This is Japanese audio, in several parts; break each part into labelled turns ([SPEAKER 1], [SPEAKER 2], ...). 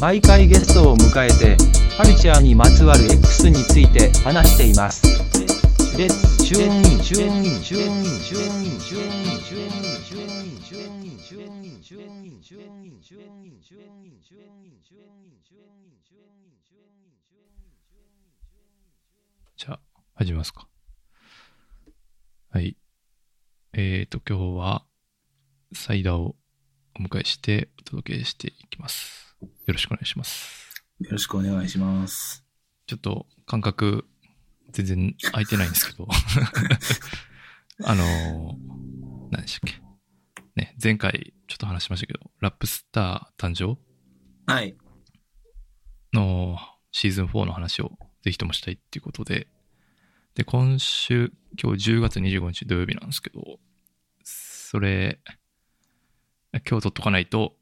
[SPEAKER 1] 毎回ゲストを迎えてカルチャーにまつわる X について話していますレッツチューンインチューンインチューンインチューンインチューンインチューンインチューンインチューンインチューンインチューンインチューンインチューンインチューンインチューンインチューンインチューンインチューンインチューン
[SPEAKER 2] じゃあ、始めますか。はい。えーと、今日は、サイダーをお迎えしてお届けしていきます。よろしくお願いします。
[SPEAKER 3] よろしくお願いします。
[SPEAKER 2] ちょっと、感覚、全然空いてないんですけど。 あのー何でしたっけ。ね、前回ちょっと話しましたけど、ラップスター誕生
[SPEAKER 3] はい。
[SPEAKER 2] のシーズン4の話をぜひともしたいっていうことで、で、今週、今日10月25日土曜日なんですけど、それ、今日取っとかないと、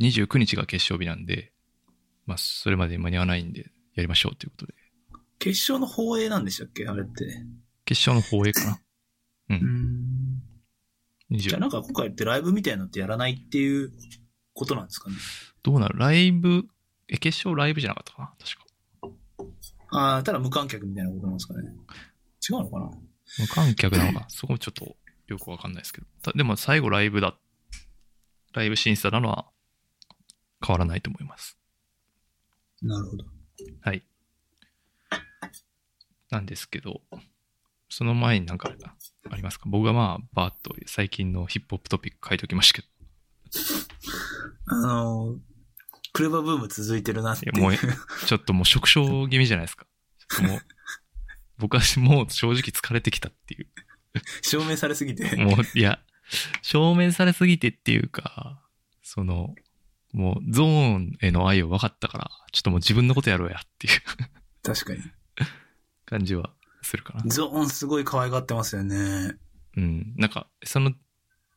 [SPEAKER 2] 29日が決勝日なんで、まあ、それまでに間に合わないんで、やりましょうということで、
[SPEAKER 3] 決勝の放映なんでしたっけあれって。
[SPEAKER 2] 決勝の放映かな。
[SPEAKER 3] うん。じゃ
[SPEAKER 2] 20
[SPEAKER 3] あなんか今回ってライブみたいなのってやらないっていうことなんですかね。
[SPEAKER 2] どうなるライブ、え、決勝ライブじゃなかったかな確か。
[SPEAKER 3] ああ、ただ無観客みたいなことなんですかね。違うのかな
[SPEAKER 2] 無観客なの か、そこもちょっとよくわかんないですけど。たでも最後ライブだ、ライブ審査なのは変わらないと思います。
[SPEAKER 3] なるほど。
[SPEAKER 2] はい。なんですけど、その前になんかありますか僕はまあ、バーっと最近のヒップホップトピック書いておきましたけ
[SPEAKER 3] あのー、クレバブーム続いてるなって
[SPEAKER 2] ど、いやもう、ちょっともう縮小気味じゃないですか。ちょっともう、僕はもう正直疲れてきたっていう。
[SPEAKER 3] 証明されすぎて。
[SPEAKER 2] もう、いや、証明されすぎてっていうか、その、もうゾーンへの愛を分かったから、ちょっともう自分のことやろうやっていう
[SPEAKER 3] 確かに。
[SPEAKER 2] 感じはするかな。
[SPEAKER 3] ゾーンすごい可愛がってますよね。
[SPEAKER 2] うん。なんか、その、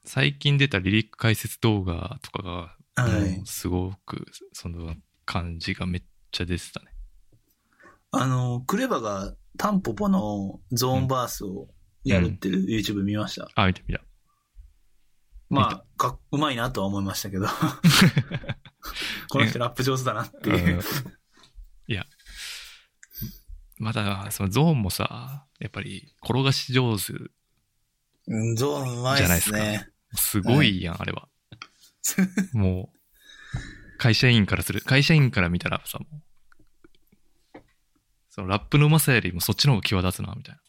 [SPEAKER 2] 最近出たリリック解説動画とかが、
[SPEAKER 3] はい
[SPEAKER 2] もうすごく、その感じがめっちゃ出てたね。
[SPEAKER 3] あのー、クレバがタンポポのゾーンバースをやるっていう YouTube 見ました。
[SPEAKER 2] あ、見た見た。見
[SPEAKER 3] まあ、かうまいなとは思いました けど。この人ラップ上手だなって
[SPEAKER 2] う
[SPEAKER 3] い
[SPEAKER 2] ん
[SPEAKER 3] う。
[SPEAKER 2] いや。まだ、そのゾーンもさ、やっぱり転がし上手、
[SPEAKER 3] うん、ゾーンうま
[SPEAKER 2] じ
[SPEAKER 3] い
[SPEAKER 2] ゃないで
[SPEAKER 3] で
[SPEAKER 2] す
[SPEAKER 3] す
[SPEAKER 2] か
[SPEAKER 3] ね。
[SPEAKER 2] すごいやん、あれは。もう、会社員からする、会社員から見たらさ、もう、そのラップのうまさよりもそっちの方が際立つな、みたい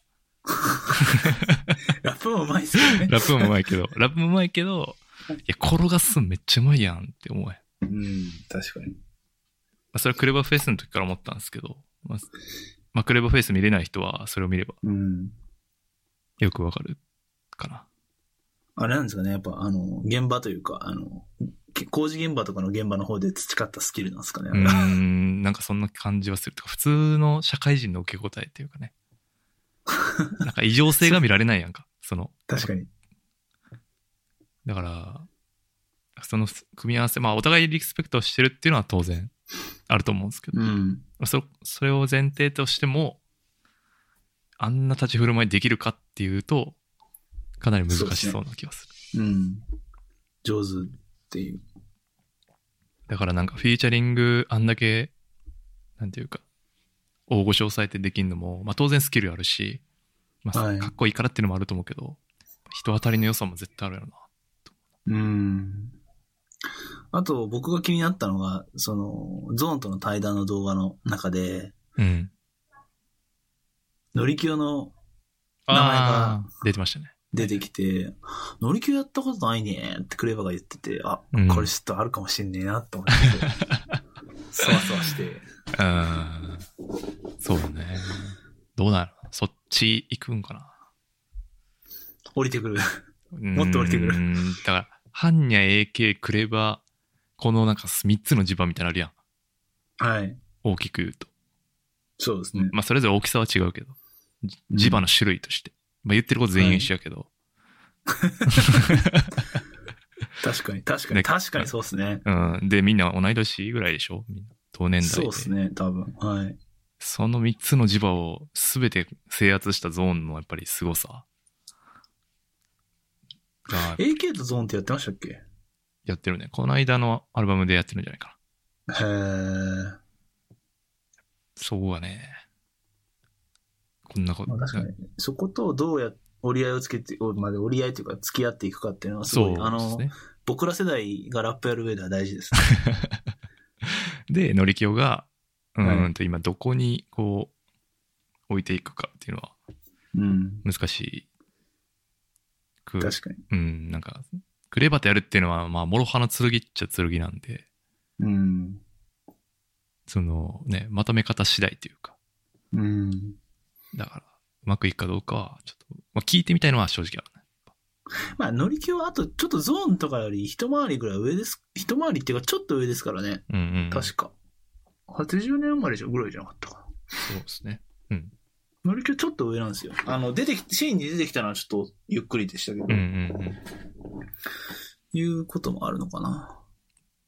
[SPEAKER 3] ラップもうまいですよね。
[SPEAKER 2] な。ラップもうまいけど、ラップもうまいけど、いや、転がすんめっちゃうまいやんって思え。ま
[SPEAKER 3] うん、確かに。
[SPEAKER 2] あ、それはクレバフェスの時から思ったんですけど、まあ、まあクレバフェス見れない人はそれを見れば
[SPEAKER 3] うん。
[SPEAKER 2] よくわかるかな。
[SPEAKER 3] あれなんですかね、やっぱ、あの、現場というか、あの、け工事現場とかの現場の方で培ったスキルなんですかね。
[SPEAKER 2] うーん、なんかそんな感じはする。とか普通の社会人の受け答えっていうかね。なんか異常性が見られないやんか。その、
[SPEAKER 3] 確かに。
[SPEAKER 2] だから、その組み合わせ、まあお互いリスペクトしてるっていうのは当然あると思うんですけど、
[SPEAKER 3] うん。
[SPEAKER 2] そそれを前提としても、あんな立ち振る舞いできるかっていうと、かなり難しそうな気がする。
[SPEAKER 3] うん。上手っていう。
[SPEAKER 2] だからなんかフィーチャリングあんだけ、なんていうか、大御所抑えてできるのも、まあ当然スキルあるし、まあ
[SPEAKER 3] はい
[SPEAKER 2] かっこいいからっていうのもあると思うけど、人当たりの良さも絶対あるよな。
[SPEAKER 3] うん。あと、僕が気になったのが、その、ゾーンとの対談の動画の中で、
[SPEAKER 2] うん。
[SPEAKER 3] ノリキヨの名前が
[SPEAKER 2] ああー、出てましたね。
[SPEAKER 3] 出てきて、ノリキューやったことないねってクレバが言ってて、あ、
[SPEAKER 2] うん
[SPEAKER 3] これちょっとあるかもしんねえなって思 って、そわそわして。
[SPEAKER 2] うーんそうだね。どうなるそっち行くん かな。
[SPEAKER 3] 降りてくる。
[SPEAKER 2] も
[SPEAKER 3] っと降りてくる
[SPEAKER 2] だから、ハンニャ、AK、クレバ、このなんか3つの地盤みたいなのあるやん。
[SPEAKER 3] はい。
[SPEAKER 2] 大きく言うと。
[SPEAKER 3] そうですね。
[SPEAKER 2] まあ、それぞれ大きさは違うけど。じ地盤の種類として。まあ、言ってること全員一緒やけど。
[SPEAKER 3] 確かに、確か
[SPEAKER 2] ね
[SPEAKER 3] に、確かにそうですね。
[SPEAKER 2] うん。で、みんな同い年ぐらいでしょみんな。同年代で。
[SPEAKER 3] そうですね、多分。はい。
[SPEAKER 2] その3つの磁場を全て制圧したゾーンのやっぱり凄さが
[SPEAKER 3] AK とゾーンってやってましたっけ
[SPEAKER 2] やってるね。この間のアルバムでやってるんじゃないか
[SPEAKER 3] へえ。
[SPEAKER 2] そこがね、こんなこと
[SPEAKER 3] まあ、確かに、そことどうや、折り合いをつけて、おまあ、折り合いというか、付き合っていくかっていうのはす
[SPEAKER 2] そ
[SPEAKER 3] ご
[SPEAKER 2] う
[SPEAKER 3] い、
[SPEAKER 2] で
[SPEAKER 3] あ
[SPEAKER 2] す
[SPEAKER 3] の、
[SPEAKER 2] ね。
[SPEAKER 3] 僕ら世代がラップやる上では大事です。
[SPEAKER 2] で、のりきよが、う
[SPEAKER 3] はい
[SPEAKER 2] ーんと今どこにこう置いていくかっていうのは
[SPEAKER 3] うん。
[SPEAKER 2] 難しく、
[SPEAKER 3] 確かに。
[SPEAKER 2] うん、なんか、クレバタやるっていうのは、まあ、諸刃の剣っちゃ剣なんで、
[SPEAKER 3] うん。
[SPEAKER 2] そのね、まとめ方次第というか、
[SPEAKER 3] うん。
[SPEAKER 2] だから、うまくいくかどうかは、ちょっと、まあ、聞いてみたいのは正直あるね。
[SPEAKER 3] まあ、乗り気はあと、ちょっとゾーンとかより一回りぐらい上です。一回りっていうか、ちょっと上ですからね。
[SPEAKER 2] うんうん。
[SPEAKER 3] 確か。80年生まれじゃぐらいじゃなかったかな。
[SPEAKER 2] そうですね。
[SPEAKER 3] 乗り気はちょっと上なんですよ。あの、出てきて、シーンに出てきたのはちょっとゆっくりでしたけど、
[SPEAKER 2] うんうん
[SPEAKER 3] いうこともあるのかな。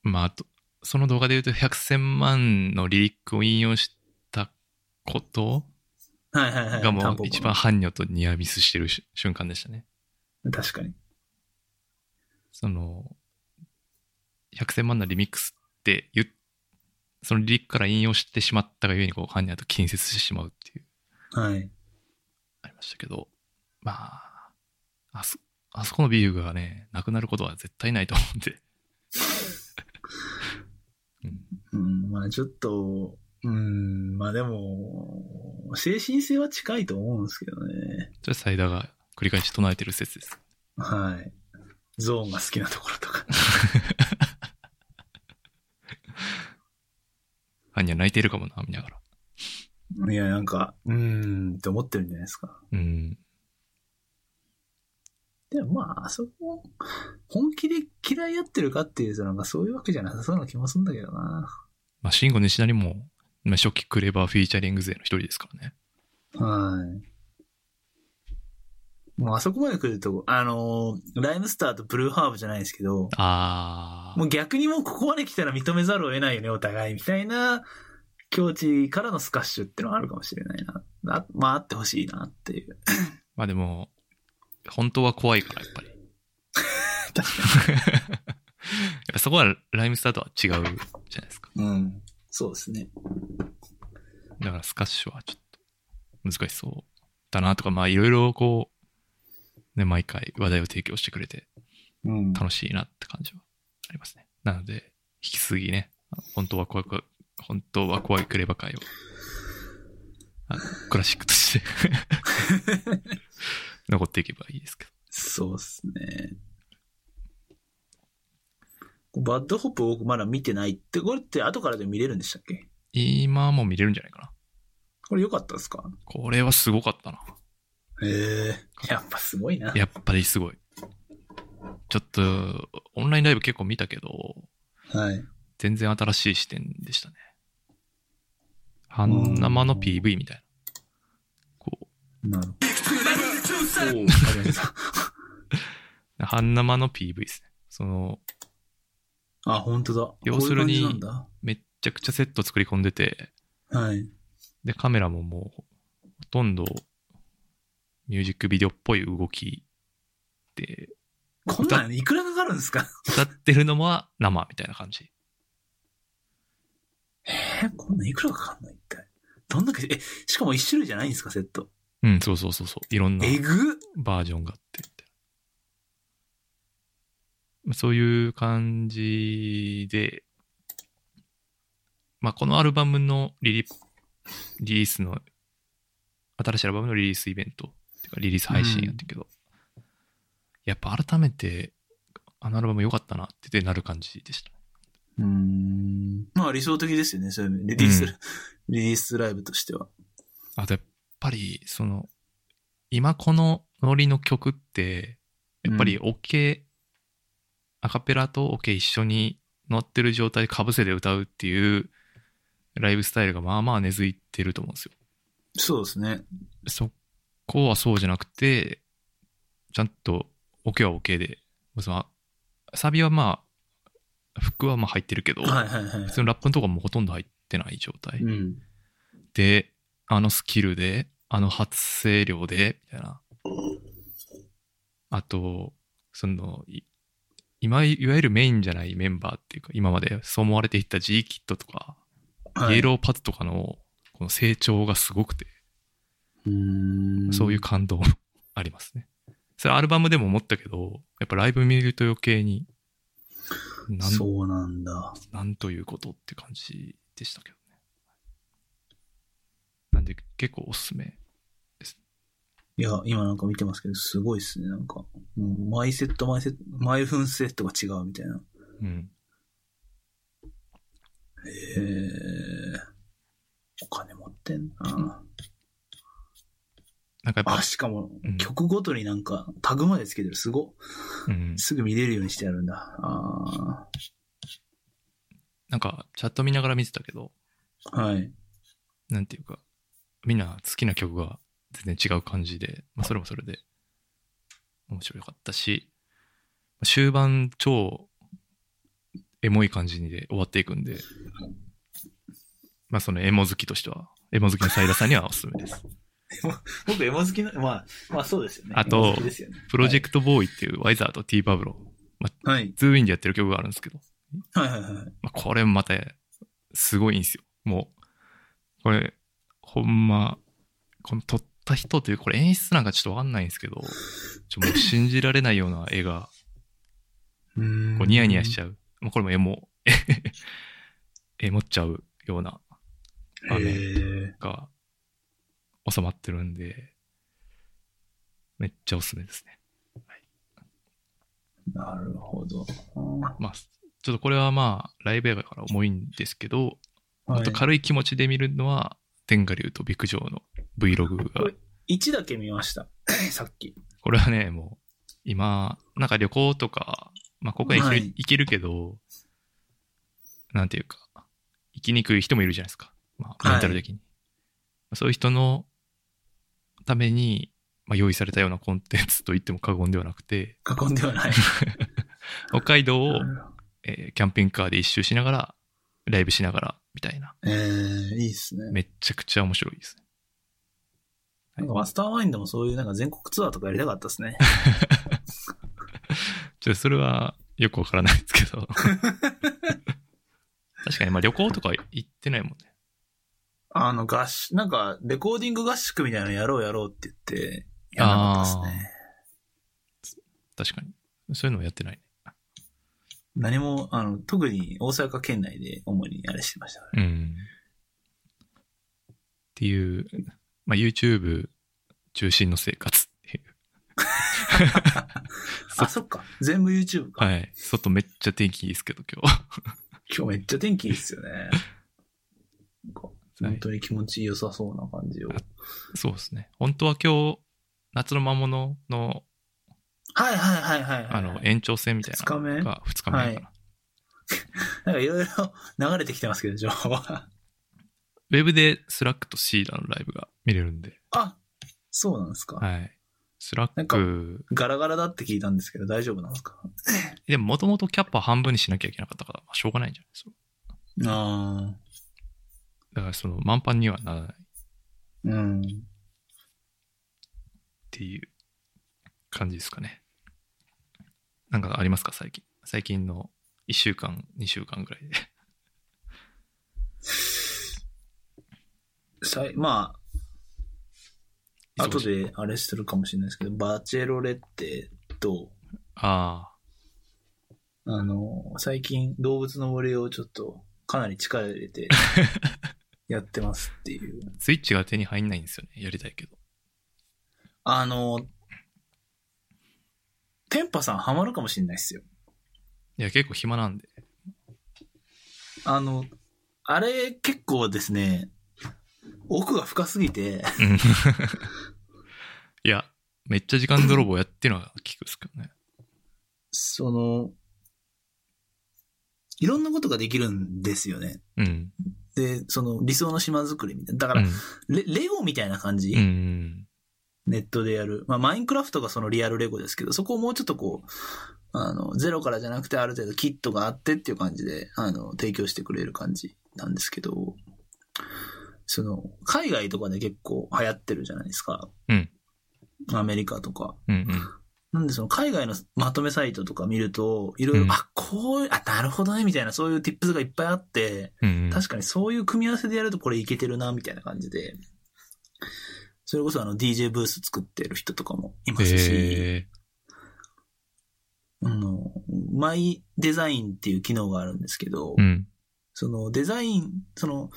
[SPEAKER 2] うん。まあ、あと、その動画で言うと、100千万のリリックを引用したこと
[SPEAKER 3] はいはいはい。
[SPEAKER 2] がも
[SPEAKER 3] タン
[SPEAKER 2] う
[SPEAKER 3] ポポの
[SPEAKER 2] 一番伴侶とニアミスしてるし瞬間でしたね。
[SPEAKER 3] 確かに。
[SPEAKER 2] その、100千万のリミックスって言っそのリリックから引用してしまったがゆえに、こう、ハンニャと近接してしまうっていう、
[SPEAKER 3] はい。
[SPEAKER 2] ありましたけど、まあ、あそ、あそこのビールがね、なくなることは絶対ないと思うんで。うん
[SPEAKER 3] うん、まあちょっと、うん、まあでも、精神性は近いと思うんですけどね。
[SPEAKER 2] それはサイダーが繰り返し唱えてる説です。
[SPEAKER 3] はい。ゾーンが好きなところとか。
[SPEAKER 2] ハンニャ泣いてるかもな、見ながら。
[SPEAKER 3] いや、なんか、うーんって思ってるんじゃないですか。
[SPEAKER 2] うん。
[SPEAKER 3] でもまあ、あそこ、本気で嫌いやってるかっていうと、なんかそういうわけじゃなさそうな気もするんだけどな。
[SPEAKER 2] まあ、シンゴ西成も、まあ初期クレバーフィーチャリング勢の一人ですからね。
[SPEAKER 3] はい。もうあそこまで来ると、あのーライムスターとブルーハーブじゃないですけど、
[SPEAKER 2] あー。
[SPEAKER 3] もう逆にもうここまで来たら認めざるを得ないよね、お互い、みたいな境地からのスカッシュってのはあるかもしれないな。あまあ、あってほしいなっていう。
[SPEAKER 2] まあでも、本当は怖いから、やっぱり。 やっぱそこはライムスターとは違うじゃないですか。
[SPEAKER 3] うん。そうですね。
[SPEAKER 2] だからスカッシュはちょっと難しそうだなとか、まあいろいろこう、ね、毎回話題を提供してくれて
[SPEAKER 3] うん。
[SPEAKER 2] 楽しいなって感じはありますね。なので、引き続きね、あの本当は怖く、本当は怖いクレバ会を、あのクラシックとして 残っていけばいいですけど。
[SPEAKER 3] そうですね。バッドホップ僕まだ見てないって、これって後からでも見れるんでしたっけ
[SPEAKER 2] 今も見れるんじゃないかな。
[SPEAKER 3] これ良かったですか
[SPEAKER 2] これはすごかったな。
[SPEAKER 3] へえやっぱすごいな。
[SPEAKER 2] やっぱりすごい。ちょっと、オンラインライブ結構見たけど、
[SPEAKER 3] はい。
[SPEAKER 2] 全然新しい視点でしたね。半生の PV みたいな。こ
[SPEAKER 3] なるほど。おーありがとうございます
[SPEAKER 2] う、半生の PV ですね。その、
[SPEAKER 3] あ、本当だ。
[SPEAKER 2] 要するに
[SPEAKER 3] こういう感じなん
[SPEAKER 2] めっちゃくちゃセット作り込んでて、
[SPEAKER 3] だ。はい。
[SPEAKER 2] で、カメラももう、ほとんど、ミュージックビデオっぽい動きで、
[SPEAKER 3] こんなんいくらかかるんですか
[SPEAKER 2] 歌ってるのは生みたいな感じ。
[SPEAKER 3] え、こんなんいくらかかんの一体。どんだけ、え、しかも一種類じゃないんですか、セット。
[SPEAKER 2] うん、そうそうそうそう。いろんな。
[SPEAKER 3] えぐっ
[SPEAKER 2] バージョンがあってみたいなまあそういう感じで、まあ、このアルバムのリリリリースの、新しいアルバムのリリースイベント、てかリリース配信やったけど、やっぱ改めて、あのアルバム良かったなってなる感じでした。
[SPEAKER 3] うーん。まあ理想的ですよね、そういう意味リリース、リリースライブとしては。
[SPEAKER 2] あとやっぱり、その、今このノリの曲って、やっぱりオケ、アカペラとオケ一緒に乗ってる状態でかぶせて歌うっていうライブスタイルがまあまあ根付いてると思うんですよ。
[SPEAKER 3] そうですね。
[SPEAKER 2] そこはそうじゃなくて、ちゃんとオケはオケで、そのサビはまあ、服はまあ入ってるけど、
[SPEAKER 3] はいはいはい
[SPEAKER 2] 普。通のラップのとこはもうほとんど入ってない状態。
[SPEAKER 3] うん。
[SPEAKER 2] で、あのスキルで、あの発声量で、みたいな。あと、その、い今いわゆるメインじゃないメンバーっていうか今までそう思われていた G キットとか、イエローパズとかのこの成長がすごくて、
[SPEAKER 3] ー
[SPEAKER 2] そういう感動 ありますね。それアルバムでも思ったけど、やっぱライブ見ると余計に、なん
[SPEAKER 3] そうなんだ。
[SPEAKER 2] なんということって感じでしたけどね。なんで結構おすすめ。
[SPEAKER 3] いや、今なんか見てますけど、すごいっすね、なんか。もう、毎セット、毎セット、毎分セットが違うみたいな。
[SPEAKER 2] うん。
[SPEAKER 3] へえ。お金持ってんな。
[SPEAKER 2] なんかやっぱ
[SPEAKER 3] あ、、しかも
[SPEAKER 2] うん、
[SPEAKER 3] 曲ごとになんか、タグまでつけてる。すごっ。
[SPEAKER 2] うん、
[SPEAKER 3] すぐ見れるようにしてあるんだ。あ
[SPEAKER 2] なんかチャット見ながら見てたけど、
[SPEAKER 3] あ。はい。
[SPEAKER 2] なんていうか、みんな好きな曲が全然違う感じで、まあ、それもそれで面白かったし、まあ終盤超エモい感じで終わっていくんで、まあそのエモ好きとしては、エモ好きの斉田さんにはおすすめです。
[SPEAKER 3] 僕、エモ好きな、まあ、まあそうですよね
[SPEAKER 2] あと
[SPEAKER 3] エモ好きですよね
[SPEAKER 2] プロジェクトボーイっていうワイザーと T パブロ、
[SPEAKER 3] はい。
[SPEAKER 2] ズーインでやってる曲があるんですけど、
[SPEAKER 3] はいはいはい。
[SPEAKER 2] まあ、これまたすごいんですよ。もう、これ、ほんま、この撮った人という、これ演出なんかちょっとわかんないんですけど、ちょもう信じられないような絵が、
[SPEAKER 3] うーん
[SPEAKER 2] こうニヤニヤしちゃう。もうこれもエモ、エモっちゃうような場
[SPEAKER 3] へ
[SPEAKER 2] 面
[SPEAKER 3] え。
[SPEAKER 2] が収まってるんで、めっちゃおすすめですね。
[SPEAKER 3] なるほど。
[SPEAKER 2] まあ、ちょっとこれはまあ、ライブ映画から重いんですけど、
[SPEAKER 3] は
[SPEAKER 2] もっと
[SPEAKER 3] い、
[SPEAKER 2] 軽い気持ちで見るのは、天下流と陸上の Vlog が
[SPEAKER 3] はい1だけ見ました。 さっき。
[SPEAKER 2] これはね、もう、今、なんか旅行とか、まあ、ここに行け,、
[SPEAKER 3] はい
[SPEAKER 2] 行けるけど、なんていうか、行きにくい人もいるじゃないですか。まあ、
[SPEAKER 3] はい
[SPEAKER 2] メンタル的に。そういう人のために、まあ、用意されたようなコンテンツと言っても過言ではなくて、
[SPEAKER 3] 囲んではない。
[SPEAKER 2] 北海道を、えーキャンピングカーで一周しながら、ライブしながら、みたいな。
[SPEAKER 3] えー、いいっすね。
[SPEAKER 2] めっちゃくちゃ面白いですね。
[SPEAKER 3] なんかマスターマインドもそういうなんか全国ツアーとかやりたかったですね。
[SPEAKER 2] ちょっとそれはよくわからないですけ ど。確かに、まあ旅行とか行ってないもんね。
[SPEAKER 3] あの、合宿、なんか、レコーディング合宿みたいなのやろうやろうって言って、やらなかったですね。
[SPEAKER 2] 確かに。そういうのをやってない。
[SPEAKER 3] 何も、あの、特に大阪県内で主にあれしてました。
[SPEAKER 2] うん。っていう、まあ、YouTube 中心の生活っていう。
[SPEAKER 3] あ、そっか。全部 YouTube か。
[SPEAKER 2] はい。外めっちゃ天気いいですけど、今日。
[SPEAKER 3] 今日めっちゃ天気いいっすよね。なんか本当に気持ち良さそうな感じを。
[SPEAKER 2] はいそうですね。本当は今日、夏の魔物の、
[SPEAKER 3] はいはいはいはいはい。
[SPEAKER 2] あの、延長戦みたいなのが2日目
[SPEAKER 3] はい
[SPEAKER 2] かな。
[SPEAKER 3] なんかいろいろ流れてきてますけど、情 報は。
[SPEAKER 2] ウェブでスラックとシーダのライブが見れるんで。
[SPEAKER 3] あ、そうなんですか。
[SPEAKER 2] はい。スラ
[SPEAKER 3] な
[SPEAKER 2] ッ
[SPEAKER 3] んか
[SPEAKER 2] ク、
[SPEAKER 3] ガラガラだって聞いたんですけど、大丈夫なんですか
[SPEAKER 2] でももともとキャッパー半分にしなきゃいけなかったから、まあ、しょうがないんじゃないですか。
[SPEAKER 3] ああ。
[SPEAKER 2] だからその満帆にはならない。
[SPEAKER 3] うん。
[SPEAKER 2] っていう感じですかね。なんかありますか最近。最近の1週間、2週間ぐ らいで。
[SPEAKER 3] さいまあ、後。であれするかもしれないですけど、バチェロレッテと、
[SPEAKER 2] あ
[SPEAKER 3] あの、最近動物の森をちょっとかなり力入れてやってますっていう。
[SPEAKER 2] あ。スイッチが手に入んないんですよね。やりたいけど。
[SPEAKER 3] あの、テンパさんハマるかもしれないですよ。
[SPEAKER 2] いや、結構暇なん で。
[SPEAKER 3] あの、あれ結構ですね、奥が深すぎて、
[SPEAKER 2] うん。いや、めっちゃ時間泥棒やってるのは聞くっすけどね。
[SPEAKER 3] その、いろんなことができるんですよね。
[SPEAKER 2] うん。
[SPEAKER 3] で、その理想の島作りみたいな。だか
[SPEAKER 2] う
[SPEAKER 3] ら、
[SPEAKER 2] ん
[SPEAKER 3] レレゴみたいな感じ、
[SPEAKER 2] うんうん。
[SPEAKER 3] ネットでやる。まあ、マインクラフトがそのリアルレゴですけど、そこをもうちょっとこう、あの、ゼロからじゃなくてある程度キットがあってっていう感じで、あの、提供してくれる感じなんですけど、その、海外とかで結構流行ってるじゃないですか。
[SPEAKER 2] うん
[SPEAKER 3] アメリカとか。
[SPEAKER 2] うんうん。
[SPEAKER 3] なんでその海外のまとめサイトとか見ると、いろいろ
[SPEAKER 2] う、ん
[SPEAKER 3] あ、こういう、あ、なるほどね、みたいな、そういう tips がいっぱいあって、
[SPEAKER 2] うん。
[SPEAKER 3] 確かにそういう組み合わせでやるとこれいけてるな、みたいな感じで。それこそあの DJ ブース作ってる人とかもいますし、
[SPEAKER 2] え
[SPEAKER 3] あの、マイデザインっていう機能があるんですけど、
[SPEAKER 2] ーうん。
[SPEAKER 3] そのデザイン、その、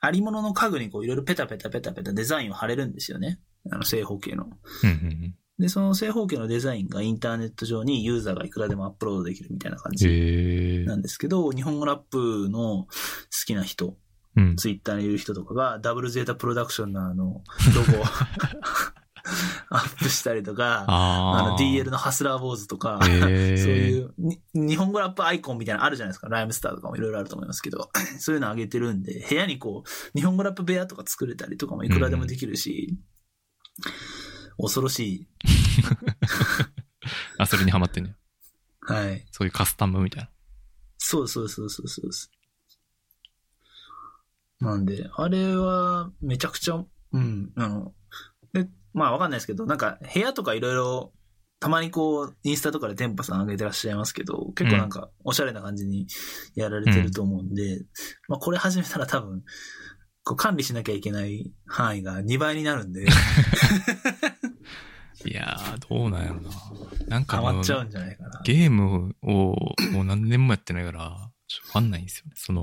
[SPEAKER 3] ありものの家具にこういろいろペタペタペタペタデザインを貼れるんですよね。あの正方形の。
[SPEAKER 2] うんうん
[SPEAKER 3] で、その正方形のデザインがインターネット上にユーザーがいくらでもアップロードできるみたいな感
[SPEAKER 2] うん。
[SPEAKER 3] じ
[SPEAKER 2] え
[SPEAKER 3] な
[SPEAKER 2] ー
[SPEAKER 3] んですけど、日本語ラップの好きな人、
[SPEAKER 2] うん。
[SPEAKER 3] ツイッターにいる人とかが、ダブルゼータプロダクションのあの、ロゴを アップしたりとか、あ
[SPEAKER 2] あ
[SPEAKER 3] の
[SPEAKER 2] あ。
[SPEAKER 3] DL のハスラー坊主とか、
[SPEAKER 2] えー、
[SPEAKER 3] そういうに、日本語ラップアイコンみたいなのあるじゃないですか。ライムスターとかもいろいろあると思いますけど、 そういうのあげてるんで、部屋にこう、日本語ラップ部屋とか作れたりとかもいくらでもできるし、恐ろしい。
[SPEAKER 2] あ、それにハマってんね。
[SPEAKER 3] はい。
[SPEAKER 2] そういうカスタムみたいな。
[SPEAKER 3] そうそうそうそうそうです。なんで、あれは、めちゃくちゃ、うん、あの、で、まあわかんないですけど、なんか部屋とかいろいろ、たまにこう、インスタとかで電波さん上げてらっしゃいますけど、結構なんか、おしゃれな感じにやられてると思うんで、まあこれ始めたら多分、こう管理しなきゃいけない範囲が2倍になるん で、
[SPEAKER 2] いやー、どうなんやろな。なんか
[SPEAKER 3] 変
[SPEAKER 2] も
[SPEAKER 3] わっちゃうんじゃないかな。
[SPEAKER 2] ゲームをもう何年もやってないから、ちょっとわかんないんですよね。その、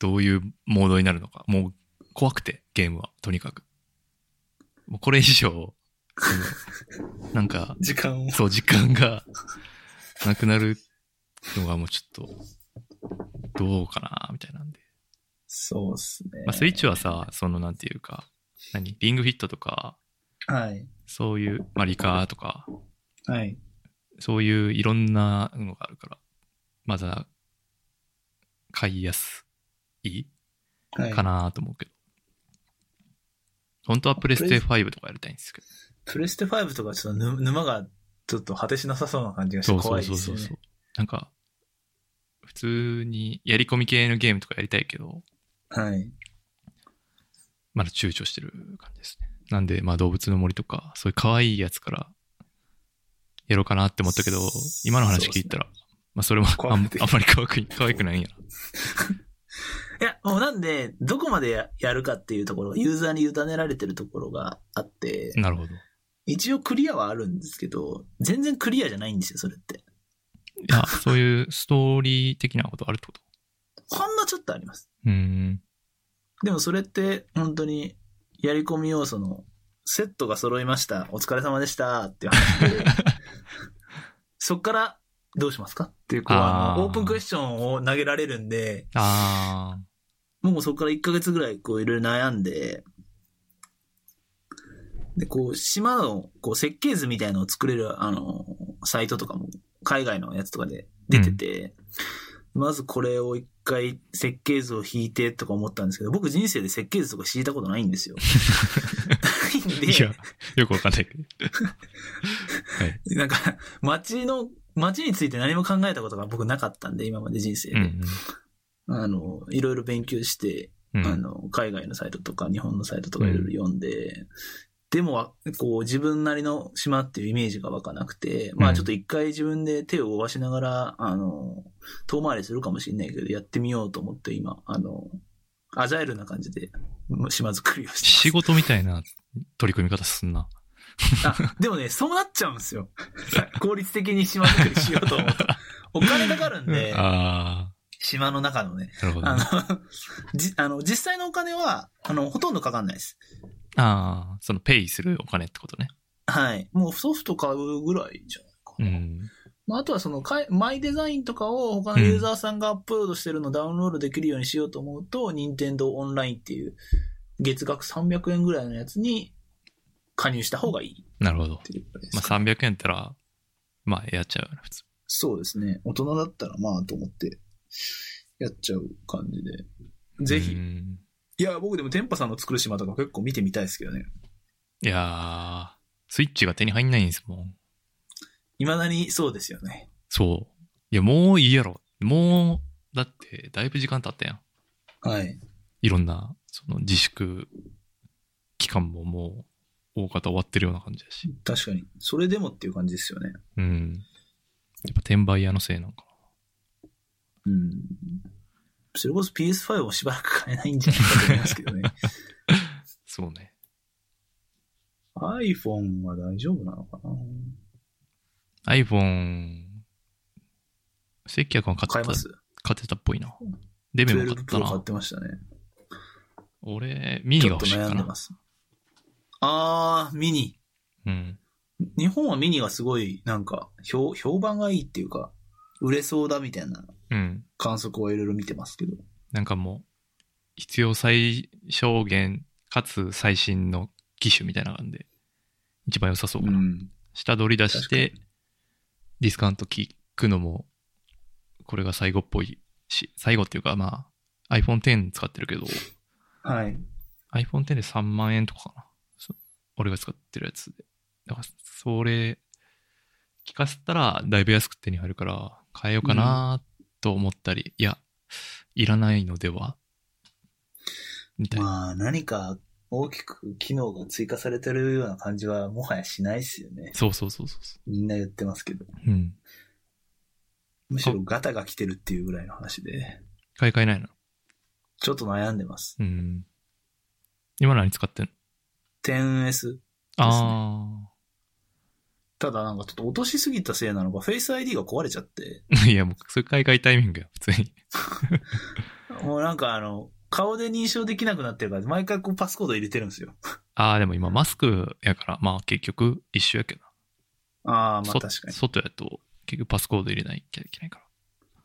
[SPEAKER 2] どういうモードになるのか。もう怖くて、ゲームは、とにかく。もうこれ以上、そのなんか、
[SPEAKER 3] 時間を。
[SPEAKER 2] そう、時間がなくなるのがもうちょっと、どうかな、みたいなんで。
[SPEAKER 3] そうですね。
[SPEAKER 2] まあ、スイッチはさ、その、なんていうか、何リングフィットとか、
[SPEAKER 3] はい。
[SPEAKER 2] そういう、まあ、リカーとか、
[SPEAKER 3] はい。
[SPEAKER 2] そういういろんなのがあるから、まだ、買いやすい
[SPEAKER 3] はい。
[SPEAKER 2] かなと思うけど。本当はプレステ5とかやりたいんですけど。
[SPEAKER 3] プレステ5とかちょっとぬ沼がちょっと果てしなさそうな感じがして怖いですよね。
[SPEAKER 2] う。なんか、普通にやり込み系のゲームとかやりたいけど、
[SPEAKER 3] はい。
[SPEAKER 2] まだ躊躇してる感じですね。なんで、まあ動物の森とか、そういう可愛いやつから、やろうかなって思ったけど、今の話聞いたら、まあそれもあ
[SPEAKER 3] 怖
[SPEAKER 2] ん
[SPEAKER 3] くて
[SPEAKER 2] あんまり可愛く可愛くないん や
[SPEAKER 3] いや、もうなんで、どこまでややるかっていうところが、ユーザーに委ねられてるところがあって、
[SPEAKER 2] な。なるほど。
[SPEAKER 3] 一応クリアはあるんですけど、全然クリアじゃないんですよ、それって。
[SPEAKER 2] いや、そういうストーリー的なことあるってこと
[SPEAKER 3] ほんのちょっとあります。
[SPEAKER 2] うーん。
[SPEAKER 3] でもそれって、本当に、やり込み要素の、セットが揃いました、お疲れ様でした、っていう話 で、そっから、どうしますかっていう、こう、あ
[SPEAKER 2] あー
[SPEAKER 3] の、オープンクエスチョンを投げられるんで、
[SPEAKER 2] あ
[SPEAKER 3] もうそこから1ヶ月ぐらいこういろいろ悩んで、で、こう、島のこう設計図みたいのを作れる、あの、サイトとかも、海外のやつとかで出てて、まずこれを一回設計図を引いてとか思ったんですけど、僕人生で設計図とか敷いたことないんですよ。ない
[SPEAKER 2] あ。
[SPEAKER 3] ん
[SPEAKER 2] いや
[SPEAKER 3] で、、
[SPEAKER 2] よくわかんないけど。
[SPEAKER 3] なんか、街の、街について何も考えたことが僕なかったんで、今まで人生で。
[SPEAKER 2] うん
[SPEAKER 3] あの、いろいろ勉強して、
[SPEAKER 2] うん。う
[SPEAKER 3] あ
[SPEAKER 2] ん。
[SPEAKER 3] の、海外のサイトとか日本のサイトとかいろいろ読んで、でもわ、こう自分なりの島っていうイメージが湧かなくて、ま
[SPEAKER 2] う
[SPEAKER 3] あ
[SPEAKER 2] ん
[SPEAKER 3] ちょっと一回自分で手を動かしながら、あの、遠回りするかもしれないけど、やってみようと思って今、あの、アジャイルな感じで島作りをして
[SPEAKER 2] 仕事みたいな取り組み方すんな。
[SPEAKER 3] ます。あ、でもね、そうなっちゃうんですよ。 効率的に島作りしようと思うと。お金かかるんで、
[SPEAKER 2] あ
[SPEAKER 3] 島の中のね。
[SPEAKER 2] あ、なるほど、ね。
[SPEAKER 3] あの、じ、あの、実際のお金は、あの、ほとんどかかんないです。
[SPEAKER 2] ああ、そのペイするお金ってことね。
[SPEAKER 3] はい。もうソフト買うぐらいじゃないか
[SPEAKER 2] う
[SPEAKER 3] な。
[SPEAKER 2] ん。
[SPEAKER 3] まあ、あとはそのかい、マイデザインとかを他のユーザーさんがアップロードしてるのをダウンロードできるようにしようと思うと、任天堂オンラインっていう月額300円ぐらいのやつに加入した方がいいっ
[SPEAKER 2] なるほど。
[SPEAKER 3] ていうことです
[SPEAKER 2] まあ
[SPEAKER 3] か、
[SPEAKER 2] 300円ったら、まあやっちゃうよね、普通。
[SPEAKER 3] そうですね。大人だったらまあと思ってやっちゃう感じで。ぜひ。
[SPEAKER 2] う
[SPEAKER 3] い
[SPEAKER 2] ん
[SPEAKER 3] や、僕でも天パさんの作る島とか結構見てみたいですけどね。
[SPEAKER 2] いやー、スイッチが手に入んないんですもん。
[SPEAKER 3] 未だにそうですよね。
[SPEAKER 2] そう。いや、もういいやろ。もう、だって、だいぶ時間経ったやん。
[SPEAKER 3] はい。
[SPEAKER 2] いろんな、その自粛期間ももう大方終わってるような感じだし。
[SPEAKER 3] 確かに。それでもっていう感じですよね。
[SPEAKER 2] うん。やっぱ転売屋のせいなんか
[SPEAKER 3] うん。それこそ PS5 もしばらく買えないんじゃないかと思いますけ どね。
[SPEAKER 2] な。そうね。
[SPEAKER 3] iPhone は大丈夫なのかな
[SPEAKER 2] iPhone、関谷君は買ってた
[SPEAKER 3] 買えます
[SPEAKER 2] 買ってたっぽいな。デメも買
[SPEAKER 3] ?12
[SPEAKER 2] った
[SPEAKER 3] Pro 買
[SPEAKER 2] な
[SPEAKER 3] っ。てましたね。
[SPEAKER 2] 俺、ミニ
[SPEAKER 3] ち
[SPEAKER 2] が
[SPEAKER 3] ょっと
[SPEAKER 2] 欲しい
[SPEAKER 3] 悩
[SPEAKER 2] か
[SPEAKER 3] んで
[SPEAKER 2] な
[SPEAKER 3] ま。す。あー、ミニ。
[SPEAKER 2] うん。
[SPEAKER 3] 日本はミニがすごい、なんか、評、評判がいいっていうか、売れそうだみたいな
[SPEAKER 2] うん。
[SPEAKER 3] 観測をいろいろ見てますけど。
[SPEAKER 2] なんかもう、必要最小限、かつ最新の機種みたいな感じで、一番良さそうかな。
[SPEAKER 3] ん。
[SPEAKER 2] 下取り出して、ディスカウント聞くのも、これが最後っぽいし、最後っていうか、まあ、iPhone X 使ってるけど、
[SPEAKER 3] はい。
[SPEAKER 2] iPhone X で3万円とかかな。そ俺が使ってるやつで。だから、それ、聞かせたら、だいぶ安く手に入るから、変えようかなと思ったり、いや、いらないのではみたいな。
[SPEAKER 3] まあ、何か大きく機能が追加されてるような感じはもはやしないですよね。
[SPEAKER 2] そうそうそうそうそ
[SPEAKER 3] みんな言ってますけど。
[SPEAKER 2] う。うん。
[SPEAKER 3] むしろガタが来てるっていうぐらいの話で、
[SPEAKER 2] 買い替えないの
[SPEAKER 3] ちょっと悩んでます。
[SPEAKER 2] うん。今何使ってんの
[SPEAKER 3] 10S。
[SPEAKER 2] あ
[SPEAKER 3] ただなんかちょっと落としすぎたせいなのか、Face ID が壊れちゃって、
[SPEAKER 2] あ。いや、もう、それ買い替えタイミングよ、普通に。
[SPEAKER 3] もうなんかあの、顔で認証できなくなってるから、毎回こうパスコード入れてるんですよ。
[SPEAKER 2] ああ、でも今、マスクやから、まあ結局、一緒やけどな。
[SPEAKER 3] ああ、まあ
[SPEAKER 2] そ
[SPEAKER 3] 確かに。
[SPEAKER 2] 外やと、結局パスコード入れないきゃいけないから。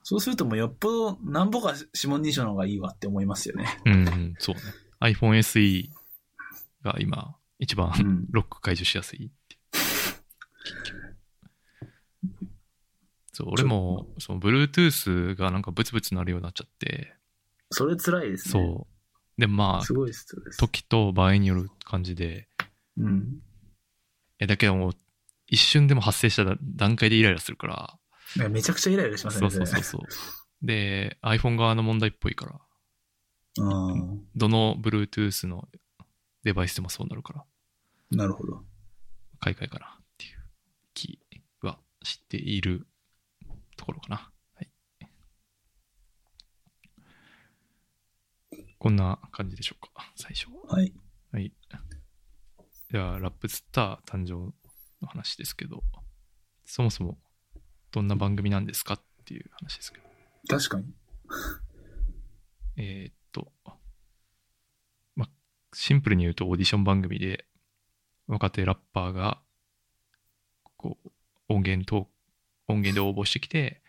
[SPEAKER 3] そうするともうよっぽどなんぼか指紋認証の方がいいわって思いますよね。
[SPEAKER 2] うんうん、そうね。iPhone SE が今、一番
[SPEAKER 3] うん
[SPEAKER 2] ロック解除しやすいっていうそう、俺も、その Bluetooth がなんかブツブツなるようになっちゃって、
[SPEAKER 3] それ辛いですね。
[SPEAKER 2] そう。で、まあ
[SPEAKER 3] す、ごいストレス。
[SPEAKER 2] 時と場合による感じで、
[SPEAKER 3] うん。
[SPEAKER 2] え、だけどもう、一瞬でも発生した段階でイライラするから、
[SPEAKER 3] いやめちゃくちゃイライラします
[SPEAKER 2] そ
[SPEAKER 3] ね。
[SPEAKER 2] うそうそうそう。で、iPhone 側の問題っぽいから、
[SPEAKER 3] それあ
[SPEAKER 2] どの Bluetooth のデバイスでもそうなるから。
[SPEAKER 3] あ、なるほど。
[SPEAKER 2] 買い替えかなっていう気はしているところかな。はい。こんな感じでしょうか、最初は。
[SPEAKER 3] はい。
[SPEAKER 2] はい。では、ラップスター誕生の話ですけど、そもそもどんな番組なんですかっていう話ですけど、
[SPEAKER 3] 確かに。
[SPEAKER 2] えーっと、ま、シンプルに言うとオーディション番組で、若手ラッパーが、こう、音源と、音源で応募してきて、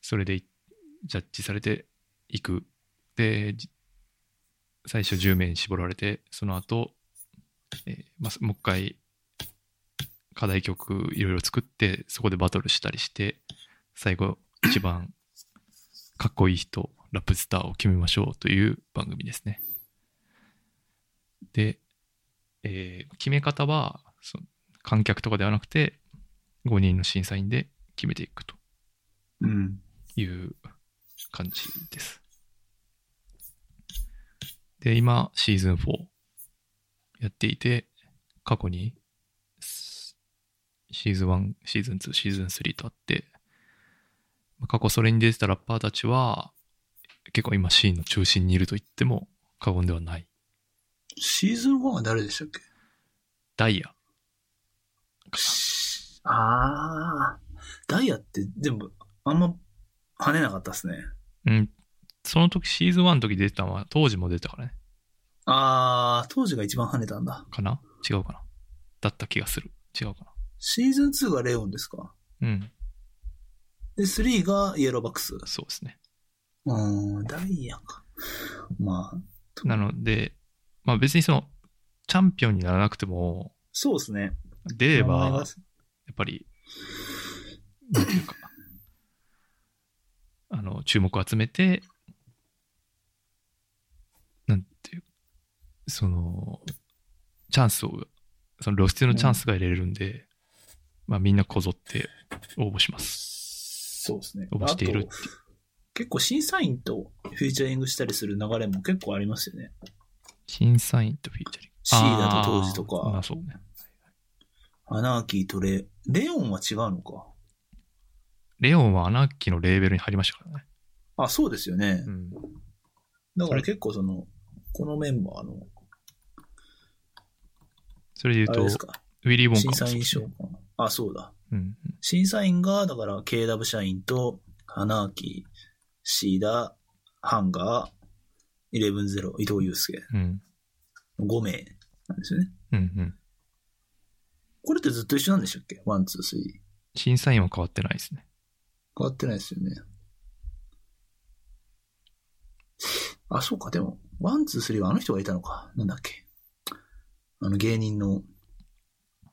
[SPEAKER 2] それでいジャッジされていく。で、じ最初10名に絞られて、その後、えーまあ、もう一回、課題曲いろいろ作って、そこでバトルしたりして、最後、一番かっこいい人、ラップスターを決めましょうという番組ですね。で、えー決め方は、その観客とかではなくて、5人の審査員で決めていくと
[SPEAKER 3] うん。
[SPEAKER 2] いう感じです。で、今、シーズン4やっていて、過去に、すシーズン1、シーズン2、シーズン3とあって、まあ過去それに出てたラッパーたちは、結構今シーンの中心にいると言っても過言ではない。
[SPEAKER 3] シーズン1は誰でしたっけ
[SPEAKER 2] ダイヤ。
[SPEAKER 3] ああ。ダイヤって全部、あんま跳ねなかったですね。
[SPEAKER 2] うん。その時、シーズン1の時出てたのは、当時も出てたからね。
[SPEAKER 3] ああ、当時が一番跳ねたんだ。
[SPEAKER 2] かな違うかなだった気がする。違うか
[SPEAKER 3] シーズン2がレオンですか
[SPEAKER 2] なうん。
[SPEAKER 3] で、3がイエローバックス。
[SPEAKER 2] そうですね。
[SPEAKER 3] うん、ダイヤか。まあ、
[SPEAKER 2] なので、まあ別にその、チャンピオンにならなくても、
[SPEAKER 3] そうですね。
[SPEAKER 2] 出れ
[SPEAKER 3] 名前
[SPEAKER 2] ば
[SPEAKER 3] が、
[SPEAKER 2] やっぱり、なんていうか、あの、注目を集めて、なんていう、その、チャンスを、その露出のチャンスが得られるんで、まあみんなこぞって応募します。
[SPEAKER 3] そうですね。
[SPEAKER 2] 応募しているってい
[SPEAKER 3] あと結構審査員とフィーチャリングしたりする流れも結構ありますよね。
[SPEAKER 2] 審査員とフィーチャリング。
[SPEAKER 3] C だと当時と
[SPEAKER 2] あーま
[SPEAKER 3] か
[SPEAKER 2] あ、そうね。
[SPEAKER 3] アナーキーとレ、レオンは違うのか。
[SPEAKER 2] レオンはアナーキーのレーベルに入りましたからね。
[SPEAKER 3] あ、そうですよね
[SPEAKER 2] う。ん。
[SPEAKER 3] だか
[SPEAKER 2] そ
[SPEAKER 3] ら
[SPEAKER 2] れ
[SPEAKER 3] 結構その、このメンバーの、
[SPEAKER 2] それで言う
[SPEAKER 3] あ
[SPEAKER 2] と、
[SPEAKER 3] れ
[SPEAKER 2] ウ
[SPEAKER 3] ですか、
[SPEAKER 2] ィリー・ボンカーも
[SPEAKER 3] 審
[SPEAKER 2] そ
[SPEAKER 3] 査
[SPEAKER 2] う
[SPEAKER 3] 員
[SPEAKER 2] です
[SPEAKER 3] 賞
[SPEAKER 2] ね
[SPEAKER 3] か。あ、そうだ。
[SPEAKER 2] うん。
[SPEAKER 3] 審査員が、だから KW 社員と、アナーキー、シーダ、ハンガー、11-0、伊藤祐介、
[SPEAKER 2] うん。
[SPEAKER 3] 5名なんですよね。
[SPEAKER 2] うん。うん。
[SPEAKER 3] これってずっと一緒なんでしたっけワン、ツー、スリー。
[SPEAKER 2] 審査員は変わってないですね。
[SPEAKER 3] 変わってないですよね。あ、そうか、でも、ワン、ツー、スリーはあの人がいたのか。なんだっけ。あの芸人の、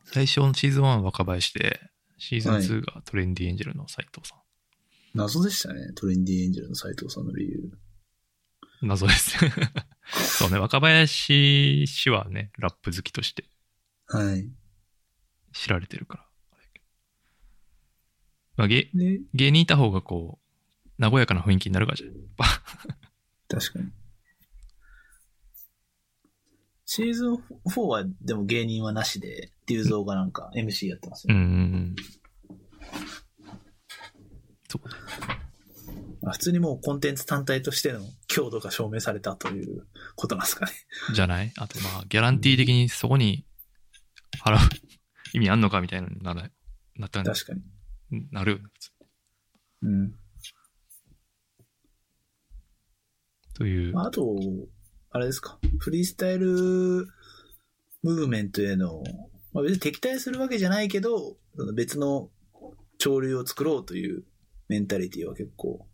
[SPEAKER 2] 最初のシーズン1は若林で、シーズン
[SPEAKER 3] はい
[SPEAKER 2] 2がトレンディエンジェルの斎藤さん。
[SPEAKER 3] 謎でしたね。トレンディエンジェルの斎藤さんの理由。
[SPEAKER 2] 謎 ですね。そうね、若林氏はね、ラップ好きとして
[SPEAKER 3] はい。
[SPEAKER 2] 知られてるから。まあ、芸
[SPEAKER 3] で、
[SPEAKER 2] 芸人いた方がこう、和やかな雰囲気になるからじゃん。
[SPEAKER 3] 確かに。シーズン4はでも芸人はなしで、龍造がなんか MC やってます
[SPEAKER 2] う
[SPEAKER 3] よ、
[SPEAKER 2] ん
[SPEAKER 3] ね
[SPEAKER 2] うんうん。そうね
[SPEAKER 3] まあ普通にもうコンテンツ単体としての強度が証明されたということなんですかね。
[SPEAKER 2] じゃないあとまあ、ギャランティー的にそこに払う 意味あんのかみたいなのにならなったん
[SPEAKER 3] 確かに。
[SPEAKER 2] なるよね普通
[SPEAKER 3] うん。
[SPEAKER 2] という、
[SPEAKER 3] まあ、あと、あれですか、フリースタイルムーブメントへの、まあ、別に敵対するわけじゃないけど、その別の潮流を作ろうというメンタリティは結構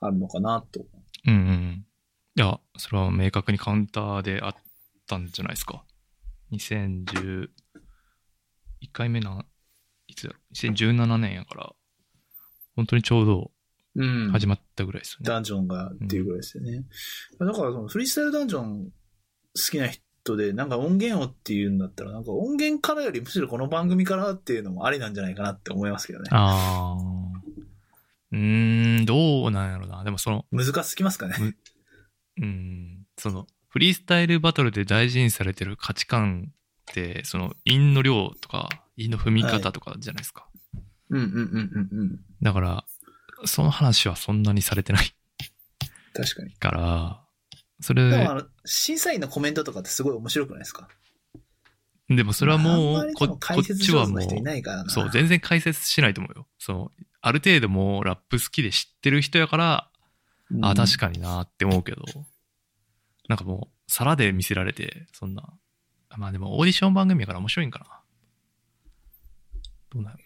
[SPEAKER 3] あるのかなと。
[SPEAKER 2] うんうんうん。いや、それは明確にカウンターであったんじゃないですか。2010、1回目な、いつだろう、2017年やから、本当にちょうど
[SPEAKER 3] うん
[SPEAKER 2] 始まったぐらいですよね。
[SPEAKER 3] ダンジョンがっていうぐらいですよね。だからそのフリースタイルダンジョン好きな人で、なんか音源をっていうんだったら、なんか音源からよりむしろこの番組からっていうのもありなんじゃないかなって思いますけどね。
[SPEAKER 2] あー。うーん、どうなんやろな。でもその、
[SPEAKER 3] 難しすぎますかね。
[SPEAKER 2] うん、その、フリースタイルバトルで大事にされてる価値観って、その、韻の量とか、韻の踏み方とかじゃないですか。
[SPEAKER 3] うんうんうんうんうん。
[SPEAKER 2] だから、その話はそんなにされてない
[SPEAKER 3] 確かに。
[SPEAKER 2] から、そ
[SPEAKER 3] でもあ
[SPEAKER 2] れ、
[SPEAKER 3] の、審査員のコメントとかってすごい面白くないですか
[SPEAKER 2] でもそれはも
[SPEAKER 3] あんま
[SPEAKER 2] う
[SPEAKER 3] り、
[SPEAKER 2] こ
[SPEAKER 3] でも
[SPEAKER 2] こ
[SPEAKER 3] 解
[SPEAKER 2] っ
[SPEAKER 3] 説
[SPEAKER 2] ち
[SPEAKER 3] 上
[SPEAKER 2] は
[SPEAKER 3] 手
[SPEAKER 2] も
[SPEAKER 3] な
[SPEAKER 2] う、
[SPEAKER 3] 人いないからな。
[SPEAKER 2] そう、全然解説しないと思うよ。その、ある程度もうラップ好きで知ってる人やから、
[SPEAKER 3] うん
[SPEAKER 2] あ、確かになって思うけど、なんかもう、皿で見せられて、そんな、まあでもオーディション番組やから面白いんかな。どうなる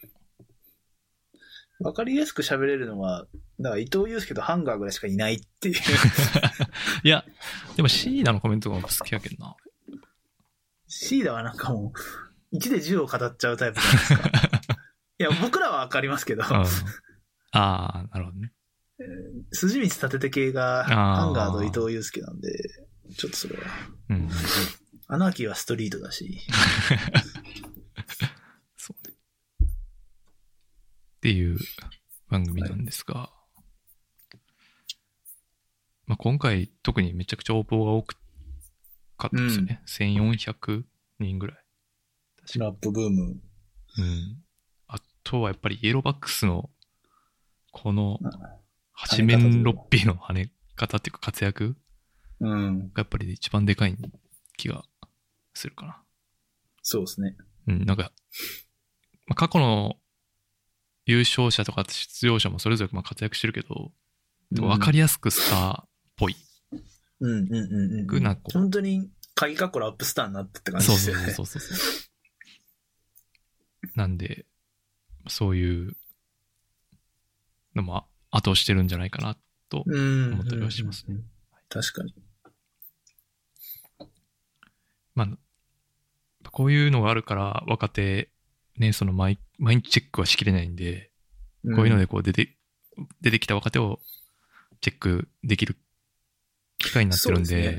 [SPEAKER 3] わかりやすく喋れるのは、だから伊藤祐介とハンガーぐらいしかいないっていう。
[SPEAKER 2] いや、でもシーナのコメントが好きやけんな。
[SPEAKER 3] シーダはなんかもう、1で10を語っちゃうタイプじゃないです か。いや、僕らはわかりますけど、
[SPEAKER 2] うん、ああ、なるほどね。
[SPEAKER 3] 筋道立てて系が
[SPEAKER 2] あー
[SPEAKER 3] ハンガーと伊藤祐介なんで、ちょっとそれは。
[SPEAKER 2] うん。
[SPEAKER 3] アナーキーはストリートだし。
[SPEAKER 2] そうね。っていう番組なんですが、まあ、今回特にめちゃくちゃ応募が多かったですよね。1400人ぐらい。
[SPEAKER 3] ラップブーム。
[SPEAKER 2] うん。あとはやっぱりイエローバックスのこの
[SPEAKER 3] うん
[SPEAKER 2] 八面六臂の跳ね方っていうか活躍
[SPEAKER 3] うん。
[SPEAKER 2] がやっぱり一番でかい気がするかな。
[SPEAKER 3] そうですね。
[SPEAKER 2] うん、なんか、まあ、過去の優勝者とか出場者もそれぞれまあ活躍してるけど、でも分かりやすくスターっぽい。
[SPEAKER 3] うんうんうんうん。
[SPEAKER 2] ぐなこう
[SPEAKER 3] 本当に、鍵かっこラップスターになったって感じ
[SPEAKER 2] そう
[SPEAKER 3] です
[SPEAKER 2] そう
[SPEAKER 3] よね。
[SPEAKER 2] そうそうそう。なんで、そういうのも後押してるんじゃないかなと。
[SPEAKER 3] うん。
[SPEAKER 2] 思ったりはしますね
[SPEAKER 3] うん。確かに。
[SPEAKER 2] まあ、こういうのがあるから若手、ね、その毎毎日チェックはしきれないんで、こういうの
[SPEAKER 3] で。
[SPEAKER 2] でこう出て、出てきた若手をチェックできる機会になってるんで、
[SPEAKER 3] そ
[SPEAKER 2] そう
[SPEAKER 3] です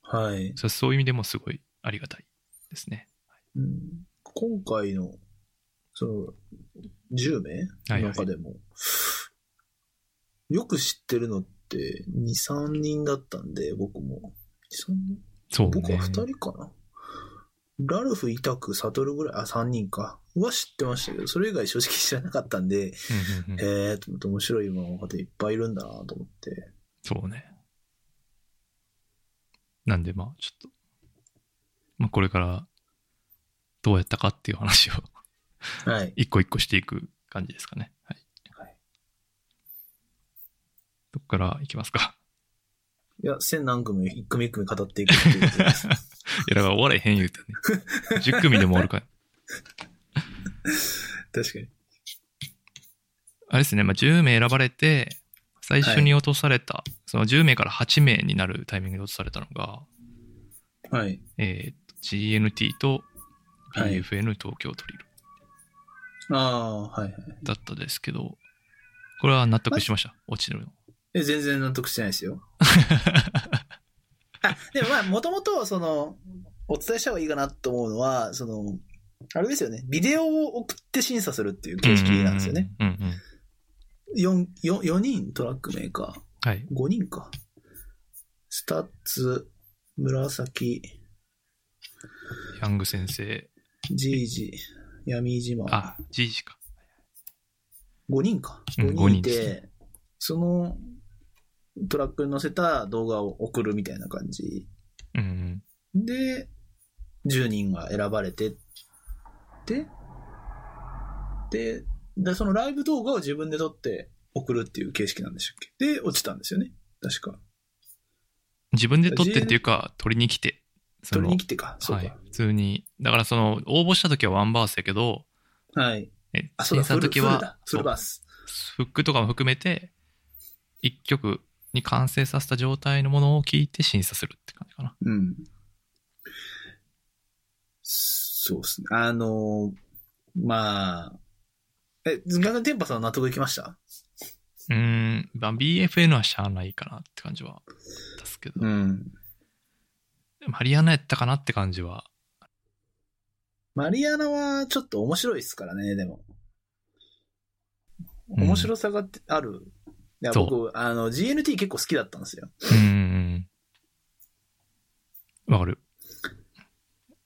[SPEAKER 3] はい。
[SPEAKER 2] れはそういう意味でもすごいありがたいですね。
[SPEAKER 3] うん今回の、その、10名
[SPEAKER 2] はい
[SPEAKER 3] の
[SPEAKER 2] はい
[SPEAKER 3] 中でも、よく知ってるのって、2、3人だったんで、僕も。2、3人
[SPEAKER 2] そう
[SPEAKER 3] 僕
[SPEAKER 2] ね
[SPEAKER 3] は。2人かな。ラルフ、イタク、サトルぐらい、あ、3人か。は知ってましたけど、それ以外正直知らなかったん
[SPEAKER 2] うん
[SPEAKER 3] で、
[SPEAKER 2] うんうん
[SPEAKER 3] へえーと思って面白い今の方いっぱいいるんだなと思って。
[SPEAKER 2] そうね。なんで、まあ、ちょっと、まあ、これから、どうやったかっていう話を、
[SPEAKER 3] はい。
[SPEAKER 2] 一個一個していく感じですかね。はい。
[SPEAKER 3] はい
[SPEAKER 2] どっからいきますか。
[SPEAKER 3] いや、千何組、一組一組語っていくっていうこ とです
[SPEAKER 2] いや、だから終われへん言うてね。10組でもあるから。
[SPEAKER 3] 確かに。
[SPEAKER 2] あれですね、まあ、10名選ばれて、最初に落とされた、その10名から8名になるタイミングで落とされたのが、
[SPEAKER 3] はい。
[SPEAKER 2] えーと GNT と
[SPEAKER 3] はい
[SPEAKER 2] BFN 東京トリル
[SPEAKER 3] ああー、はいはい。
[SPEAKER 2] だったですけど、これは納得しました、落ちるの。
[SPEAKER 3] え、全然納得してないで すよ。あ、でもまあ、もともと、その、お伝えした方がいいかなと思うのは、その、あれですよね。ビデオを送って審査するっていう形式なんですよね。
[SPEAKER 2] うんうんうん。
[SPEAKER 3] 4、四四人トラックメーカー。
[SPEAKER 2] はい。
[SPEAKER 3] 5人か。スタッツ、紫、
[SPEAKER 2] ヤング先生。
[SPEAKER 3] ジージ、闇島。
[SPEAKER 2] あ、ジージか。
[SPEAKER 3] 5人か。
[SPEAKER 2] うん
[SPEAKER 3] 5人い
[SPEAKER 2] 五人
[SPEAKER 3] て、そのトラックに載せた動画を送るみたいな感じ。
[SPEAKER 2] うんうん。
[SPEAKER 3] で、10人が選ばれてで、で、で、そのライブ動画を自分で撮って送るっていう形式なんでしたっけで、落ちたんですよね。確か。
[SPEAKER 2] 自分で撮ってっていうか、取りに来て。そ
[SPEAKER 3] 撮
[SPEAKER 2] の
[SPEAKER 3] りに来てか。そう
[SPEAKER 2] は
[SPEAKER 3] か。
[SPEAKER 2] い。普通に。だからその、応募した時はワンバースやけど、
[SPEAKER 3] はい。
[SPEAKER 2] え
[SPEAKER 3] あ、そ
[SPEAKER 2] 審
[SPEAKER 3] うだ、
[SPEAKER 2] 査
[SPEAKER 3] フ
[SPEAKER 2] の
[SPEAKER 3] ル
[SPEAKER 2] 時
[SPEAKER 3] フルだ
[SPEAKER 2] は。、
[SPEAKER 3] フル
[SPEAKER 2] そう
[SPEAKER 3] バース。
[SPEAKER 2] フックとかも含めて、一曲に完成させた状態のものを聞いて審査するって感じかな。
[SPEAKER 3] うん。そうですね。あのーまあ、え、ズンガンテンパさんは納得いきました
[SPEAKER 2] うーん、まあ、BFN はしゃあないかなって感じは出すけど、
[SPEAKER 3] ん。
[SPEAKER 2] マリアナやったかなって感じは、
[SPEAKER 3] マリアナはちょっと面白いですからね、でも。
[SPEAKER 2] ん
[SPEAKER 3] 面白さがある。いや
[SPEAKER 2] そう
[SPEAKER 3] 僕、あの、GNT 結構好きだったんですよ。
[SPEAKER 2] うーん。わかる。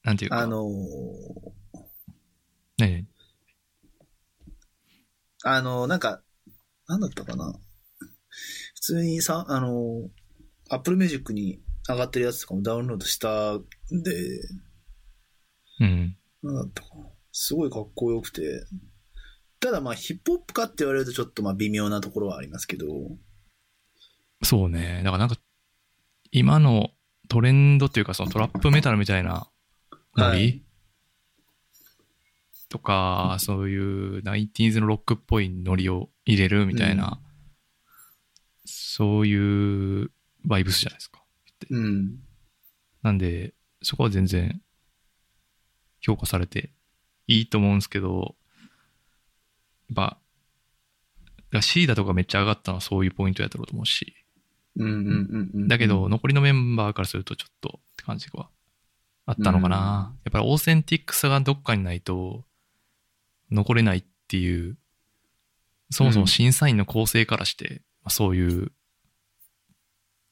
[SPEAKER 2] なんていうか、
[SPEAKER 3] あのー
[SPEAKER 2] ね
[SPEAKER 3] あのーなんか、なんだったかな。普通にさ、あのー、Apple Music に上がってるやつとかもダウンロードしたんで、
[SPEAKER 2] うん。
[SPEAKER 3] なんだったかな。すごいかっこよくて。ただまあ、ヒップホップかって言われるとちょっとまあ微妙なところはありますけど。
[SPEAKER 2] そうね。だからなんか、今のトレンドというか、そのトラップメタルみたいなノリ、
[SPEAKER 3] はい
[SPEAKER 2] とか、そういうナイティーズのロックっぽいノリを入れるみたいな、そういうバイブスじゃないですか。
[SPEAKER 3] うん。
[SPEAKER 2] なんで、そこは全然評価されていいと思うんですけど、やっぱ、だからシーダとかめっちゃ上がったのはそういうポイントやったろうと思うし、
[SPEAKER 3] うんうんうんうん。
[SPEAKER 2] だけど、残りのメンバーからするとちょっとって感じはあったのかな。やっぱりオーセンティックさがどっかにないと残れないっていう、そもそも審査員の構成からして、まあそういう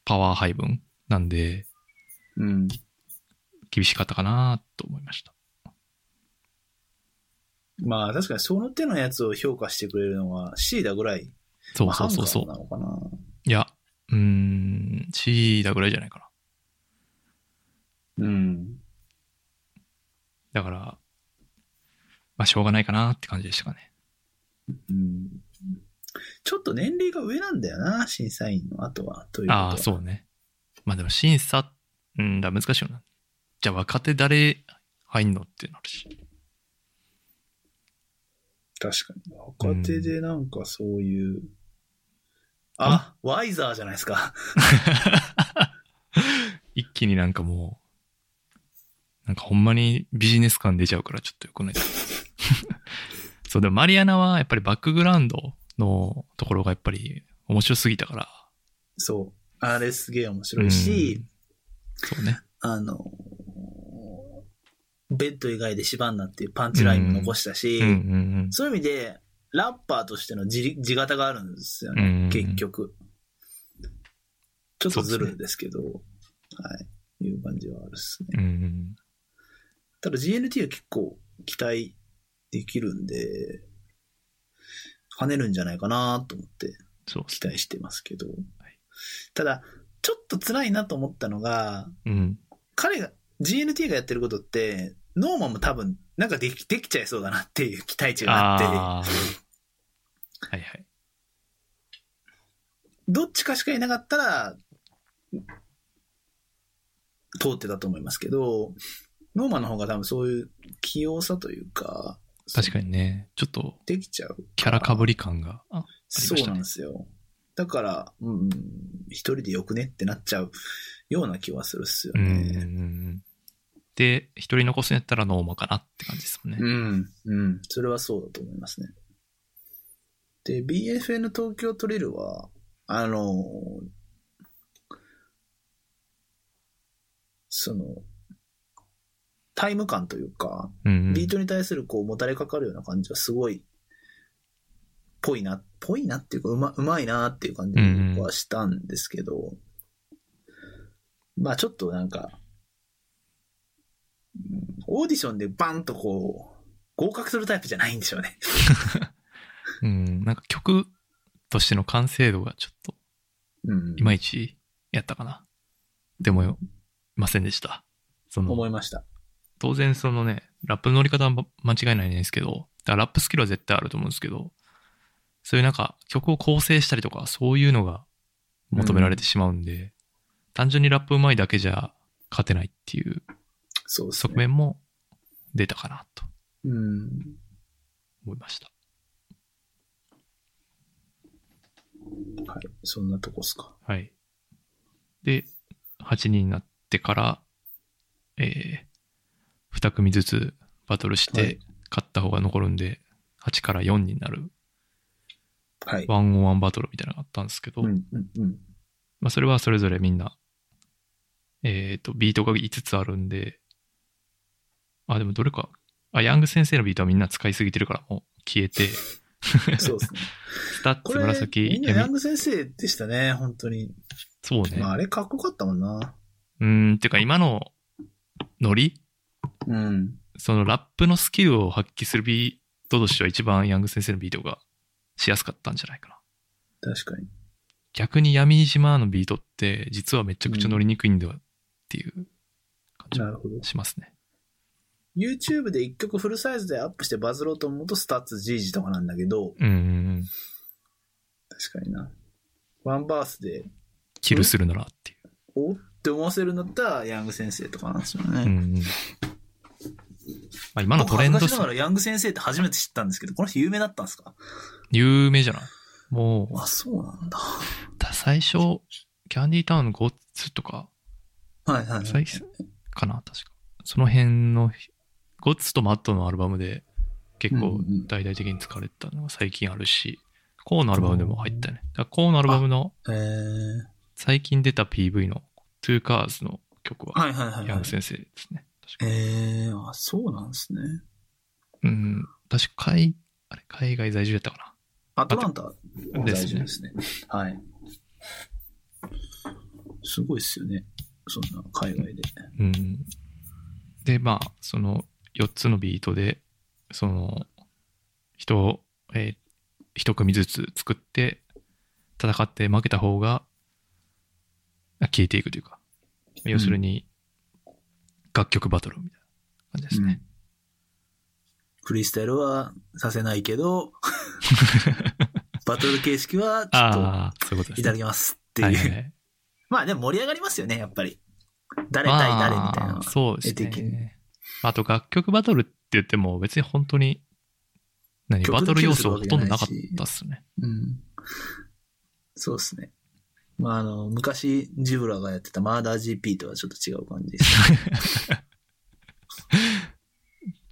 [SPEAKER 2] パワー配分なんで
[SPEAKER 3] うん。
[SPEAKER 2] 厳しかったかなと思いました。
[SPEAKER 3] まあ確かにその手のやつを評価してくれるのはシーダぐらい。
[SPEAKER 2] そうそうそうそう。
[SPEAKER 3] まあハンガーなのか
[SPEAKER 2] いや、うーん、シーダぐらいじゃないか
[SPEAKER 3] な。うん。
[SPEAKER 2] な。だから、まあしょうがないかなって感じでしたかね。
[SPEAKER 3] うん。ちょっと年齢が上なんだよな、審査員の後は。ということは
[SPEAKER 2] ああ、そうね。まあでも審査、うんだ、難しいよな。じゃあ若手誰入んのってなるし。
[SPEAKER 3] 確かに。若手でなんかそういう。あ、ワイザーじゃないですか。
[SPEAKER 2] 一気になんかもう、なんかほんまにビジネス感出ちゃうからちょっとよくない。 そう、でもマリアナはやっぱりバックグラウンドのところがやっぱり面白すぎたから。
[SPEAKER 3] そう。あれすげえ面白いし、
[SPEAKER 2] うん、そうね。
[SPEAKER 3] あの、ベッド以外で縛んなっていうパンチラインも残したし、
[SPEAKER 2] うんうん
[SPEAKER 3] そういう意味で、ラッパーとしての自自型があるんですよ
[SPEAKER 2] うん
[SPEAKER 3] ね、
[SPEAKER 2] うんうん
[SPEAKER 3] 結局。ちょっとずるですけど、はい。いう感じはあるっすね。
[SPEAKER 2] うん。
[SPEAKER 3] ただ GNT は結構期待できるんで、跳ねるんじゃないかなと思って
[SPEAKER 2] そうっ
[SPEAKER 3] 期
[SPEAKER 2] すね。
[SPEAKER 3] 待してますけど。ただ、ちょっと辛いなと思ったのが、
[SPEAKER 2] うん。
[SPEAKER 3] 彼が、GNT がやってることって、ノーマンも多分、なんかでき、できちゃいそうだなっていう期待値があって、
[SPEAKER 2] ああ。はいはい。
[SPEAKER 3] どっちかしかいなかったら、通ってたと思いますけど、ノーマンの方が多分そういう器用さというか、
[SPEAKER 2] 確かにね、ちょっと
[SPEAKER 3] できちゃう。
[SPEAKER 2] キャラかぶり感が。ありました
[SPEAKER 3] そ
[SPEAKER 2] ね
[SPEAKER 3] うなんですよ。だから、うん、一人でよくねってなっちゃうような気はするっすよ
[SPEAKER 2] うんうんう
[SPEAKER 3] ね。
[SPEAKER 2] ん。で、一人残すんやったらノーマかなって感じですもんね。
[SPEAKER 3] うん、うん、それはそうだと思いますね。で、BFN 東京トリルは、あの、その、タイム感というか、
[SPEAKER 2] うんうん。
[SPEAKER 3] ビートに対するこう、もたれかかるような感じはすごい、ぽいな、ぽいなっていうか、うま、うまいなっていう感じはしたんですけど、まあちょっとなんか、うんオーディションでバンとこう、合格するタイプじゃないんでしょうね。
[SPEAKER 2] うん。なんか曲としての完成度がちょっと、
[SPEAKER 3] うん
[SPEAKER 2] い。まいちやったかな。でもよ、いませんでした。その、
[SPEAKER 3] 思いました。
[SPEAKER 2] 当然そのね、ラップの乗り方はま間違いないんですけど、だからラップスキルは絶対あると思うんですけど、そういうなんか曲を構成したりとか、そういうのが求められてしまうんで、単純にラップうまいだけじゃ勝てないっていう
[SPEAKER 3] そうです
[SPEAKER 2] 側
[SPEAKER 3] ね。
[SPEAKER 2] 面も出たかなと
[SPEAKER 3] うん。
[SPEAKER 2] 思いました。
[SPEAKER 3] はい。そんなとこっすか。
[SPEAKER 2] はい。で、8人になってから、えー、2組ずつバトルし
[SPEAKER 3] はい
[SPEAKER 2] て、勝った方が残るんで、8から4になる、
[SPEAKER 3] はい。
[SPEAKER 2] ワンオンワンバトルみたいなのがあったんですけど、
[SPEAKER 3] うん、うん、うん。
[SPEAKER 2] まあ、それはそれぞれみんな、えっ、と、ビートが5つあるんで、あ、でもどれか、あ、ヤング先生のビートはみんな使いすぎてるからもう消えて、
[SPEAKER 3] そうですね。
[SPEAKER 2] スタッ
[SPEAKER 3] こ
[SPEAKER 2] ツ
[SPEAKER 3] れ、み
[SPEAKER 2] 紫
[SPEAKER 3] ん、なヤン
[SPEAKER 2] 闇、
[SPEAKER 3] グ先生でしたね、本当に。
[SPEAKER 2] そうね。
[SPEAKER 3] まあ、あれかっこよかったもんな。
[SPEAKER 2] うーん、てか今のノリ、
[SPEAKER 3] うん。
[SPEAKER 2] そのラップのスキルを発揮するビートとしては一番ヤング先生のビートがしやすかったんじゃないかな。
[SPEAKER 3] 確かに。
[SPEAKER 2] 逆に闇島のビートって実はめちゃくちゃ乗りにくいんだっていう感じ
[SPEAKER 3] な
[SPEAKER 2] が
[SPEAKER 3] るほど。
[SPEAKER 2] しますね。
[SPEAKER 3] YouTube で一曲フルサイズでアップしてバズろうと思うとスタッツジージとかなんだけど、
[SPEAKER 2] うんうんうん。
[SPEAKER 3] 確かにな。ワンバースで、
[SPEAKER 2] キルするならっていう。
[SPEAKER 3] おって思わせるんだったらヤング先生とかなんですよね。
[SPEAKER 2] うんうんまあ、今の
[SPEAKER 3] 僕
[SPEAKER 2] トレンド
[SPEAKER 3] 恥ずかしながらヤング先生って初めて知ったんですけど、この人有名だったんですか
[SPEAKER 2] 有名じゃないも
[SPEAKER 3] あ、そうなんだ。
[SPEAKER 2] う、だ最初、キャンディータウンのゴッツとか、
[SPEAKER 3] はいはい、は
[SPEAKER 2] 最
[SPEAKER 3] い。
[SPEAKER 2] 初かな、確か。その辺の、ゴッツとマットのアルバムで結
[SPEAKER 3] うんう
[SPEAKER 2] 構
[SPEAKER 3] ん
[SPEAKER 2] 大々的に使われてたのが最近あるし、コーのアルバムでも入ったね。だからコーのアルバムの
[SPEAKER 3] えー、
[SPEAKER 2] 最近出た PV の Two Cars の曲は、
[SPEAKER 3] はいはいはい
[SPEAKER 2] ヤ
[SPEAKER 3] は
[SPEAKER 2] ン
[SPEAKER 3] い
[SPEAKER 2] グ。先生ですね。確か
[SPEAKER 3] えー、あ、そうなんですね。
[SPEAKER 2] うん、確か海あれ海外在住やったかな。
[SPEAKER 3] アトランタ大
[SPEAKER 2] です
[SPEAKER 3] 事
[SPEAKER 2] ね
[SPEAKER 3] ですね。はい。すごいっすよね。そんな海外で。
[SPEAKER 2] うん、でまあその4つのビートでその人を、えー、1組ずつ作って戦って負けた方があ消えていくというか要するに楽曲バトルみたいな感じですね、
[SPEAKER 3] フリースタイルはさせない けど、バトル形式はちょ
[SPEAKER 2] ああそういうこと
[SPEAKER 3] っ
[SPEAKER 2] です
[SPEAKER 3] といただ
[SPEAKER 2] ね
[SPEAKER 3] きますっていう。
[SPEAKER 2] はいはい
[SPEAKER 3] まあでも盛り上がりますよね、やっぱり。誰
[SPEAKER 2] ま
[SPEAKER 3] 対
[SPEAKER 2] あ
[SPEAKER 3] 誰みたいな。
[SPEAKER 2] そうです
[SPEAKER 3] 絵的に
[SPEAKER 2] ねあと楽曲バトルって言っても別に本当に何
[SPEAKER 3] 曲
[SPEAKER 2] バ
[SPEAKER 3] で
[SPEAKER 2] トル要素
[SPEAKER 3] キルする
[SPEAKER 2] ほ
[SPEAKER 3] わけ
[SPEAKER 2] とんどなかっ
[SPEAKER 3] じゃないした
[SPEAKER 2] っすね
[SPEAKER 3] うん。そうですね。まああの、昔ジブラがやってたマーダー GP とはちょっと違う感 じですね。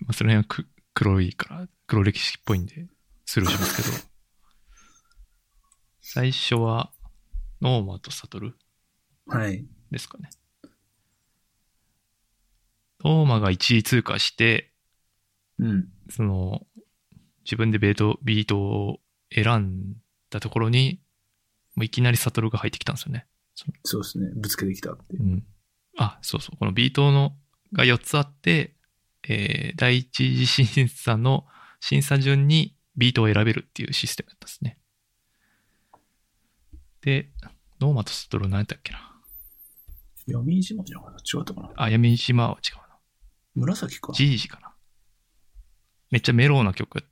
[SPEAKER 2] まあ、その辺はく黒いから、黒歴史っぽいんで、スルーしますけど。最初は、ノーマとサトル
[SPEAKER 3] はい。
[SPEAKER 2] ですかね。ノーマが1位通過して、
[SPEAKER 3] うん。
[SPEAKER 2] その、自分でベート、ビートを選んだところに、もういきなりサトルが入ってきたんですよね。
[SPEAKER 3] そうですね。ぶつけてきたっていう
[SPEAKER 2] う。ん。あ、そうそう。この B 棟のが4つあって、えー第一次審査の審査順に B 棟を選べるっていうシステムだったんですね。で、ノーマとストロー何やったっけな。
[SPEAKER 3] 闇島じゃなかった違ったかな
[SPEAKER 2] あ、闇島は違うな。
[SPEAKER 3] 紫か。
[SPEAKER 2] ジージかな。めっちゃメロウな曲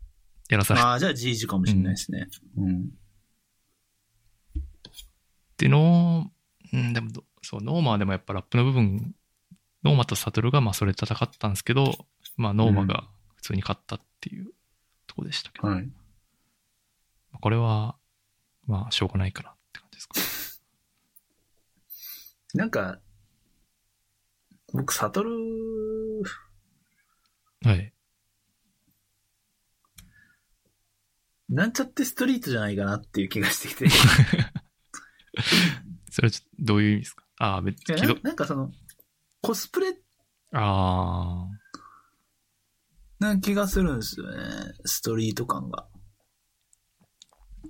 [SPEAKER 2] やらされ
[SPEAKER 3] ああ、じゃあ G 字かもしれないですね。うん。
[SPEAKER 2] ての、うん、でもど、そう、ノーマーでもやっぱラップの部分、ノーマとサトルがまあそれで戦ったんですけど、まあノーマが普通に勝ったっていうとこでしたけど、
[SPEAKER 3] はい。
[SPEAKER 2] これは、まあしょうがないかなって感じですか。
[SPEAKER 3] なんか、僕、サトル、
[SPEAKER 2] はい。
[SPEAKER 3] なんちゃってストリートじゃないかなっていう気がしてき て。い
[SPEAKER 2] それはちょっとどういう意味ですかああ、別
[SPEAKER 3] や
[SPEAKER 2] に、け
[SPEAKER 3] な
[SPEAKER 2] ど、
[SPEAKER 3] なんかその、コスプレ
[SPEAKER 2] ああ、
[SPEAKER 3] な気がするんですよね。ストリート感が。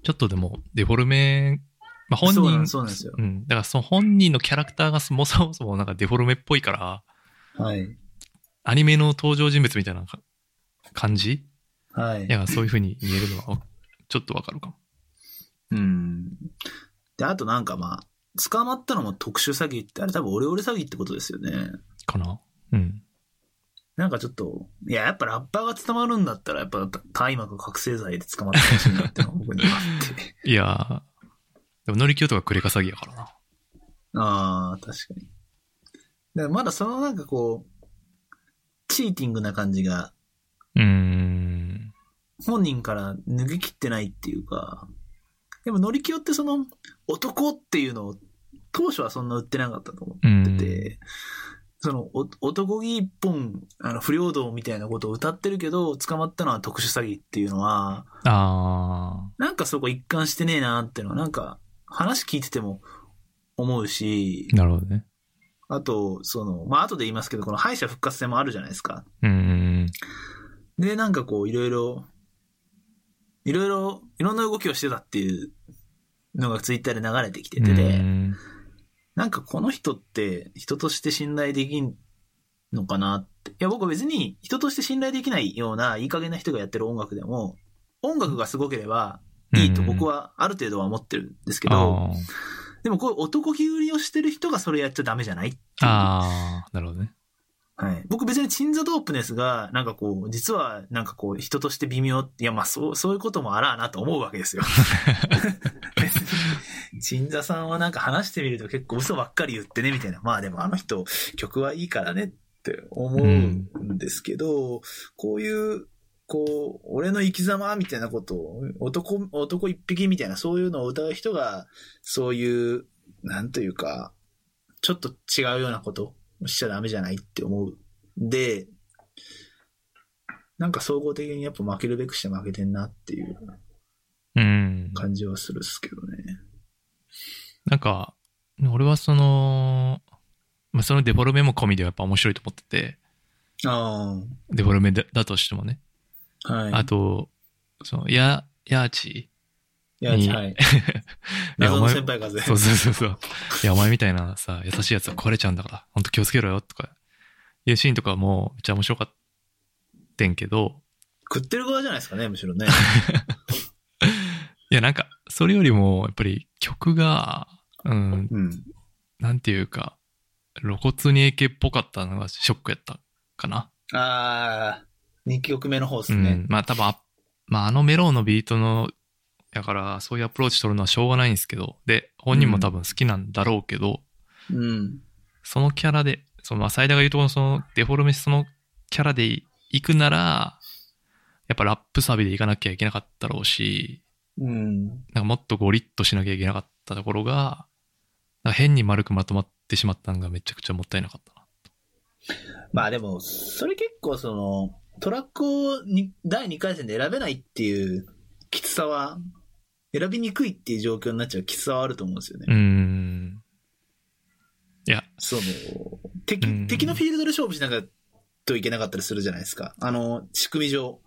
[SPEAKER 2] ちょっとでもデフォルメ、まあ本
[SPEAKER 3] そうなん
[SPEAKER 2] 人、
[SPEAKER 3] そうなんですよ
[SPEAKER 2] うん、だからその本人のキャラクターがそもそもそもなんかデフォルメっぽいから、
[SPEAKER 3] はい。
[SPEAKER 2] アニメの登場人物みたいなか感じ
[SPEAKER 3] はい。
[SPEAKER 2] いや、そういうふうに見えるのは、ちょっとわかるかも。
[SPEAKER 3] うん。で、あとなんかまあ、捕まったのも特殊詐欺って、あれ多分オレオレ詐欺ってことですよね。
[SPEAKER 2] かな。うん。
[SPEAKER 3] なんかちょっと、いや、やっぱラッパーが捕まるんだったら、やっぱ大麻か覚醒剤で捕まってほしいなってのが僕にはあって。
[SPEAKER 2] いやーでも、乗り気とかクレカ詐欺やからな。
[SPEAKER 3] ああ、確かに。だからまだそのなんかこう、チーティングな感じが、
[SPEAKER 2] うーん。
[SPEAKER 3] 本人から脱ぎ切ってないっていうか、でも、乗り気よってその、男っていうのを、当初はそんな売ってなかったと思
[SPEAKER 2] う
[SPEAKER 3] うって
[SPEAKER 2] ん。
[SPEAKER 3] て、そのお男気一本あの不平等みたいなことを歌ってるけど捕まったのは特殊詐欺っていうのは
[SPEAKER 2] あ
[SPEAKER 3] なんかそこ一貫してねえなっていうのはなんか話聞いてても思うし
[SPEAKER 2] ー、なるほどね。
[SPEAKER 3] あとそのまあ後で言いますけどこの敗者復活戦もあるじゃないですか
[SPEAKER 2] うーん。
[SPEAKER 3] でなんかこういろいろいろいろいろんな動きをしてたっていうのがツイッターで流れてきてて、
[SPEAKER 2] うーん
[SPEAKER 3] なんかこの人って人として信頼できんのかなって。いや僕は別に人として信頼できないようないい加減な人がやってる音楽でも、音楽がすごければいいと僕はある程度は思ってるんですけど、
[SPEAKER 2] あー
[SPEAKER 3] でもこういう男気売りをしてる人がそれやっちゃダメじゃないっていう
[SPEAKER 2] あー、なるほどね。
[SPEAKER 3] はい、僕別にチンザドープネスが、なんかこう、実はなんかこう、人として微妙って、いやまあそう、そういうこともあらあなと思うわけです よ。別に、チンザさんはなんか話してみると結構嘘ばっかり言ってね、みたいな。まあでもあの人、曲はいいからねって思うんですけど、こういう、こう、俺の生き様みたいなことを、男、男一匹みたいな、そういうのを歌う人が、そういう、なんというか、ちょっと違うようなことをしちゃダメじゃないって思うんで、なんか総合的にやっぱ負けるべくして負けてんなっていう
[SPEAKER 2] うん。
[SPEAKER 3] 感じはするっすけどね。
[SPEAKER 2] なんか、俺はその、まあ、そのデフォルメも込みでやっぱ面白いと思ってて、
[SPEAKER 3] あ
[SPEAKER 2] デフォルメだだとしてもね。
[SPEAKER 3] あ、はい。
[SPEAKER 2] あと、その、や、やーち
[SPEAKER 3] いや、
[SPEAKER 2] に
[SPEAKER 3] はい。
[SPEAKER 2] ー。いや
[SPEAKER 3] 謎
[SPEAKER 2] お
[SPEAKER 3] の
[SPEAKER 2] 前
[SPEAKER 3] 先輩風。
[SPEAKER 2] そうそうそうそう。いや、お前みたいなさ、優しいやつは壊れちゃうんだから、ほんと気をつけろよ、とか、いうシーンとかも、めっちゃ面白かってんけど、
[SPEAKER 3] 食ってる側じゃないですかね、むし ろね。
[SPEAKER 2] いや、なんか、それよりも、やっぱり曲が、うん、
[SPEAKER 3] うん。
[SPEAKER 2] なんていうか、露骨に AK っぽかったのがショックやったかな。
[SPEAKER 3] ああ、2曲目の方で
[SPEAKER 2] う
[SPEAKER 3] すね
[SPEAKER 2] ん。。まあ、多分あ、まあ、あのメロウのビートの、だから、そういうアプローチ取るのはしょうがないんですけど、で、本人も多分好きなんだろうけど、
[SPEAKER 3] うん。
[SPEAKER 2] そのキャラで、その、まあ、サイダーが言うとこのその、デフォルメしそのキャラで行くなら、やっぱラップサビで行かなきゃいけなかったろうし、
[SPEAKER 3] うん。
[SPEAKER 2] なんかもっとゴリッとしなきゃいけなかったところが、なんか変に丸くまとまってしまったのがめちゃくちゃもったいなかったな。
[SPEAKER 3] まあでも、それ結構その、トラックをに第2回戦で選べないっていうきつさは、選びにくいっていう状況になっちゃうきつさはあると思うんですよね。
[SPEAKER 2] うーん。いや、
[SPEAKER 3] その、敵、
[SPEAKER 2] うん
[SPEAKER 3] 敵のフィールドで勝負しなきゃといけなかったりするじゃないですか。あの、仕組み上。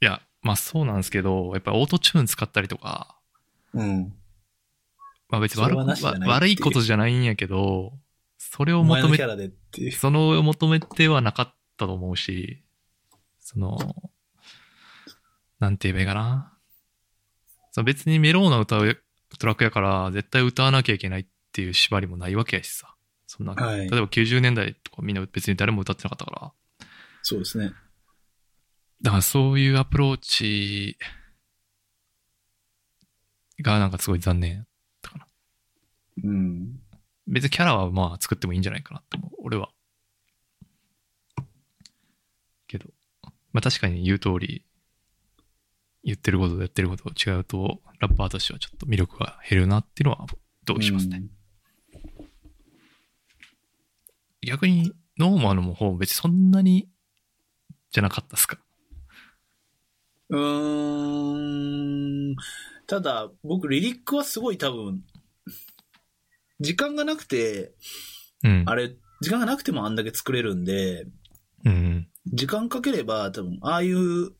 [SPEAKER 2] いや、まあそうなんですけど、やっぱオートチューン使ったりとか、
[SPEAKER 3] うん。
[SPEAKER 2] まあ別に悪
[SPEAKER 3] それはなしじゃないっていう
[SPEAKER 2] 悪いことじゃないんやけど、それを
[SPEAKER 4] お前
[SPEAKER 2] 求
[SPEAKER 4] の
[SPEAKER 2] め
[SPEAKER 4] キャラでっていう。
[SPEAKER 2] そのを求めてはなかったと思うし、その、なんて言えばいいかな。その別にメローな歌うトラックやから、絶対歌わなきゃいけないっていう縛りもないわけやしさ。そんな、
[SPEAKER 3] はい
[SPEAKER 2] 例えば90年代とかみんな別に誰も歌ってなかったから。
[SPEAKER 3] そうですね。
[SPEAKER 2] だからそういうアプローチがなんかすごい残念やったかな。
[SPEAKER 3] うん。
[SPEAKER 2] 別にキャラはまあ作ってもいいんじゃないかなと思う、俺は。けど、まあ確かに言う通り、言ってることとやってること違うと、ラッパーとしてはちょっと魅力が減るなっていうのは同意しますね。逆に、ノーマルの方、別にそんなに、じゃなかったっすか。
[SPEAKER 3] うーん。ただ、僕、リリックはすごい多分、時間がなくて、
[SPEAKER 2] うん。
[SPEAKER 3] あれ、時間がなくてもあんだけ作れるんで、
[SPEAKER 2] うん。
[SPEAKER 3] 時間かければ多分、ああいう、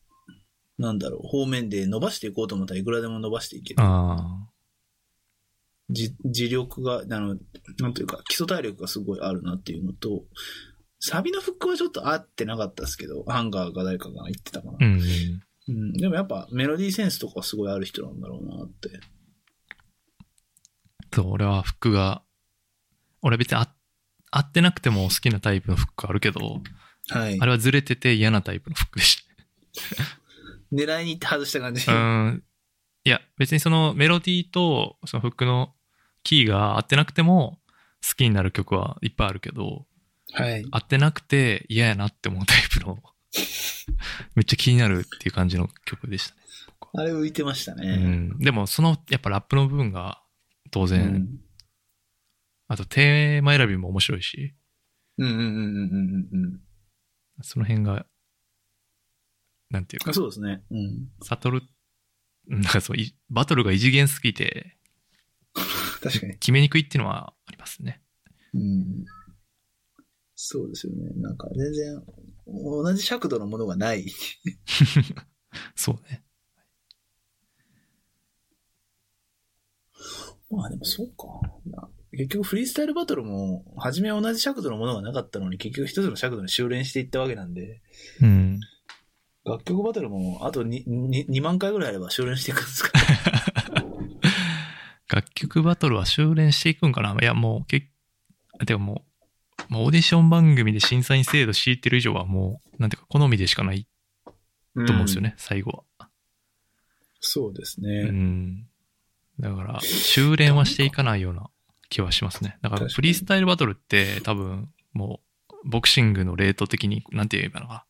[SPEAKER 3] なんだろう、方面で伸ばしていこうと思ったらいくらでも伸ばしていける。
[SPEAKER 2] あ
[SPEAKER 3] じ自力が、あの、なんというか、基礎体力がすごいあるなっていうのと、サビのフックはちょっと合ってなかったですけど、ハンガーが誰かが言ってたかな
[SPEAKER 2] あ。う。ん。
[SPEAKER 3] うん、でもやっぱメロディーセンスとかはすごいある人なんだろうなって。
[SPEAKER 2] そう、俺は服が、俺は別にあ合ってなくても好きなタイプの服あるけど、
[SPEAKER 3] はい
[SPEAKER 2] あ。れはずれてて嫌なタイプの服でした。
[SPEAKER 3] 狙いに行って外した感じ。
[SPEAKER 2] うーん。いや、別にそのメロディーとそのフックのキーが合ってなくても好きになる曲はいっぱいあるけど、
[SPEAKER 3] はい。
[SPEAKER 2] 合ってなくて嫌やなって思うタイプの、 めっちゃ気になるっていう感じの曲でしたね。
[SPEAKER 3] あれ浮いてました
[SPEAKER 2] う
[SPEAKER 3] ね。
[SPEAKER 2] ん。でもそのやっぱラップの部分が当
[SPEAKER 3] う
[SPEAKER 2] 然、
[SPEAKER 3] ん。
[SPEAKER 2] あとテーマ選びも面白いし、
[SPEAKER 3] うんうんうんうんうんうん
[SPEAKER 2] その辺が、なんていうか
[SPEAKER 3] あ。、そうですね。うん。
[SPEAKER 2] 悟る、なんかそう、いバトルが異次元すぎて
[SPEAKER 3] 確かに。
[SPEAKER 2] 決めにくいっていうのはありますね。
[SPEAKER 3] うん。そうですよね。なんか全然、同じ尺度のものがない。
[SPEAKER 2] そうね。
[SPEAKER 3] まあでもそうか。な結局フリースタイルバトルも、初めは同じ尺度のものがなかったのに、結局一つの尺度に修練していったわけなんで、
[SPEAKER 2] うん。
[SPEAKER 3] 楽曲バトルもあと 2, 2万回ぐらいあれば修練していくんですか
[SPEAKER 2] 楽曲バトルは修練していくんかないや、もう、けでももう、もうオーディション番組で審査員制度敷いてる以上はもう、なんていうか、好みでしかない と思うんですよね、最後は。
[SPEAKER 3] そうです
[SPEAKER 2] う
[SPEAKER 3] ね。
[SPEAKER 2] ん。だから、修練はしていかないような気はしますね。だか、
[SPEAKER 3] 確からに
[SPEAKER 2] フリースタイルバトルって多分、もう、ボクシングのレート的に、なんて言えばいいのか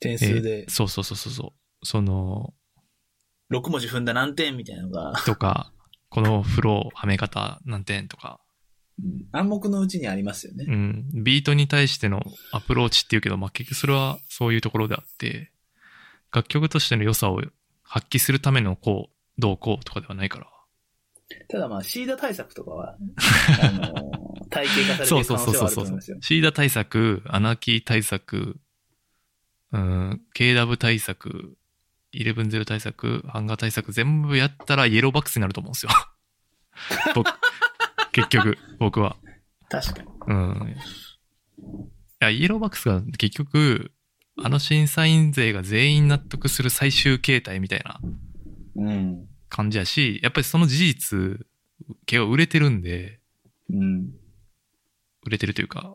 [SPEAKER 3] 点
[SPEAKER 2] な。
[SPEAKER 3] 数で
[SPEAKER 2] えーそうそうそうそうそう。その、
[SPEAKER 3] 6文字踏んだ何点みたいなのが、
[SPEAKER 2] とか、このフロー、はめ方、何点とか、
[SPEAKER 3] 暗黙のうちにありますよね。
[SPEAKER 2] うん、ビートに対してのアプローチっていうけど、まあ、結局それはそういうところであって、楽曲としての良さを発揮するためのこう、どうこうとかではないから。
[SPEAKER 3] ただまあ、シーダ対策とか は、あのー体系化され
[SPEAKER 2] そ
[SPEAKER 3] て
[SPEAKER 2] う
[SPEAKER 3] る
[SPEAKER 2] そ
[SPEAKER 3] 可
[SPEAKER 2] う
[SPEAKER 3] 能
[SPEAKER 2] そう
[SPEAKER 3] 性
[SPEAKER 2] そう
[SPEAKER 3] はあると
[SPEAKER 2] そう
[SPEAKER 3] 思いますよ。
[SPEAKER 2] シーダ対策、アナキー対策、うん、KW 対策、110対策、ハンガー対策、全部やったらイエローバックスになると思うんですよ。 僕、結局、僕は。
[SPEAKER 3] 確かに。
[SPEAKER 2] うん。いや、イエローバックスが結局、あの審査員勢が全員納得する最終形態みたいな
[SPEAKER 3] うん。
[SPEAKER 2] 感じやし、やっぱりその事実、結構売れてるんで、
[SPEAKER 3] うん。
[SPEAKER 2] 売れてるというか、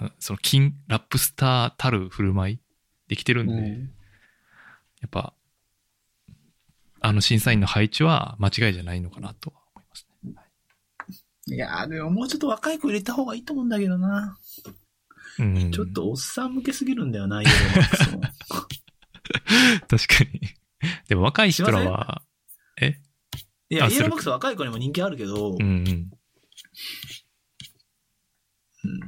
[SPEAKER 2] うんその金、ラップスターたる振る舞いできてるんで、
[SPEAKER 3] うん
[SPEAKER 2] やっぱ、あの審査員の配置は間違いじゃないのかなとは思いますね。はい
[SPEAKER 3] いやー、でももうちょっと若い子入れた方がいいと思うんだけどな。
[SPEAKER 2] うん、
[SPEAKER 3] ちょっとおっさん向けすぎるんだよな、イエローバックスも。
[SPEAKER 2] 確かに。 でも若い人らは、
[SPEAKER 3] いや、
[SPEAKER 2] あ
[SPEAKER 3] イエローバックスは若い子にも人気あるけど、
[SPEAKER 2] うんうん、
[SPEAKER 3] うん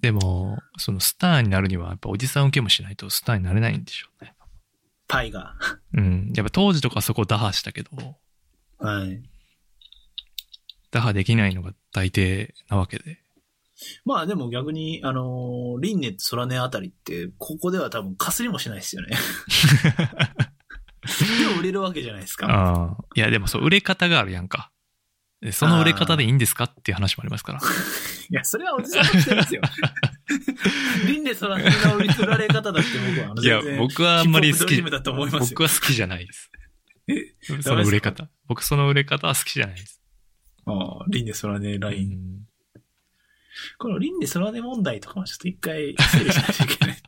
[SPEAKER 2] でも、そのスターになるには、やっぱおじさん受けもしないとスターになれないんでしょうね。
[SPEAKER 3] パイが。
[SPEAKER 2] うん。やっぱ当時とかそこ打破したけど、
[SPEAKER 3] はい。
[SPEAKER 2] 打破できないのが大抵なわけで。
[SPEAKER 3] まあでも逆に、あのー、リンネ、ソラネあたりって、ここでは多分かすりもしないですよね。でも売れるわけじゃないですか。
[SPEAKER 2] ああ。いや、でもそう、売れ方があるやんか。えその売れ方でいいんですかっていう話もありますから。
[SPEAKER 3] いや、それはおじさんのせい ですよ。輪廻そらすが売り取られ方だって僕はあの。
[SPEAKER 2] いや
[SPEAKER 3] 全、然
[SPEAKER 2] 僕はあんまり好
[SPEAKER 3] ヒ
[SPEAKER 2] き。
[SPEAKER 3] ップホップドリームだと思いますよ
[SPEAKER 2] 僕は好きじゃないです。そ
[SPEAKER 3] ダメ
[SPEAKER 2] の
[SPEAKER 3] ですか
[SPEAKER 2] 売れ方。僕その売れ方は好きじゃないです。
[SPEAKER 3] ああ、輪廻そらねライン。
[SPEAKER 2] うん
[SPEAKER 3] この輪廻そらね問題とかもちょっと一回整理しなきゃい けない。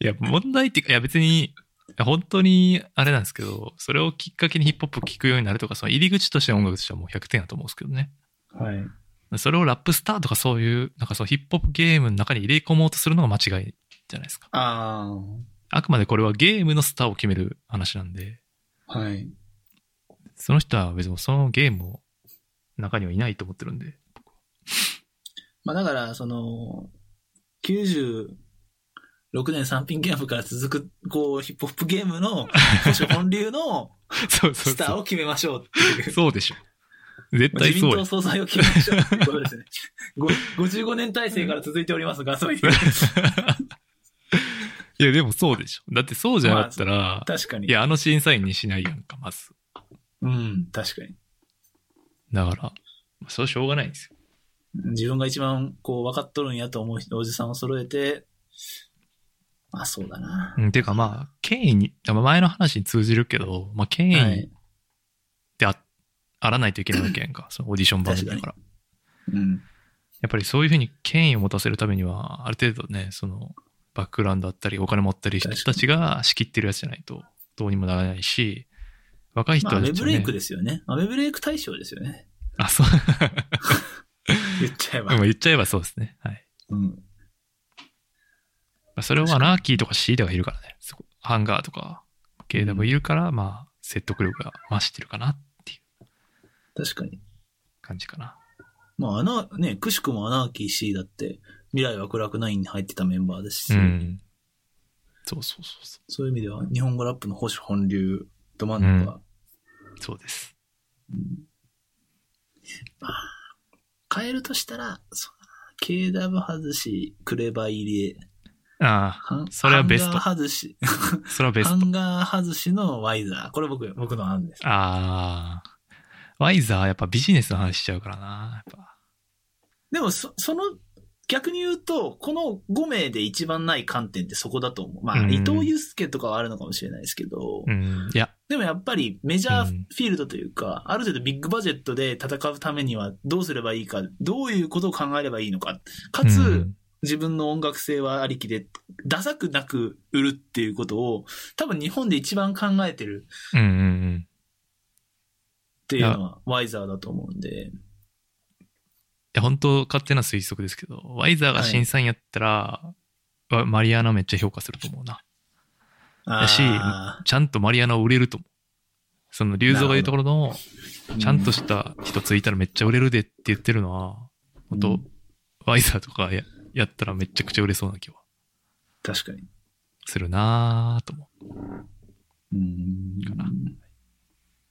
[SPEAKER 2] いや、問題っていうか、いや別に、いや本当にあれなんですけど、それをきっかけにヒップホップを聴くようになるとか、その入り口としての音楽としてはもう100点だと思うんですけどね。
[SPEAKER 3] はい。
[SPEAKER 2] それをラップスターとかそういう、なんかそのヒップホップゲームの中に入れ込もうとするのが間違いじゃないですか。
[SPEAKER 3] あ
[SPEAKER 2] あくまでこれはゲームのスターを決める話なんで、
[SPEAKER 3] あ、はい。
[SPEAKER 2] その人は別にそのゲームを中にはいないと思ってるんで。
[SPEAKER 3] まあだから、その、96年三品ゲームから続く、こう、ヒップホップゲー ムの、本流の
[SPEAKER 2] そうそう
[SPEAKER 3] スター
[SPEAKER 2] そ
[SPEAKER 3] を決めましょうって いう
[SPEAKER 2] う。。そうでしょ。絶対
[SPEAKER 3] 自民
[SPEAKER 2] そう
[SPEAKER 3] 党
[SPEAKER 2] よ。
[SPEAKER 3] 総裁を決めましょうっていうことで すね。ご55年体制から続いておりますが、そういう。
[SPEAKER 2] いや、でもそうでしょ。だってそうじゃなかったら、
[SPEAKER 3] 確かに。
[SPEAKER 2] いや、あの審査員にしないやんか、まず。
[SPEAKER 3] うん、確かに。
[SPEAKER 2] だから、それはしょうがないんですよ。
[SPEAKER 3] 自分が一番、こう、分かっとるんやと思うおじさんを揃えて、まあ、そうだな。
[SPEAKER 2] うん、ていうかまあ、権威に、だから前の話に通じるけど、まあ、権
[SPEAKER 3] は
[SPEAKER 2] 威っ
[SPEAKER 3] い。
[SPEAKER 2] てあ、あらないといけないわけやんか、そのオーディション番組だから。
[SPEAKER 3] うん。
[SPEAKER 2] やっぱりそういうふうに権威を持たせるためには、ある程度ね、その、バックグラウンドあったり、お金持ったり人
[SPEAKER 3] 確か
[SPEAKER 2] た
[SPEAKER 3] に
[SPEAKER 2] ちが仕切ってるやつじゃないと、どうにもならないし、若い人
[SPEAKER 3] まあ、ア
[SPEAKER 2] たち
[SPEAKER 3] メ
[SPEAKER 2] は、ね
[SPEAKER 3] ブレイクですよね。アメブレイク対象ですよね。
[SPEAKER 2] あ、そう。
[SPEAKER 3] 言っちゃえば
[SPEAKER 2] まあ。言っちゃえばそうですね。はい。
[SPEAKER 3] うん。
[SPEAKER 2] まあ、それをアナーキーとかシーダがいるからね。そこハンガーとか、KW いるから、まあ、説得力が増してるかなっていう
[SPEAKER 3] 確かに。
[SPEAKER 2] 感じかな。
[SPEAKER 3] まあ、あの、ね、くしくもアナーキー C だって、未来は暗くないに入ってたメンバーですし、
[SPEAKER 2] うん。そうそうそうそ
[SPEAKER 3] そういう意味では、日本語ラップの保守本流、ど真ん中、
[SPEAKER 2] う。そうです。
[SPEAKER 3] 変えるとしたら、そうだな KW 外し、クレバ入れ、
[SPEAKER 2] あ
[SPEAKER 3] ハン
[SPEAKER 2] それはベスト
[SPEAKER 3] ハンガー外し、
[SPEAKER 2] あ、それはベ
[SPEAKER 3] ハ
[SPEAKER 2] スト。
[SPEAKER 3] ンガー外しのワイザー。これ僕、僕の案です。
[SPEAKER 2] ああ。ワイザーやっぱビジネスの話しちゃうからな。やっぱ。
[SPEAKER 3] でも、そ、その、逆に言うと、この5名で一番ない観点ってそこだと思う。まあ、
[SPEAKER 2] うん
[SPEAKER 3] 伊藤祐介とかはあるのかもしれないですけど、
[SPEAKER 2] うん。いや、
[SPEAKER 3] でもやっぱりメジャ
[SPEAKER 2] う
[SPEAKER 3] ーフ
[SPEAKER 2] ん
[SPEAKER 3] ィールドというか、ある程度ビッグバジェットで戦うためにはどうすればいいか、どういうことを考えればいいのか、か
[SPEAKER 2] う
[SPEAKER 3] つ、
[SPEAKER 2] ん
[SPEAKER 3] 自分の音楽性はありきで、ダサくなく売るっていうことを、多分日本で一番考えてる
[SPEAKER 2] うんうんうん。
[SPEAKER 3] っていうのはワイザーだと思うんで、
[SPEAKER 2] いや、本当勝手な推測ですけど、ワイザーが審査員やったら、わマリアナめっちゃ評価すると思うな。
[SPEAKER 3] あ
[SPEAKER 2] やし
[SPEAKER 3] ー
[SPEAKER 2] ちゃんとマリアナを売れると思う。その、龍造が言うところの、
[SPEAKER 3] うん
[SPEAKER 2] ちゃんとした人ついたらめっちゃ売れるでって言ってるのは、本当、
[SPEAKER 3] うん
[SPEAKER 2] ワイザーとかややったらめちゃくちゃ売れそうな気は
[SPEAKER 3] 確かに。
[SPEAKER 2] するなぁと思う。
[SPEAKER 3] うん
[SPEAKER 2] かな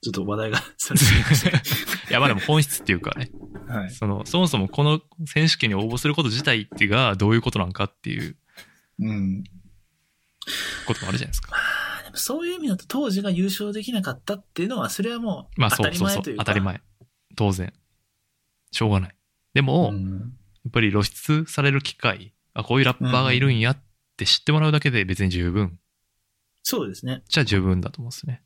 [SPEAKER 3] ちょっと話題がそれてきまし たね
[SPEAKER 2] いや、まあでも本質っていうか ね、
[SPEAKER 3] はい。
[SPEAKER 2] その、そもそもこの選手権に応募すること自体っていうがどういうことなんかっていう
[SPEAKER 3] うん。
[SPEAKER 2] こともあるじゃないですか。
[SPEAKER 3] でもそういう意味だと当時が優勝できなかったっていうのは、それはもう
[SPEAKER 2] まあ
[SPEAKER 3] 当
[SPEAKER 2] そ
[SPEAKER 3] た
[SPEAKER 2] う
[SPEAKER 3] り
[SPEAKER 2] そう
[SPEAKER 3] 前
[SPEAKER 2] そう
[SPEAKER 3] とい、うか。
[SPEAKER 2] 当たり前。当然。しょうがない。でも、や
[SPEAKER 3] うん
[SPEAKER 2] っぱり露出される機会、あ、こういうラッパーがいるんやって知ってもらうだけで別に十分。
[SPEAKER 3] そうですね。
[SPEAKER 2] じゃあ十分だと思うんですね。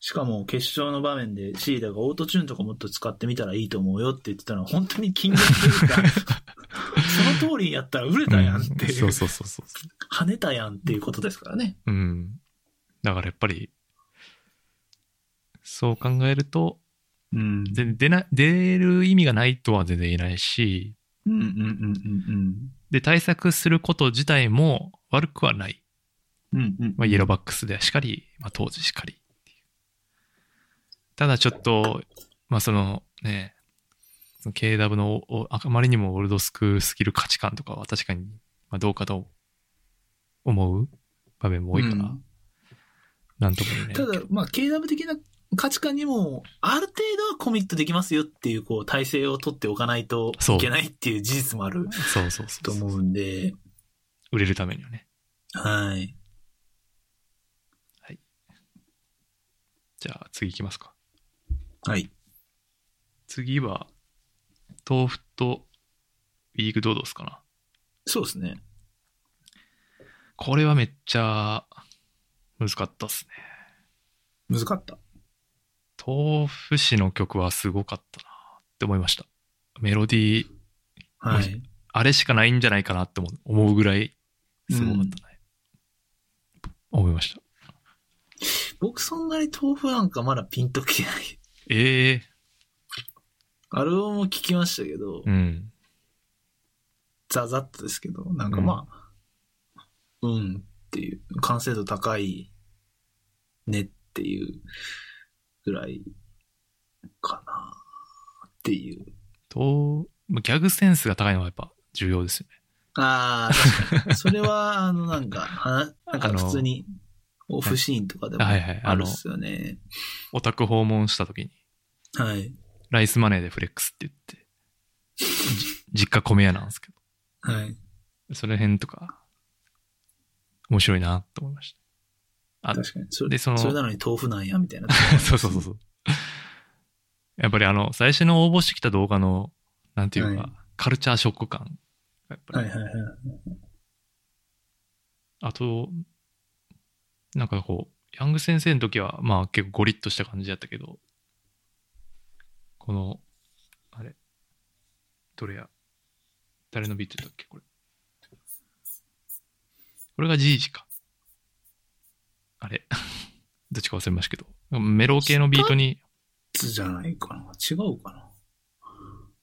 [SPEAKER 3] しかも決勝の場面でシーダがオートチューンとかもっと使ってみたらいいと思うよって言ってたのは本当に金額というか、 その通りやったら売れたやんっていう、
[SPEAKER 2] そうそうそうそう。
[SPEAKER 3] 跳ねたやんっていうことですからね。
[SPEAKER 2] うん。だからやっぱり、そう考えると、
[SPEAKER 3] うん
[SPEAKER 2] 全然出な、出る意味がないとは全然言えないし、
[SPEAKER 3] うんうんうん
[SPEAKER 2] で、対策すること自体も悪くはない。
[SPEAKER 3] うんうん。うんうん
[SPEAKER 2] まあ、イエローバックスでしかり、まあ、当時しかりっていう。ただちょっと、まあそのね、その KW のおあまりにもオールドスクールすぎる価値観とかは確かに、まあ、どうかと思う場面も多いから、
[SPEAKER 3] うん
[SPEAKER 2] なんとも言えないけ
[SPEAKER 3] た
[SPEAKER 2] ど。
[SPEAKER 3] だ、まあ、KW 的な価値観にも、ある程度はコミットできますよっていう、こう、体制を取っておかないと
[SPEAKER 2] そう
[SPEAKER 3] いけないっていう事実もある
[SPEAKER 2] そうそうそ
[SPEAKER 3] と
[SPEAKER 2] うそう
[SPEAKER 3] 思うんで、
[SPEAKER 2] 売れるためにはね。
[SPEAKER 3] はい。
[SPEAKER 2] じゃあ次行きますか。
[SPEAKER 3] はい。
[SPEAKER 2] 次は、豆腐とウィークドードスかな。
[SPEAKER 3] そうですね。
[SPEAKER 2] これはめっちゃ難かったっすね。
[SPEAKER 3] 難かった。
[SPEAKER 2] 豆腐市の曲はすごかったなって思いました。メロディー、
[SPEAKER 3] はい。
[SPEAKER 2] あれしかないんじゃないかなって思う思うぐらい、すごかったね。思いました。
[SPEAKER 3] 僕そんなに豆腐なんかまだピンときてない。
[SPEAKER 2] ええ
[SPEAKER 3] アルバムも聞きましたけど、
[SPEAKER 2] うん。
[SPEAKER 3] ザザッとですけど、なんかまあ、うん、っていう、完成度高いねっていうぐらいかなっていう。
[SPEAKER 2] と、まあギャグセンスが高いのはやっぱ重要ですよね。
[SPEAKER 3] ああ、確か にそれは、あの、なんか、はなんか
[SPEAKER 2] あの
[SPEAKER 3] 普通にオフシーンとかでも
[SPEAKER 2] はいはい
[SPEAKER 3] あるっすよね。
[SPEAKER 2] オタク訪問した時に、
[SPEAKER 3] はい。
[SPEAKER 2] ライスマネーでフレックスって言って、じ実 家米屋なんですけ
[SPEAKER 3] はい。
[SPEAKER 2] ど、その辺とか、面白いなと思いましあ
[SPEAKER 3] 確かに。それ
[SPEAKER 2] でその
[SPEAKER 3] それなのに豆腐なんや、みたいな。
[SPEAKER 2] た。 そうそうそうそう。やっぱりあの、最初の応募してきた動画の、なんていうか、
[SPEAKER 3] はい
[SPEAKER 2] カルチャーショック感がやっぱり
[SPEAKER 3] はいはいはい。
[SPEAKER 2] あと、なんかこう、ヤング先生の時は、まあ結構ゴリッとした感じだったけど、この、あれ、どれや、誰のビートだっけ、これ。これがジージか。あれ、 どっちか忘れましたけど、メロ系のビートに、
[SPEAKER 3] つじゃないかな。違うかな。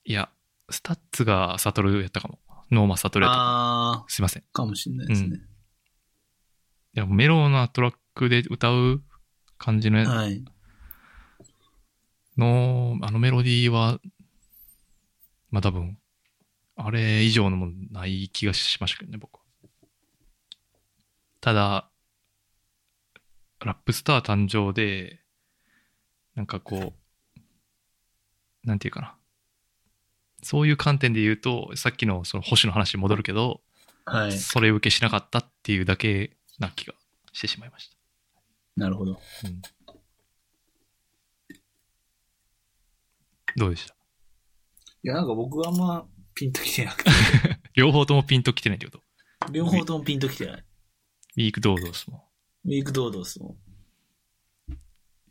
[SPEAKER 2] いや、スタッツがサトルやったかも。ノーマサトルやった。
[SPEAKER 3] ああ
[SPEAKER 2] すいません。
[SPEAKER 3] ー、かもしれないですね。
[SPEAKER 2] いやメロなトラックで歌う感じのやつ
[SPEAKER 3] はい。
[SPEAKER 2] の、あのメロディーは、まあ多分、あれ以上のものない気がしましたけどね、僕は。ただ、ラップスター誕生で、なんかこう、なんていうかな。そういう観点で言うと、さっきのその星の話に戻るけど、
[SPEAKER 3] はい。
[SPEAKER 2] それ受けしなかったっていうだけな気がしてしまいました。
[SPEAKER 3] なるほど。
[SPEAKER 2] どうでした
[SPEAKER 3] いや、なんか僕はあんまピンときてなくて、
[SPEAKER 2] 両方ともピンときてないってこと
[SPEAKER 3] 両方ともピンときてない。
[SPEAKER 2] ウィーク堂々ですもん。
[SPEAKER 3] ウィークドードスも。
[SPEAKER 2] ウ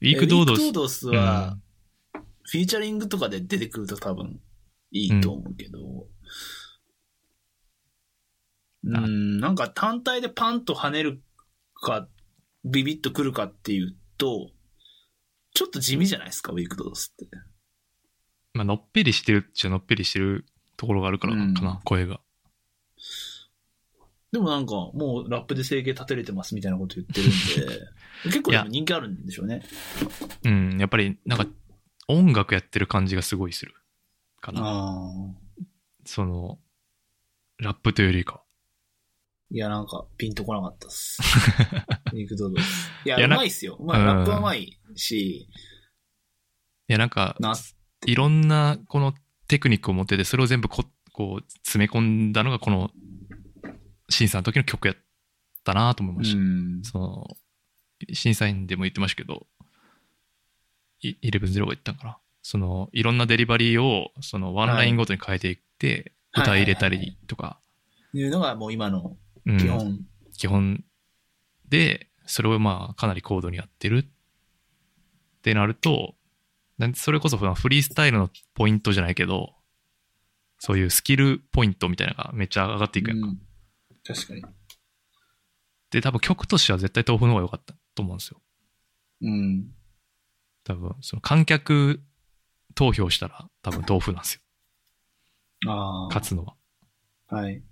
[SPEAKER 2] ィーク堂々
[SPEAKER 3] ウ
[SPEAKER 2] っ
[SPEAKER 3] ィ
[SPEAKER 2] す
[SPEAKER 3] ークドードスは、フィーチャリングとかで出てくると多分いいと思うけど、うん、
[SPEAKER 2] あ
[SPEAKER 3] なんか単体でパンと跳ねるか、ビビッとくるかっていうと、ちょっと地味じゃないですか、ウィークドードスって。
[SPEAKER 2] まあ、のっぺりしてるっちゃのっぺりしてるところがあるからかな、
[SPEAKER 3] うん
[SPEAKER 2] 声が。
[SPEAKER 3] でもなんか、もうラップで生計立てれてますみたいなこと言っ てるんで、結構でも人気あるんでしょうね。
[SPEAKER 2] うん、やっぱりなんか音楽やってる感じがすごいするかな。
[SPEAKER 3] ああ。
[SPEAKER 2] その、ラップというよりかは。
[SPEAKER 3] いや、なんか、ピンとこなかったっ す。肉ドドです。いや、
[SPEAKER 2] いうやな
[SPEAKER 3] まいっすよ。まあ、
[SPEAKER 2] うん
[SPEAKER 3] ラップはうまい
[SPEAKER 2] い
[SPEAKER 3] し、
[SPEAKER 2] や、なんか、
[SPEAKER 3] ない
[SPEAKER 2] ろんなこのテクニックを持ってて、それを全部ここう詰め込んだのがこの審査の時の曲やったなと思いました。
[SPEAKER 3] ん
[SPEAKER 2] その、審査員でも言ってましたけど、い11-0が言ったんかな。その、いろんなデリバリーを、その、ワンラインごとに変えていって、
[SPEAKER 3] はい
[SPEAKER 2] 歌入れた
[SPEAKER 3] はいはい
[SPEAKER 2] りとか、
[SPEAKER 3] いうのがもう今の
[SPEAKER 2] うん
[SPEAKER 3] 基本。
[SPEAKER 2] 基本で、それをまあ、かなり高度にやってるってなると、なんそれこそまあフリースタイルのポイントじゃないけど、そういうスキルポイントみたいなのがめっちゃ上がっていくやんか。
[SPEAKER 3] うん確かに。
[SPEAKER 2] で、多分曲としては絶対豆腐の方が良かったと思うんですよ。
[SPEAKER 3] うん。
[SPEAKER 2] 多分、その観客投票したら多分豆腐なんですよ。
[SPEAKER 3] あ
[SPEAKER 2] 勝つのは。
[SPEAKER 3] あ。はい。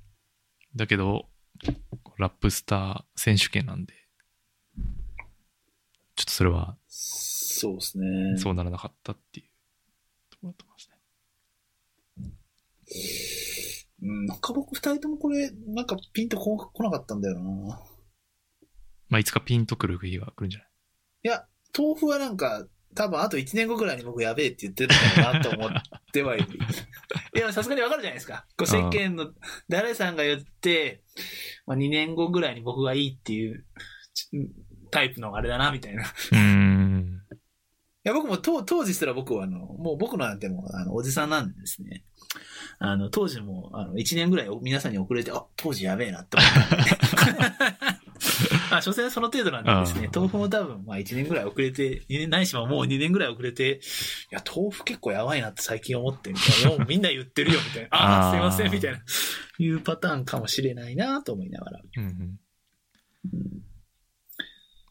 [SPEAKER 2] だけど、ラップスター選手権なんで、ちょっとそれは
[SPEAKER 3] そうですね。
[SPEAKER 2] そうならなかったっていうところだと思いますね。
[SPEAKER 3] うん。なんか僕二人ともこれ、なんかピンとこ来なかったんだよな。
[SPEAKER 2] まあ、いつかピンとくる日が来るんじゃない
[SPEAKER 3] いや、豆腐はなんか、多分あと1年後ぐらいに僕やべえって言ってたのかなと思ってはいる。いや、さすがにわかるじゃないですか。こう世間の誰さんが言って、まあ、2年後ぐらいに僕がいいっていうちタイプのあれだな、みたい
[SPEAKER 2] う
[SPEAKER 3] な。
[SPEAKER 2] ーん。
[SPEAKER 3] や、僕も当当時すら僕はあの、もう僕なんてもうあの、おじさんなんでですね。あの、当時も、あの、1年ぐらいお皆さんに遅れて、あ、当時やべえなって思ったんで。 まあ、所詮その程度なんでですね、
[SPEAKER 2] ああ
[SPEAKER 3] 豆腐も多分、まあ1年ぐらい遅れて、2年ないしはもう2年ぐらい遅れて、いや、豆腐結構やばいなって最近思って、みたいな。もうみんな言ってるよ、み たいな。ああ、
[SPEAKER 2] ああ
[SPEAKER 3] すいません、みたいな。いうパターンかもしれないなと思いながら。
[SPEAKER 2] うんうん。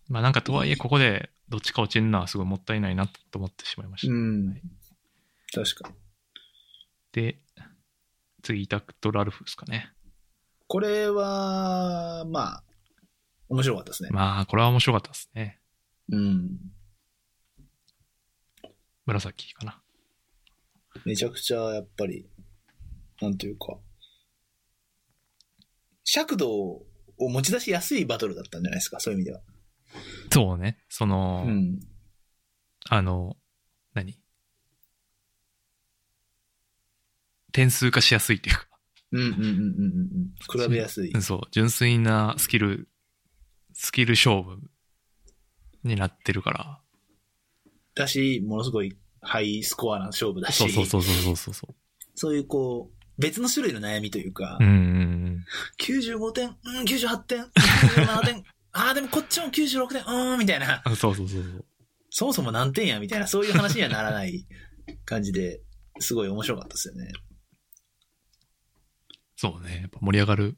[SPEAKER 2] まあなんかとはいえ、ここでどっちか落ちるのはすごいもったいないなと思ってしまいました。
[SPEAKER 3] ん。確かに。
[SPEAKER 2] で、次、イタクとラルフですかね。
[SPEAKER 3] これは、まあ、面白かったですね。
[SPEAKER 2] まあ、これは面白かったですね。
[SPEAKER 3] うん。
[SPEAKER 2] 紫かな。
[SPEAKER 3] めちゃくちゃ、やっぱり、なんというか、尺度を持ち出しやすいバトルだったんじゃないですか、そういう意味では。
[SPEAKER 2] そうね。その、
[SPEAKER 3] うん。
[SPEAKER 2] あの、何点数化しやすいっていうか、
[SPEAKER 3] うんうんうんうんうんうん。比べやすい。
[SPEAKER 2] うんそう、純粋なスキル、スキル勝負になってるから。
[SPEAKER 3] だし、ものすごいハイスコアな勝負だし、
[SPEAKER 2] そうそうそうそうそうそう。
[SPEAKER 3] そういうこう、別の種類の悩みというか、
[SPEAKER 2] うんうん
[SPEAKER 3] 95点、うん、98点、97点、ああ、でもこっちも96点、うーん、みたいな。
[SPEAKER 2] うん。そうそうそうそう。
[SPEAKER 3] そもそも何点やみ たいな、そういう話にはならない感じで、すごい面白かったですよね。
[SPEAKER 2] そうね。やっぱ盛り上がる、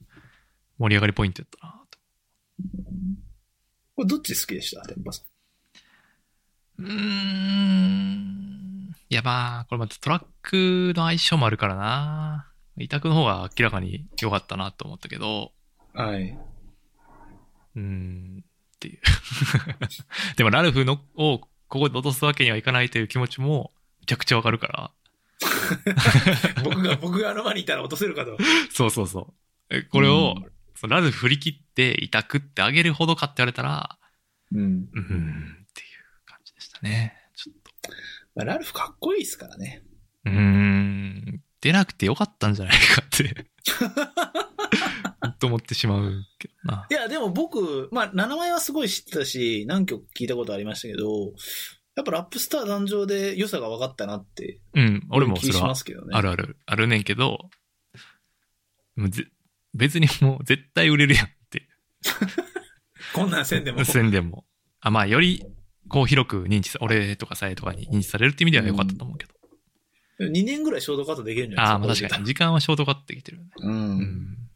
[SPEAKER 2] 盛り上がりポイントやったなと。
[SPEAKER 3] これどっち好きでした天パさん。
[SPEAKER 2] うーん。いや、まあ、これまたトラックの相性もあるからな。委託の方が明らかに良かったなと思ったけど、
[SPEAKER 3] はい。
[SPEAKER 2] うーんっていう。 でも、ラルフのをここで落とすわけにはいかないという気持ちも、めちゃくちゃわかるから。
[SPEAKER 3] 僕が、僕があの場にいたら落とせるかと。
[SPEAKER 2] そうそうそう。えこれを
[SPEAKER 3] う、
[SPEAKER 2] そのラルフ振り切って、委託ってあげるほどかって言われたら、
[SPEAKER 3] うん。
[SPEAKER 2] うーんっていう感じでしたね。ちょっと。
[SPEAKER 3] まあ、ラルフかっこいいですからね。
[SPEAKER 2] うーん。出なくてよかったんじゃないか って。と思ってしまうけどな。
[SPEAKER 3] いや、でも僕、まあ、名前はすごい知ってたし、何曲聞いたことありましたけど、やっぱラップスター誕生で良さが分かったなって、
[SPEAKER 2] うん、俺もそ
[SPEAKER 3] 気
[SPEAKER 2] れ
[SPEAKER 3] し
[SPEAKER 2] は
[SPEAKER 3] ますけどね。
[SPEAKER 2] あるある、あるねんけど、もうぜ別にもう絶対売れるやんって、
[SPEAKER 3] こんなんせん でも。
[SPEAKER 2] 宣伝も。あ、まあ、より、こう広く認知さ、俺とかさえとかに認知されるって意味では良かったと思うけど。
[SPEAKER 3] 2年ぐらいショートカットできるんじゃ
[SPEAKER 2] ああ、
[SPEAKER 3] ない
[SPEAKER 2] まあ
[SPEAKER 3] です
[SPEAKER 2] 確
[SPEAKER 3] か。
[SPEAKER 2] かに。時間はショートカットできてるよね。
[SPEAKER 3] これ自
[SPEAKER 2] う
[SPEAKER 3] 体。うん。
[SPEAKER 2] ん。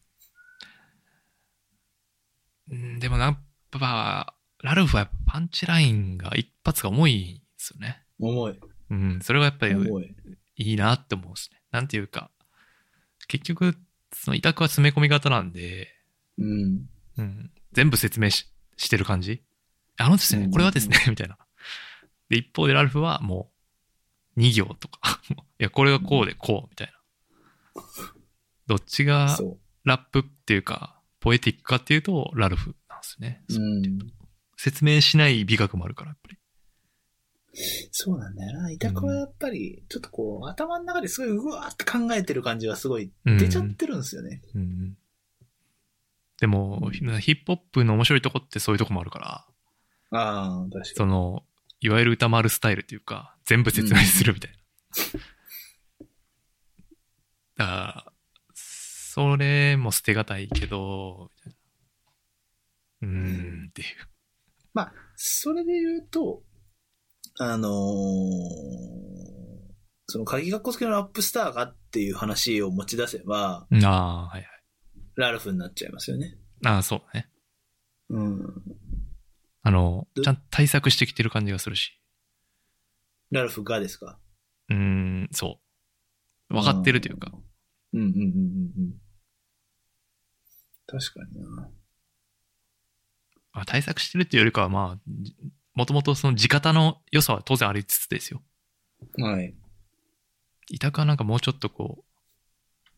[SPEAKER 2] うん、でもな、やっぱ、ラルフはやっぱパンチラインが一発が重いんですよね。
[SPEAKER 3] 重い。
[SPEAKER 2] うん、それがやっぱり
[SPEAKER 3] 重い。
[SPEAKER 2] いいなって思うですね。なんていうか、結局、その委託は詰め込み型なんで、
[SPEAKER 3] うん。
[SPEAKER 2] うん、全部説明ししてる感じ。あのです
[SPEAKER 3] うん
[SPEAKER 2] ね、
[SPEAKER 3] うんうん
[SPEAKER 2] これはですね、 みたいな。で、一方でラルフはもう2行とか、 もういや、これはこうでこう、みたいな。どっちが
[SPEAKER 3] そ
[SPEAKER 2] ラップっていうか、ポエティックかっていうと、ラルフなんですね。
[SPEAKER 3] う。うん。
[SPEAKER 2] 説明しない美学もあるから、やっぱり。
[SPEAKER 3] そうなんだよな。委託はやっぱり、ちょっとこう、頭の中ですごいうわーって考えてる感じがすごい
[SPEAKER 2] うん
[SPEAKER 3] 出ちゃってるんですよね。
[SPEAKER 2] うんでも、ヒップホップの面白いとこってそういうとこもあるから、
[SPEAKER 3] ああ、確か
[SPEAKER 2] その、いわゆる歌丸スタイルというか、全部説明するみたいな。だから、それも捨てがたいけど、みたいなうーんっていう。
[SPEAKER 3] に。まあ、それで言うと、あのーその鍵格好付きのラップスターがっていう話を持ち出せば、
[SPEAKER 2] ああ、はいはい。
[SPEAKER 3] ラルフになっちゃいますよね。
[SPEAKER 2] ああ、そうね。
[SPEAKER 3] うん。
[SPEAKER 2] あの、
[SPEAKER 3] ど
[SPEAKER 2] ちゃんと対策してきてる感じがするし。
[SPEAKER 3] ラルフがですか
[SPEAKER 2] うーん、そう。分かってるというか。
[SPEAKER 3] うんうんうんうんうん。確かにな。
[SPEAKER 2] まあ、対策してるっていうよりかは、まあ、じもともとその地方の良さは当然ありつつですよ。
[SPEAKER 3] はい。
[SPEAKER 2] 委託はなんかもうちょっとこう、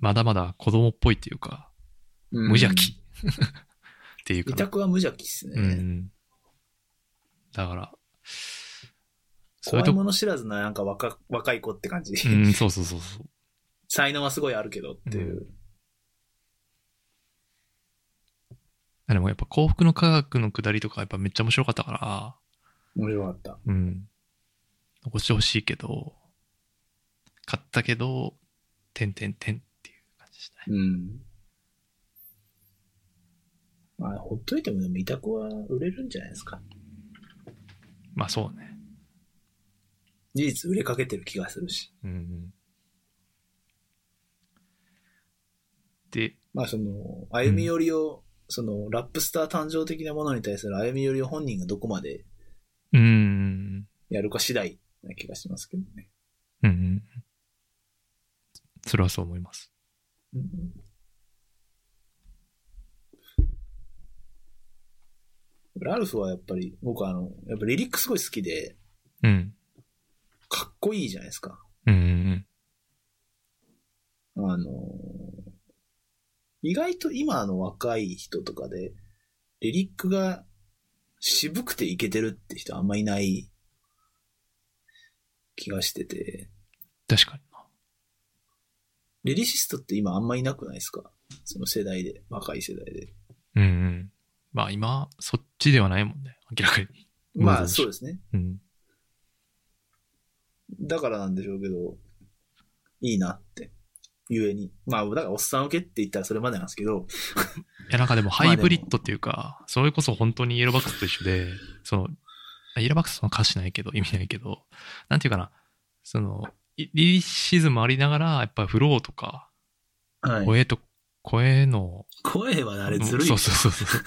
[SPEAKER 2] まだまだ子供っぽいっていうか、無邪気 っていうか
[SPEAKER 3] うん。委
[SPEAKER 2] な。
[SPEAKER 3] 託は無邪気ですね。
[SPEAKER 2] うん。だから、そういう
[SPEAKER 3] 怖い
[SPEAKER 2] と
[SPEAKER 3] も
[SPEAKER 2] こ、
[SPEAKER 3] の知らずななんか若若い子って感じ、
[SPEAKER 2] うん、そうそうそうそう。
[SPEAKER 3] 才能はすごいあるけどっていう。
[SPEAKER 2] でもやっぱ幸福の科学の下りとかやっぱめっちゃ面白かったから、
[SPEAKER 3] 面白かった。
[SPEAKER 2] うん。残してほしいけど、買ったけど、てんてんてんっていう感じしたね。
[SPEAKER 3] うん。まあ、ほっといてもでも委託は売れるんじゃないですか。
[SPEAKER 2] まあそうね。
[SPEAKER 3] 事実売れかけてる気がするし。
[SPEAKER 2] うん。で、
[SPEAKER 3] まあその、歩み寄りを、その、ラップスター誕生的なものに対する歩み寄りを本人がどこまで
[SPEAKER 2] うん。
[SPEAKER 3] やるか次第な気がしますけどね。
[SPEAKER 2] うんうん。それはそう思います。
[SPEAKER 3] うん、ラルフはやっぱり、僕あの、やっぱリリックすごい好きで、
[SPEAKER 2] うん。
[SPEAKER 3] かっこいいじゃないですか。
[SPEAKER 2] うんうん
[SPEAKER 3] あのー、意外と今の若い人とかで、リリックが渋くていけてるって人あんまいない気がしてて、
[SPEAKER 2] 確かにな。
[SPEAKER 3] リリシストって今あんまいなくないですかその世代で、若い世代で。
[SPEAKER 2] うんうん。まあ今、そっちではないもんね。明らかに。
[SPEAKER 3] ま
[SPEAKER 2] う
[SPEAKER 3] あ
[SPEAKER 2] ん
[SPEAKER 3] そうですね。
[SPEAKER 2] うん。
[SPEAKER 3] だからなんでしょうけど、いいなって。ゆえに。まあ、だからおっさん受けって言ったらそれまでなんですけど、
[SPEAKER 2] いや、なんかでもハイブリッドっていうか、それこそ本当にイエローバックスと一緒で、その、イエローバックスの歌詞ないけど、意味ないけど、なんていうかな、その、いリリシズムありながら、やっぱりフローとか、
[SPEAKER 3] はい、
[SPEAKER 2] 声と、声の、
[SPEAKER 3] 声はあれずるい
[SPEAKER 2] そうそうそうそう。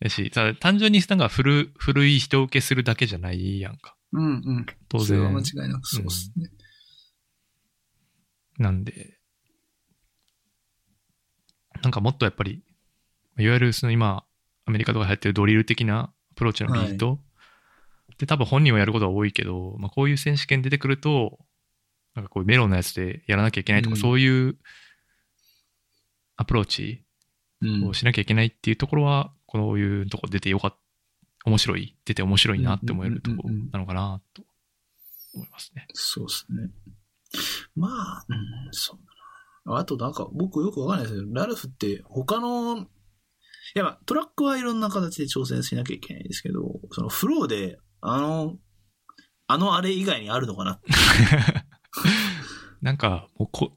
[SPEAKER 2] やし、ただ単純になんか古、古い人受けするだけじゃないやんか。
[SPEAKER 3] うんうん。
[SPEAKER 2] 当
[SPEAKER 3] それは
[SPEAKER 2] 然
[SPEAKER 3] 間違。いなくそうですね。
[SPEAKER 2] なんで、なんかもっとやっぱり、いわゆるその今、アメリカとか流行ってるドリル的なアプローチのビート、で、多分本人はやることは多いけど、まあ、こういう選手権出てくると、なんかこういうメロンのやつでやらなきゃいけないとか、
[SPEAKER 3] うん
[SPEAKER 2] そういうアプローチ
[SPEAKER 3] うん
[SPEAKER 2] をしなきゃいけないっていうところは、こういうとこ出てよかった、面白い、出て面白いなって思えるとこなのかなと思いますね。
[SPEAKER 3] そうですね。まあ、うん、そうだな。あとなんか、僕よくわかんないですけど、ラルフって他の、いや、まあトラックはいろんな形で挑戦しなきゃいけないですけど、そのフローで、あの、あのあれ以外にあるのかなって。
[SPEAKER 2] なんか、もうこ、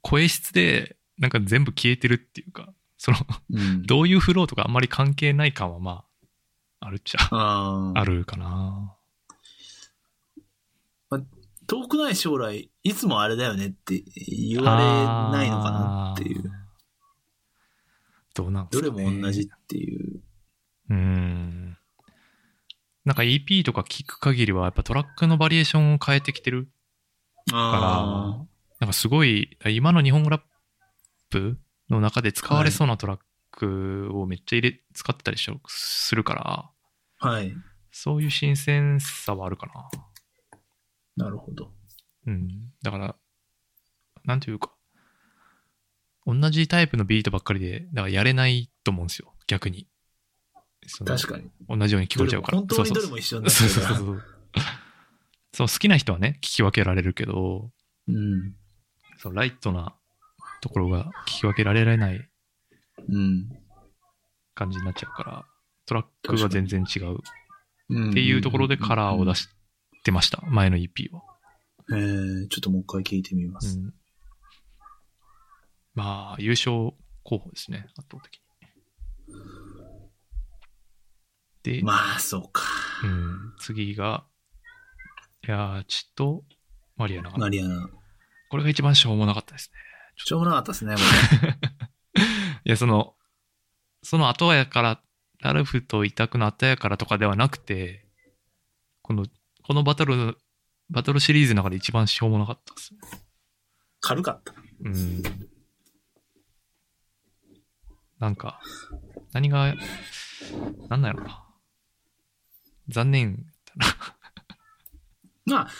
[SPEAKER 2] 声質で、なんか全部消えてるっていうか、その、
[SPEAKER 3] うん
[SPEAKER 2] どういうフローとかあんまり関係ない感はまあ、あるっちゃ、
[SPEAKER 3] あー
[SPEAKER 2] あるかな。
[SPEAKER 3] 遠くない将来、いつもあれだよねって言われないのかなっていう。
[SPEAKER 2] あー。どうなんで
[SPEAKER 3] ど
[SPEAKER 2] すか、
[SPEAKER 3] れ
[SPEAKER 2] ね、
[SPEAKER 3] も同じっていう。
[SPEAKER 2] うーん。なんか EP とか聞く限りは、やっぱトラックのバリエーションを変えてきてる
[SPEAKER 3] あ
[SPEAKER 2] かなんかすごい、今の日本語ラップの中で使われそうなトラックをめっちゃ入れ、使ってたりしょするから、
[SPEAKER 3] あ。はい。
[SPEAKER 2] そういう新鮮さはあるかな。
[SPEAKER 3] なるほど。
[SPEAKER 2] うん。だから、なんていうか、同じタイプのビートばっかりで、だからやれないと思うんですよ、逆に。
[SPEAKER 3] 確
[SPEAKER 2] か
[SPEAKER 3] かに。
[SPEAKER 2] に。同じように聞こえちゃうから。
[SPEAKER 3] どれも本当にどれも一緒になっち
[SPEAKER 2] そうそう
[SPEAKER 3] ゃ
[SPEAKER 2] そうう
[SPEAKER 3] か
[SPEAKER 2] そ
[SPEAKER 3] ら。
[SPEAKER 2] う。そう、好きな人はね、聞き分けられるけど、
[SPEAKER 3] うん。
[SPEAKER 2] そうライトなところが聞き分けられない
[SPEAKER 3] うん。
[SPEAKER 2] 感じになっちゃうから、トラックが全然違う
[SPEAKER 3] っ
[SPEAKER 2] っていうところでカラーを出してました、前の EP は。
[SPEAKER 3] えー、ちょっともう一回聞いてみま
[SPEAKER 2] う
[SPEAKER 3] す。
[SPEAKER 2] ん、まあ、優勝候補ですね、圧倒的に。で、
[SPEAKER 3] まあ、そうか。
[SPEAKER 2] うん、次が、ヤーチとマリアナかな
[SPEAKER 3] マリアナ。
[SPEAKER 2] これが一番しょうもなかったですね。
[SPEAKER 3] しょうもなかったですね、こ
[SPEAKER 2] いや、その、その後やから、ラルフとイタクの後やからとかではなくて、この、このバトル、バトルシリーズの中で一番しょうもなかったですね。
[SPEAKER 3] れ。 軽かった。
[SPEAKER 2] うん。なんか、何が、なんなんやろな。残念だな。
[SPEAKER 3] まあ、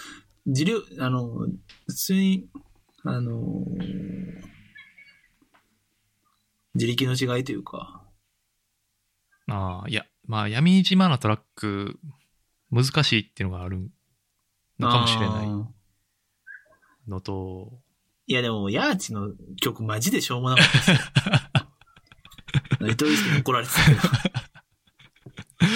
[SPEAKER 3] 自流、あの、普通に、あのー自力の違いというか、
[SPEAKER 2] ああ、いや、まあ、闇島なトラック、難しいっていうのがあるのかもしれな
[SPEAKER 3] あ
[SPEAKER 2] い
[SPEAKER 3] ー
[SPEAKER 2] のと、
[SPEAKER 3] いや、でも、ヤーチの曲、マジでしょうもなかった ですよ。伊藤祐介に怒られてたけど。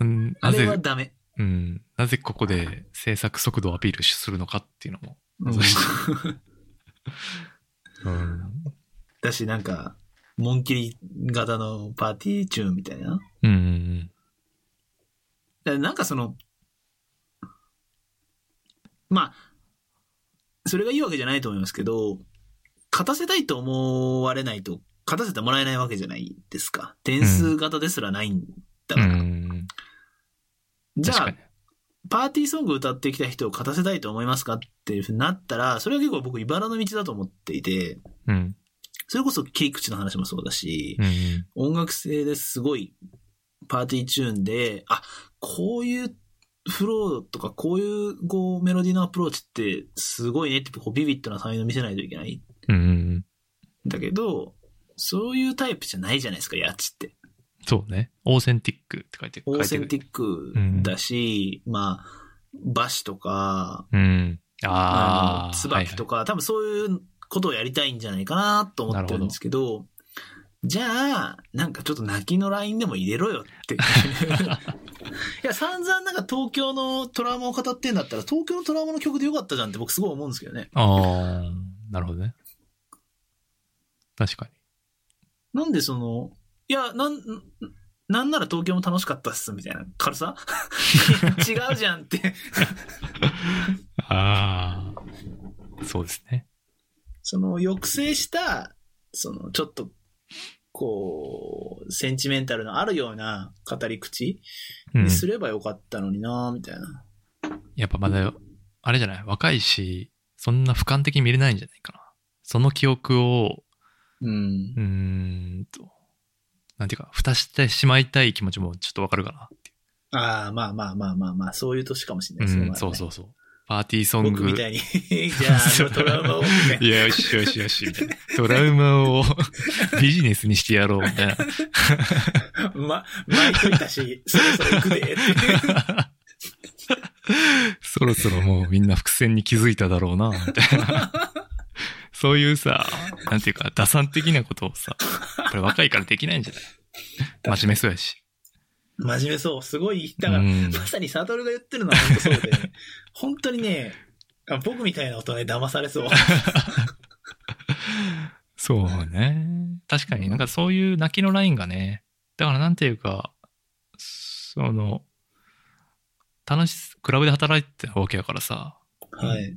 [SPEAKER 2] うん、
[SPEAKER 3] あ
[SPEAKER 2] なぜ
[SPEAKER 3] れはダメ。
[SPEAKER 2] うん、なぜここで制作速度をアピールするのかっていうのも、
[SPEAKER 3] うん
[SPEAKER 2] そううん、
[SPEAKER 3] だし、なんか、モンキリ型のパーティーチューンみたいな。
[SPEAKER 2] うんうん
[SPEAKER 3] だなんかその、まあ、それがいいわけじゃないと思いますけど、勝たせたいと思われないと、勝たせてもらえないわけじゃないですか。点数型ですらないんだ
[SPEAKER 2] う
[SPEAKER 3] から。
[SPEAKER 2] ん、
[SPEAKER 3] じゃ
[SPEAKER 2] 確か
[SPEAKER 3] あ
[SPEAKER 2] に、
[SPEAKER 3] パーティーソング歌ってきた人を勝たせたいと思いますかっていうふうになったら、それは結構僕、茨の道だと思っていて、
[SPEAKER 2] うん
[SPEAKER 3] それこそ切り口の話もそうだし、
[SPEAKER 2] うん
[SPEAKER 3] 音楽性ですごいパーティーチューンで、あ、こういうフローとかこういうこうメロディーのアプローチってすごいねってこうビビッドな才能見せないといけないん
[SPEAKER 2] うんうん
[SPEAKER 3] だけど、そういうタイプじゃないじゃないですか、やっちって。
[SPEAKER 2] そうねオーセンティックって書いて
[SPEAKER 3] オーセンテ
[SPEAKER 2] ィッ
[SPEAKER 3] ィックだし、まあ、バシとか、
[SPEAKER 2] ク、うん、
[SPEAKER 3] あ
[SPEAKER 2] ああ
[SPEAKER 3] の、椿とか、多分そういうことをやりたいんじゃないかなと思ってるんですけど、じゃあ、なんかちょっと泣きのラインでも入れろよって。い や、散々なんか東京のトラウマを語ってんだったら、東京のトラウマの曲でよかったじゃんって僕すごい思うんですけどね。
[SPEAKER 2] はいはい、ああなるほどね確か
[SPEAKER 3] なんでその、いや、なん、なんなら東京も楽しかったっす、みたいな軽さ 違うじゃんって。
[SPEAKER 2] にああそうですね
[SPEAKER 3] その抑制した、そのちょっと、こう、センチメンタルのあるような語り口
[SPEAKER 2] うん
[SPEAKER 3] にすればよかったのになみたいな。
[SPEAKER 2] やっぱまだ、あれじゃない若いし、そんな俯瞰的に見れないんじゃないかな。その記憶を、
[SPEAKER 3] うん
[SPEAKER 2] う。ーんと、なんていうか、蓋してしまいたい気持ちもちょっとわかるかなってい
[SPEAKER 3] ああ、まあまあまあまあまあ、そういう年かもしれな
[SPEAKER 2] う。
[SPEAKER 3] いですね。
[SPEAKER 2] うん、
[SPEAKER 3] まだ
[SPEAKER 2] そ
[SPEAKER 3] ね
[SPEAKER 2] うそうそう。パーティーソング。
[SPEAKER 3] 僕みたいに、じゃあ、あのトラウマを、みたい
[SPEAKER 2] いやよしよしよし、みたいな。トラウマを ビジネスにしてやろう、みたいな。
[SPEAKER 3] な。ま、巻いといたし、そろそろ行くで、って。
[SPEAKER 2] そろそろもうみんな伏線に気づいただろうな、みたいな。そういうさ、なんていうか、打算的なことをさ、これ若いからできないんじゃない真面目そうやし。
[SPEAKER 3] 真面目そう。すごい、だから、
[SPEAKER 2] うん
[SPEAKER 3] まさにサトルが言ってるのは本当そうで、本当にね、あ僕みたいな大人に騙され そう。
[SPEAKER 2] そうね。確かになんかそういう泣きのラインがね、だからなんていうか、その、楽し、クラブで働いてたわけやからさ、
[SPEAKER 3] はい。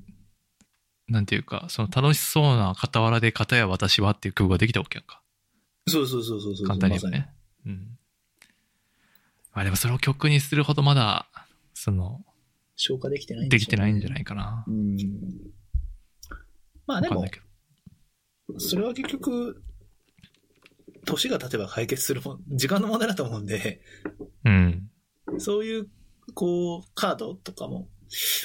[SPEAKER 2] なんていうか、その楽しそうな傍らで片や私はっていう曲ができたわけやんか。
[SPEAKER 3] そうそうそうそうそう。
[SPEAKER 2] 簡単に言えば
[SPEAKER 3] まさ
[SPEAKER 2] ね。うん。まあでもそれを曲にするほどまだ、その、
[SPEAKER 3] 消化できてない
[SPEAKER 2] できてないんじゃ
[SPEAKER 3] ない
[SPEAKER 2] ないかな。
[SPEAKER 3] うん。まあ
[SPEAKER 2] わ
[SPEAKER 3] で
[SPEAKER 2] かん
[SPEAKER 3] も
[SPEAKER 2] ない、けど。
[SPEAKER 3] それは結局、年が経てば解決するもん、 時間の問題だと思うんで、
[SPEAKER 2] うん。
[SPEAKER 3] そういう、こう、カードとかも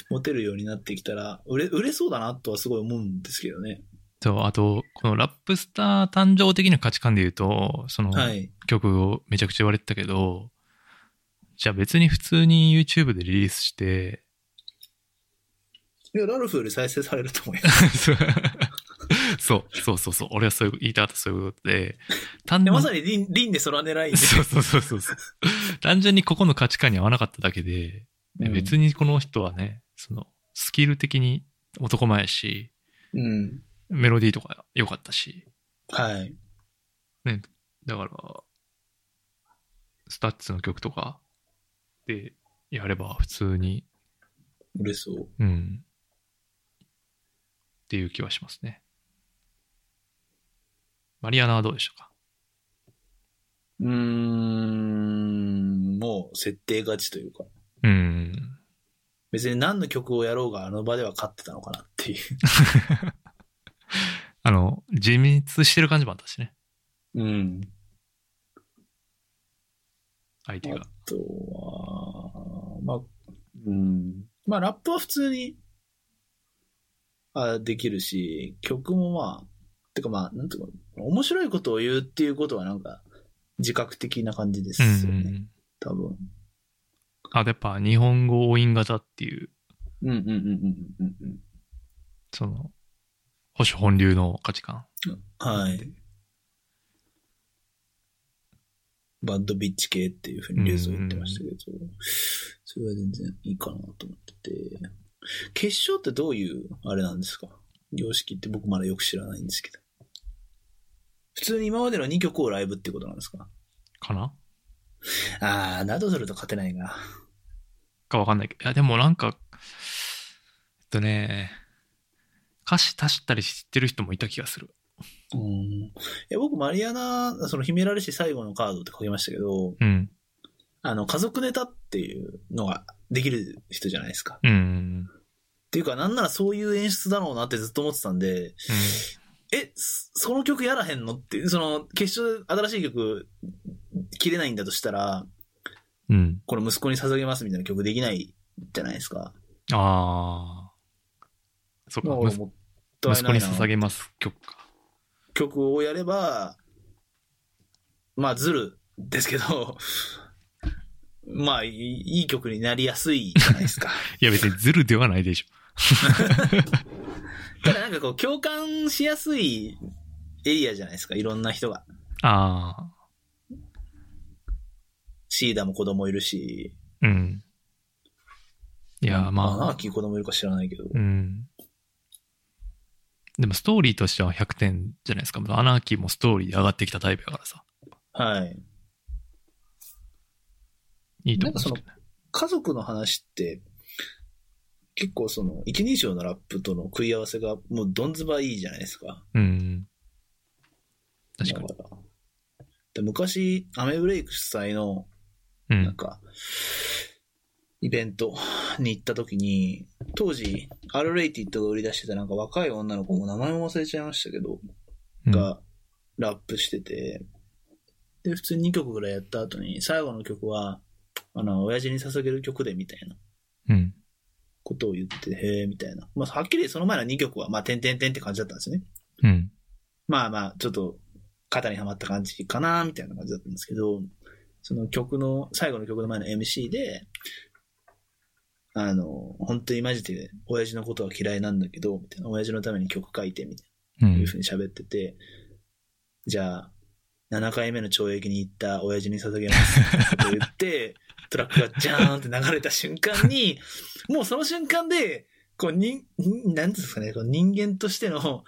[SPEAKER 3] 持てるようになってきたら、売れ、売れそうだなとはすごい思うんですけどね。
[SPEAKER 2] と、あと、このラップスター誕生的な価値観で言うと、その、
[SPEAKER 3] はい。
[SPEAKER 2] 曲をめちゃくちゃ言われてたけど、じゃあ別に普通に YouTube でリリースして、
[SPEAKER 3] いや、ラルフより再生される と思います。
[SPEAKER 2] そう、そうそうそう、俺はそういう、言いたかったそういうことで、単
[SPEAKER 3] でまさにリン、リンで空狙いで。
[SPEAKER 2] そうそうそうそうそう。単純にここの価値観に合わなかっただけで、ね
[SPEAKER 3] うん
[SPEAKER 2] 別にこの人はね、その、スキル的に男前やし、
[SPEAKER 3] うん。
[SPEAKER 2] メロディーとか良かったし、
[SPEAKER 3] はい。
[SPEAKER 2] だから、スタッツの曲とかでやれば普通に
[SPEAKER 3] 売れそう。
[SPEAKER 2] うん。っていう気はしますね。マリアナはどうでしたか
[SPEAKER 3] うーん、もう設定勝ちというか。
[SPEAKER 2] うん。
[SPEAKER 3] 別に何の曲をやろうがあの場では勝ってたのかなっていう。
[SPEAKER 2] あの、自密してる感じもあったしね、
[SPEAKER 3] うん。
[SPEAKER 2] 相手
[SPEAKER 3] あ
[SPEAKER 2] が。
[SPEAKER 3] とは、まあ、うん。まあ、ラップは普通に、あできるし、曲もまあ、てかまあ、なんていうか、面白いことを言うっていうことはなんか、自覚的な感じです
[SPEAKER 2] う
[SPEAKER 3] よ
[SPEAKER 2] ん
[SPEAKER 3] ね、
[SPEAKER 2] うんうん。
[SPEAKER 3] 多分。
[SPEAKER 2] あとやっぱ日本語応印型っていう、
[SPEAKER 3] うんうんうんうんうんうん。
[SPEAKER 2] その、保守本流の価値観。
[SPEAKER 3] はい。バッドビッチ系っていうふうにレースを言ってましたけど、それは全然いいかなと思ってて、決勝ってどういうあれなんですか様式って僕まだよく知らないんですけど。普通に今までの2曲をライブってことなんですか
[SPEAKER 2] かな
[SPEAKER 3] あー、ナドルと勝てないな。
[SPEAKER 2] かわかんないけど。いや、でもなんか、えっとね、歌詞足したり知ってる人もいた気がする。
[SPEAKER 3] うん。いや、僕、マリアナ、その、秘められし最後のカードって書きましたけど、
[SPEAKER 2] うん。
[SPEAKER 3] あの、家族ネタっていうのができる人じゃないですか。っ
[SPEAKER 2] うん。うん
[SPEAKER 3] ていうか、なんならそういう演出だろうなってずっと思ってたんで、え、そその曲やらへんのって、その、決勝新しい曲、切れないんだとしたら、
[SPEAKER 2] うん。
[SPEAKER 3] この息子に捧げますみたいな曲できないじゃないですか。
[SPEAKER 2] ああ。そっか、
[SPEAKER 3] もう
[SPEAKER 2] 息
[SPEAKER 3] もったい
[SPEAKER 2] 息子
[SPEAKER 3] ない
[SPEAKER 2] に
[SPEAKER 3] な
[SPEAKER 2] 捧げます曲か。
[SPEAKER 3] 曲をやれば、まあ、ずるですけど、まあ、いいいい曲になりやすいじゃないで すか。
[SPEAKER 2] いや、別にズルではないでしょ。
[SPEAKER 3] ただなんかこう、共感しやすいエリアじゃないですか、いろんな人が。
[SPEAKER 2] あ
[SPEAKER 3] シーダも子供いるし。
[SPEAKER 2] あ。うん。い
[SPEAKER 3] い
[SPEAKER 2] や、
[SPEAKER 3] ア
[SPEAKER 2] ま
[SPEAKER 3] ーキー子供いるか知らないけど。
[SPEAKER 2] あ。うん。でも、ストーリーとしては100点じゃないですか。アナーキーもストーリーで上がってきたタイプだからさ。
[SPEAKER 3] はい。
[SPEAKER 2] いいと思うんですけどね。
[SPEAKER 3] 家族の話って、結構その、一人称のラップとの食い合わせがもうどんずばいいじゃないですか。
[SPEAKER 2] うん。確かに。
[SPEAKER 3] だらで昔、アメブレイク主催の、
[SPEAKER 2] う
[SPEAKER 3] なん
[SPEAKER 2] ん。
[SPEAKER 3] か、イベントに行った時に、当時、アルレイティッドが売り出してたなんか若い女の子も名前も忘れちゃいましたけど、
[SPEAKER 2] うん
[SPEAKER 3] がラップしてて、で、普通に2曲ぐらいやった後に、最後の曲は、あの、親父に捧げる曲でみたいな
[SPEAKER 2] うん。
[SPEAKER 3] ことを言って、へえ、みたいな。まあ、はっきりその前の2曲は、まあ、てんてんてんって感じだったんですね。
[SPEAKER 2] うん。
[SPEAKER 3] まあまあ、ちょっと、肩にはまった感じかな、みたいな感じだったんですけど、その曲の、最後の曲の前の MC で、あの、本当にマジで、親父のことは嫌いなんだけど、みたいな、親父のために曲書いて、みたいな。
[SPEAKER 2] う
[SPEAKER 3] いうんふ。うに喋ってて、じゃあ、7回目の懲役に行った親父に捧げますって 言って、トラックがジャーンって流れた瞬間に、もうその瞬間で、こう、に、になんていうんですかね、こう人間としての、こ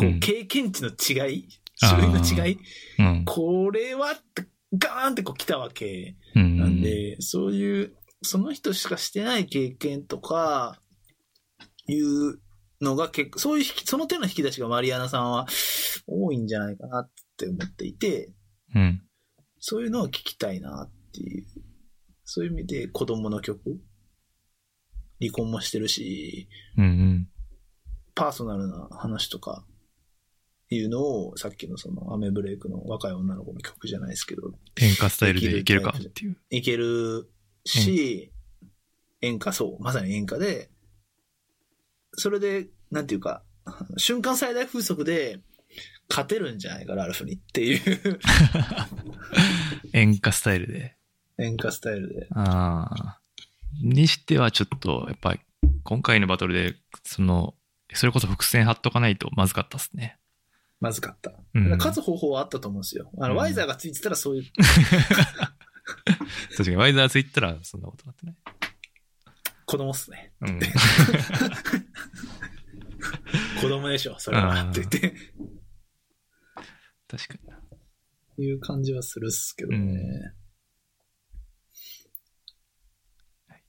[SPEAKER 2] う、
[SPEAKER 3] うん経験値の違い、
[SPEAKER 2] あー
[SPEAKER 3] 種類の違い、
[SPEAKER 2] うん。
[SPEAKER 3] これはって、ガーンってこう来たわけ
[SPEAKER 2] うん。
[SPEAKER 3] なんで、そういう、その人しかしてない経験とか、いうのが結構、そういう引き、その手の引き出しがマリアナさんは多いんじゃないかなって思っていて、
[SPEAKER 2] うん。
[SPEAKER 3] そういうのを聞きたいなっていう。そういう意味で子供の曲離婚もしてるし、
[SPEAKER 2] うん。うん。
[SPEAKER 3] パーソナルな話とか、いうのを、さっきのそのアメブレイクの若い女の子の曲じゃないですけど、
[SPEAKER 2] 変化スタイルでいけるかっていう。
[SPEAKER 3] いけるし、演歌、そう、まさに演歌で、それで、なんていうか、瞬間最大風速で、勝てるんじゃないか、ラルフにっていう
[SPEAKER 2] 演歌スタイルで。
[SPEAKER 3] 演歌スタイルで。
[SPEAKER 2] ああ。にしてはちょっと、やっぱり、今回のバトルで、その、それこそ伏線張っとかないとまずかったっすね。
[SPEAKER 3] まずかった。だか
[SPEAKER 2] うん。
[SPEAKER 3] ら勝
[SPEAKER 2] 確
[SPEAKER 3] つ方法はあったと思うんですよ。あの、
[SPEAKER 2] うん
[SPEAKER 3] ワイザーがついてたらそういう、
[SPEAKER 2] かに、ワイザーズ行ったらそんなことなってない。
[SPEAKER 3] 子供っすね。
[SPEAKER 2] うん。
[SPEAKER 3] 子供でしょ、それ
[SPEAKER 2] う
[SPEAKER 3] は。
[SPEAKER 2] ん
[SPEAKER 3] って言って、
[SPEAKER 2] 確かにな。
[SPEAKER 3] いう感じはするっすけどね。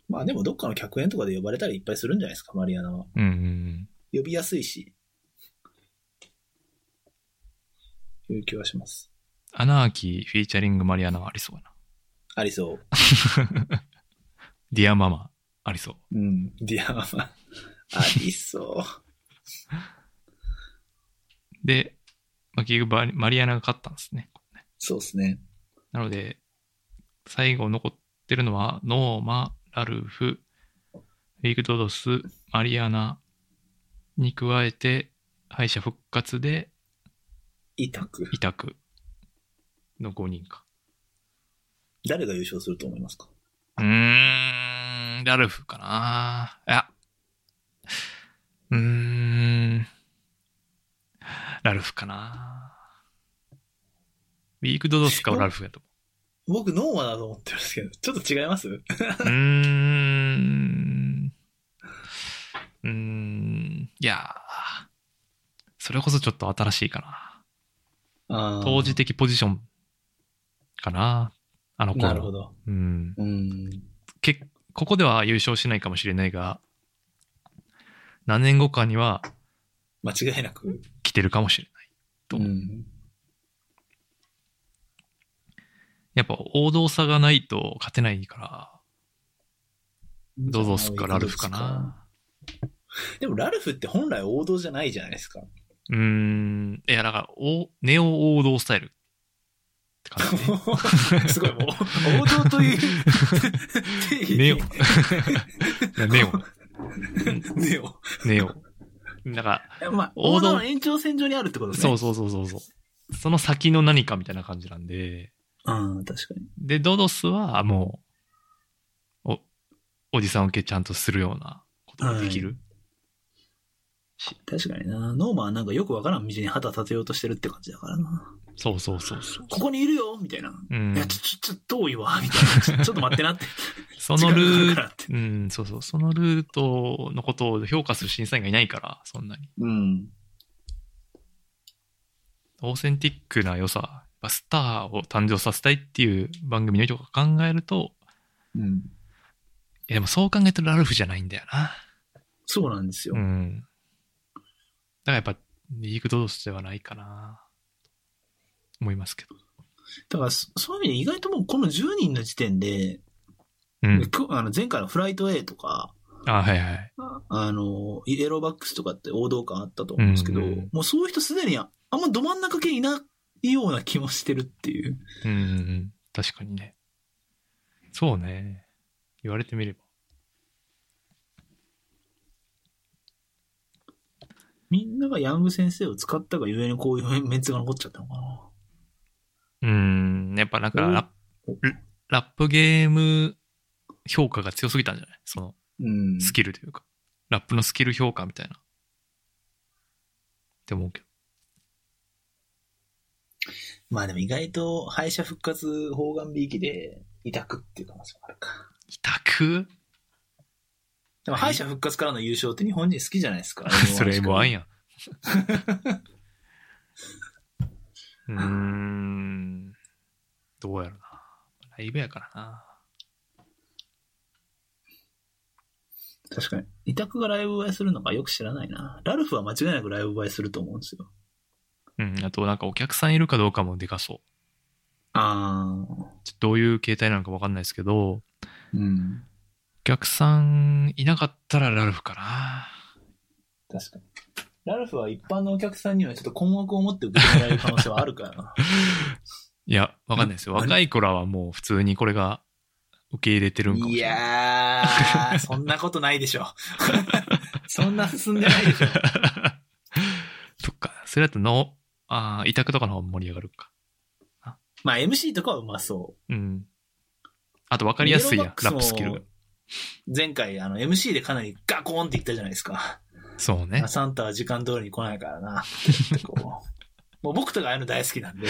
[SPEAKER 3] まあでも、どっかの客演とかで呼ばれたりいっぱいするんじゃないですか、マリアナは。
[SPEAKER 2] うんうん
[SPEAKER 3] 呼びやすいし、いう気はします。
[SPEAKER 2] アナーキーフィーチャリングマリアナはありそうだな。
[SPEAKER 3] ありそう。
[SPEAKER 2] ディアママ、ありそう。
[SPEAKER 3] うん。ディアママ。ありそう。
[SPEAKER 2] で、まあ、結局バリマリアナが勝ったんですね。
[SPEAKER 3] そうですね。
[SPEAKER 2] なので、最後残ってるのは、ノーマ、ラルフ、リークドドス、マリアナに加えて、敗者復活で、
[SPEAKER 3] 痛く。
[SPEAKER 2] 委託の5人か。
[SPEAKER 3] 誰が優勝すると思いますか
[SPEAKER 2] うーん、ラルフかな。いや、うーん、ラルフかな。リークドドスかラルフやと思
[SPEAKER 3] 僕、ノーマだと思ってるんですけど、ちょっと違います
[SPEAKER 2] うーん。うーん。いやーそれこそちょっと新しいかな。当時的ポジションかな。あの頃。
[SPEAKER 3] なるほど。
[SPEAKER 2] うん。
[SPEAKER 3] うん。
[SPEAKER 2] けここでは優勝しないかもしれないが、何年後かには
[SPEAKER 3] 間違いなく。
[SPEAKER 2] 来てるかもしれない。と
[SPEAKER 3] うん。
[SPEAKER 2] やっぱ王道さがないと勝てないから、ドゾスかラルフかな。
[SPEAKER 3] でも、ラルフって本来王道じゃないじゃないです か。
[SPEAKER 2] うーん。いや、だから、おネオ王道スタイルって感じね、
[SPEAKER 3] す ごい、もう、王道と いう定義。
[SPEAKER 2] ネオ。いやネオ。
[SPEAKER 3] ネオ。
[SPEAKER 2] ネオ。なんか、
[SPEAKER 3] いやまあ、
[SPEAKER 2] 王
[SPEAKER 3] 王
[SPEAKER 2] 道
[SPEAKER 3] 道の延長線上にあるってことね。
[SPEAKER 2] そうそうそうそうそう。その先の何かみたいな感じなんで、
[SPEAKER 3] うん、確かに。
[SPEAKER 2] で、ドドスはもう、お、おじさん受けちゃんとするようなことができる。
[SPEAKER 3] 確かにな。ノーマンはなんかよくわからん道に旗立てようとしてるって感じだからな。
[SPEAKER 2] そうそうそうそう。
[SPEAKER 3] ここにいるよみたいな。
[SPEAKER 2] うん
[SPEAKER 3] いや、。ちょ、ちょ、ちょ、遠いわ、みたい な。ちょちょっと待ってなって。
[SPEAKER 2] そのル
[SPEAKER 3] 時間か
[SPEAKER 2] ート
[SPEAKER 3] かるからって、
[SPEAKER 2] うん、そうそう。そのルートのことを評価する審査員がいないから、そんなに。
[SPEAKER 3] うん。
[SPEAKER 2] オーセンティックな良さ、やっぱスターを誕生させたいっていう番組の人が考えると、
[SPEAKER 3] うん。
[SPEAKER 2] いやでもそう考えたらラルフじゃないんだよな。
[SPEAKER 3] そうなんですよ。
[SPEAKER 2] うん。だからやっぱ、リーグドドスではないかな。思いますけど。
[SPEAKER 3] だからそ、そういう意味で意外ともうこの10人の時点で、
[SPEAKER 2] うん。
[SPEAKER 3] 今日あの前回のフライト A とか、
[SPEAKER 2] あ、はいはい。
[SPEAKER 3] あの、イエローバックスとかって王道感あったと思うんですけど、
[SPEAKER 2] うんうん
[SPEAKER 3] もうそういう人すでにああんまど真ん中系いないような気もしてるっていう。
[SPEAKER 2] うんうんうん。確かにね。そうね。言われてみれば。
[SPEAKER 3] みんながヤング先生を使ったがゆえにこういうメンツが残っちゃったのかな。
[SPEAKER 2] うん。やっぱなんか
[SPEAKER 3] うん
[SPEAKER 2] ラップ、ラップゲーム評価が強すぎたんじゃないその
[SPEAKER 3] うん
[SPEAKER 2] スキルというか。ラップのスキル評価みたいな。って思うけど。
[SPEAKER 3] まあでも意外と敗者復活方眼びいきで委託っていう可能性もあるか。
[SPEAKER 2] 委託。
[SPEAKER 3] でも敗者復活からの優勝って日本人好きじゃないですか
[SPEAKER 2] それ M1
[SPEAKER 3] や。
[SPEAKER 2] やん。うーん。どうやろな。ライブやからな。
[SPEAKER 3] 確かに。委託がライブ映えするのかよく知らないな。ラルフは間違いなくライブ映えすると思うんですよ。
[SPEAKER 2] うん。あと、なんかお客さんいるかどうかもでかそう。
[SPEAKER 3] あ
[SPEAKER 2] ちょっとどういう形態なのかわかんないですけど、お
[SPEAKER 3] ー。うん。
[SPEAKER 2] 客さんいなかったらラルフかな。
[SPEAKER 3] 確かに。ラルフは一般のお客さんにはちょっと困惑を持って受け止められる可能性はあるからな。
[SPEAKER 2] いや、わかんないですよ。
[SPEAKER 3] うん
[SPEAKER 2] 若い子らはもう普通にこれが受け入れてるんかも
[SPEAKER 3] い
[SPEAKER 2] しれない。
[SPEAKER 3] やー、そんなことないでし ょ。そんな進んでないでしょ。
[SPEAKER 2] そっか。それだとの、ああ、委託とかの方が盛り上がるか。
[SPEAKER 3] まあ MC とかはうまそう。
[SPEAKER 2] うん。あと分かりやすいやん、
[SPEAKER 3] イエ
[SPEAKER 2] ラ
[SPEAKER 3] ロ
[SPEAKER 2] ップ
[SPEAKER 3] ーバックス
[SPEAKER 2] ス
[SPEAKER 3] も
[SPEAKER 2] キルが。
[SPEAKER 3] 前回、あの、MC でかなりガコーンって言ったじゃないですか。
[SPEAKER 2] そうね
[SPEAKER 3] まあ。サンタは時間通りに来ないからな。こうもう僕とかああいうの大好きなんで。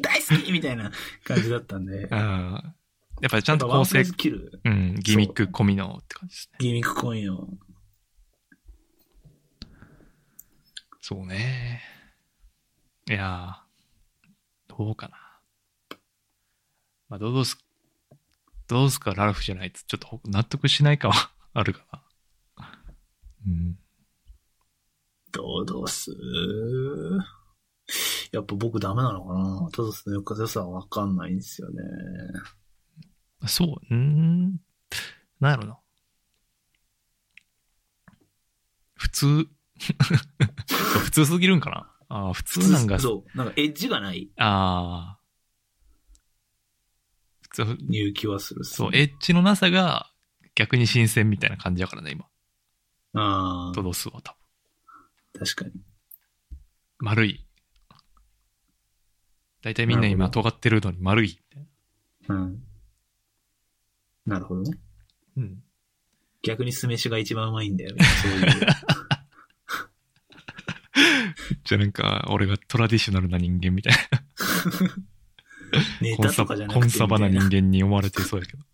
[SPEAKER 3] 大好きみたいな感じだったんで。
[SPEAKER 2] うん。やっぱりちゃんと
[SPEAKER 3] ワン
[SPEAKER 2] 構
[SPEAKER 3] プレ
[SPEAKER 2] 成
[SPEAKER 3] ス、キル、
[SPEAKER 2] うん、ギミック込みのって感じですね。
[SPEAKER 3] ギミックコインを。
[SPEAKER 2] そうね。いやー、どうかな。まあ、どうす、どうすかラルフじゃないと、ちょっと納得しないかは あるかな。うん。
[SPEAKER 3] どうどうすやっぱ僕ダメなのかなトドスの良か良さはわかんないんですよね。
[SPEAKER 2] そう、うーん、なんやろな。普通 そう普通すぎるんかなあー普通なんか、
[SPEAKER 3] そう。なんかエッジがない
[SPEAKER 2] ああ。普通、
[SPEAKER 3] 入気はするっす
[SPEAKER 2] そう、エッジのなさが逆に新鮮みたいな感じだからね、今。
[SPEAKER 3] あ
[SPEAKER 2] ドドスは多分。
[SPEAKER 3] あ、確かに。
[SPEAKER 2] 丸い。大体みんな
[SPEAKER 3] な
[SPEAKER 2] 今
[SPEAKER 3] るほ
[SPEAKER 2] 尖ってるのに丸い。
[SPEAKER 3] うん。なるほどね。
[SPEAKER 2] うん。
[SPEAKER 3] 逆に酢飯が一番うまいんだよね。そういう。
[SPEAKER 2] じゃあなんか、俺がトラディショナルな人間みたい
[SPEAKER 3] ネ
[SPEAKER 2] な、コン
[SPEAKER 3] タ
[SPEAKER 2] サ
[SPEAKER 3] と
[SPEAKER 2] バ
[SPEAKER 3] かじゃな
[SPEAKER 2] コ
[SPEAKER 3] く
[SPEAKER 2] ン
[SPEAKER 3] てみた
[SPEAKER 2] サ
[SPEAKER 3] い
[SPEAKER 2] バ
[SPEAKER 3] な
[SPEAKER 2] な人間に思われてそうやけど。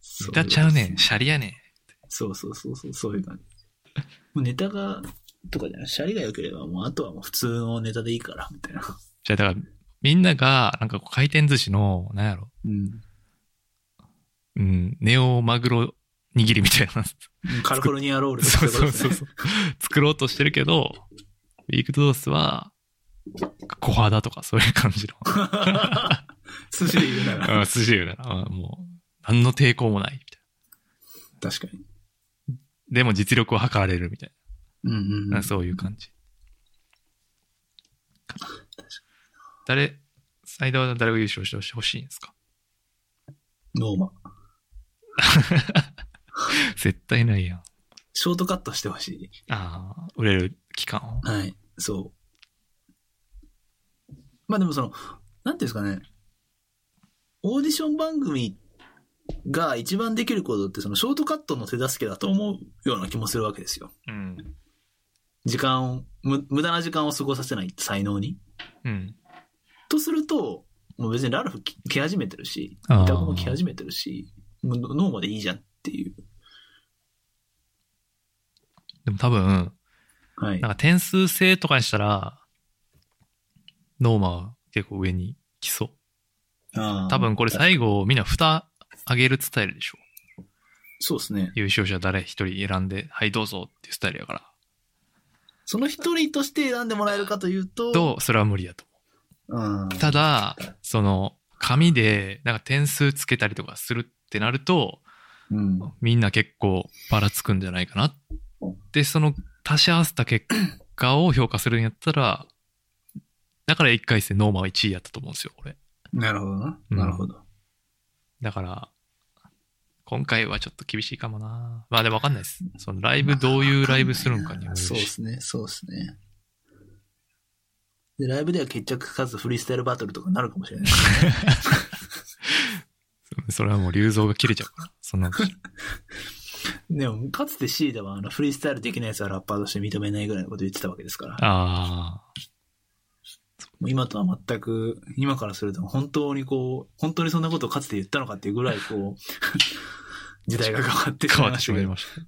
[SPEAKER 3] そう
[SPEAKER 2] ネタちゃうねん、シャリやねん。
[SPEAKER 3] そうそうそうそう、そういう感じ。もうネタが、とかじゃない、シャリが良ければ、もうあとはもう普通のネタでいいから、みたいな。
[SPEAKER 2] じゃあだから、みんなが、なんかこう回転寿司の、なんやろ、
[SPEAKER 3] うん。
[SPEAKER 2] うん、ネオマグロ握りみたいな、
[SPEAKER 3] カルフォルニアロールとか
[SPEAKER 2] そう
[SPEAKER 3] い
[SPEAKER 2] そう
[SPEAKER 3] ことです
[SPEAKER 2] う
[SPEAKER 3] ね
[SPEAKER 2] そう。作ろうとしてるけど、ウィークドースは、小肌とかそういう感 じの。
[SPEAKER 3] 寿司で言うなら。
[SPEAKER 2] うん、筋で言うなら、うんもう、何の抵抗もないみたい
[SPEAKER 3] 確かに。
[SPEAKER 2] な。でも実力を測れるみたい
[SPEAKER 3] うんうん
[SPEAKER 2] な。
[SPEAKER 3] うん。
[SPEAKER 2] そういう感じ。誰、サイダーは誰が優勝してほしいんですか
[SPEAKER 3] ノーマ。
[SPEAKER 2] 絶対ないやん。
[SPEAKER 3] ショートカットしてほしい。
[SPEAKER 2] ああ、売れる期間を。
[SPEAKER 3] はい。そう。まあでもその、なんていうんですかね。オーディション番組が一番できることって、そのショートカットの手助けだと思うような気もするわけですよ。
[SPEAKER 2] うん。
[SPEAKER 3] 時間を、む無駄な時間を過ごさせない才能に。
[SPEAKER 2] うん。
[SPEAKER 3] とすると、もう別にラルフき来始めてるし、
[SPEAKER 2] あー
[SPEAKER 3] 委託も来始めてるし、もうノーマでいいじゃんっていう。
[SPEAKER 2] でも多分、
[SPEAKER 3] はい
[SPEAKER 2] なん。か点数制とかにしたら、ノーマは結構上に来そう。多
[SPEAKER 3] 多
[SPEAKER 2] 分これ最後みんな蓋上げるスタイルでしょ。
[SPEAKER 3] そうですね。
[SPEAKER 2] 優勝者誰一人選んで、はいどうぞっていうスタイルやから。
[SPEAKER 3] その一人として選んでもらえるかというと、
[SPEAKER 2] と、それは無理やと思
[SPEAKER 3] うん
[SPEAKER 2] う。ただ、その、紙でなんか点数つけたりとかするってなると、
[SPEAKER 3] うん。
[SPEAKER 2] みんな結構ばらつくんじゃないかな。で、その足し合わせた結果を評価するんやったら、だから1回戦ノーマは1位やったと思うんですよ、俺。
[SPEAKER 3] なるほどな。
[SPEAKER 2] うん
[SPEAKER 3] なるほど。
[SPEAKER 2] だから、今回はちょっと厳しいかもな。まあでもわかんないです。そのライブ、どういうライブするんかにもよるし
[SPEAKER 3] そうですね、そうですね。で、ライブでは決着つかずフリースタイルバトルとかになるかもし れない。
[SPEAKER 2] それはもう流像が切れちゃうから。そんなの。
[SPEAKER 3] でも、かつてシーダはあのフリースタイルできない奴はラッパーとして認めないぐらいのこと言ってたわけですから。
[SPEAKER 2] あ
[SPEAKER 3] もう今とは全く、今からすると本当にこう、本当にそんなことをかつて言ったのかっていうぐらいこう、 時代が変わって
[SPEAKER 2] あ、
[SPEAKER 3] し
[SPEAKER 2] 変
[SPEAKER 3] ま
[SPEAKER 2] わ
[SPEAKER 3] い
[SPEAKER 2] っ
[SPEAKER 3] ま
[SPEAKER 2] て
[SPEAKER 3] し
[SPEAKER 2] したま
[SPEAKER 3] け
[SPEAKER 2] い
[SPEAKER 3] ど。
[SPEAKER 2] ました。い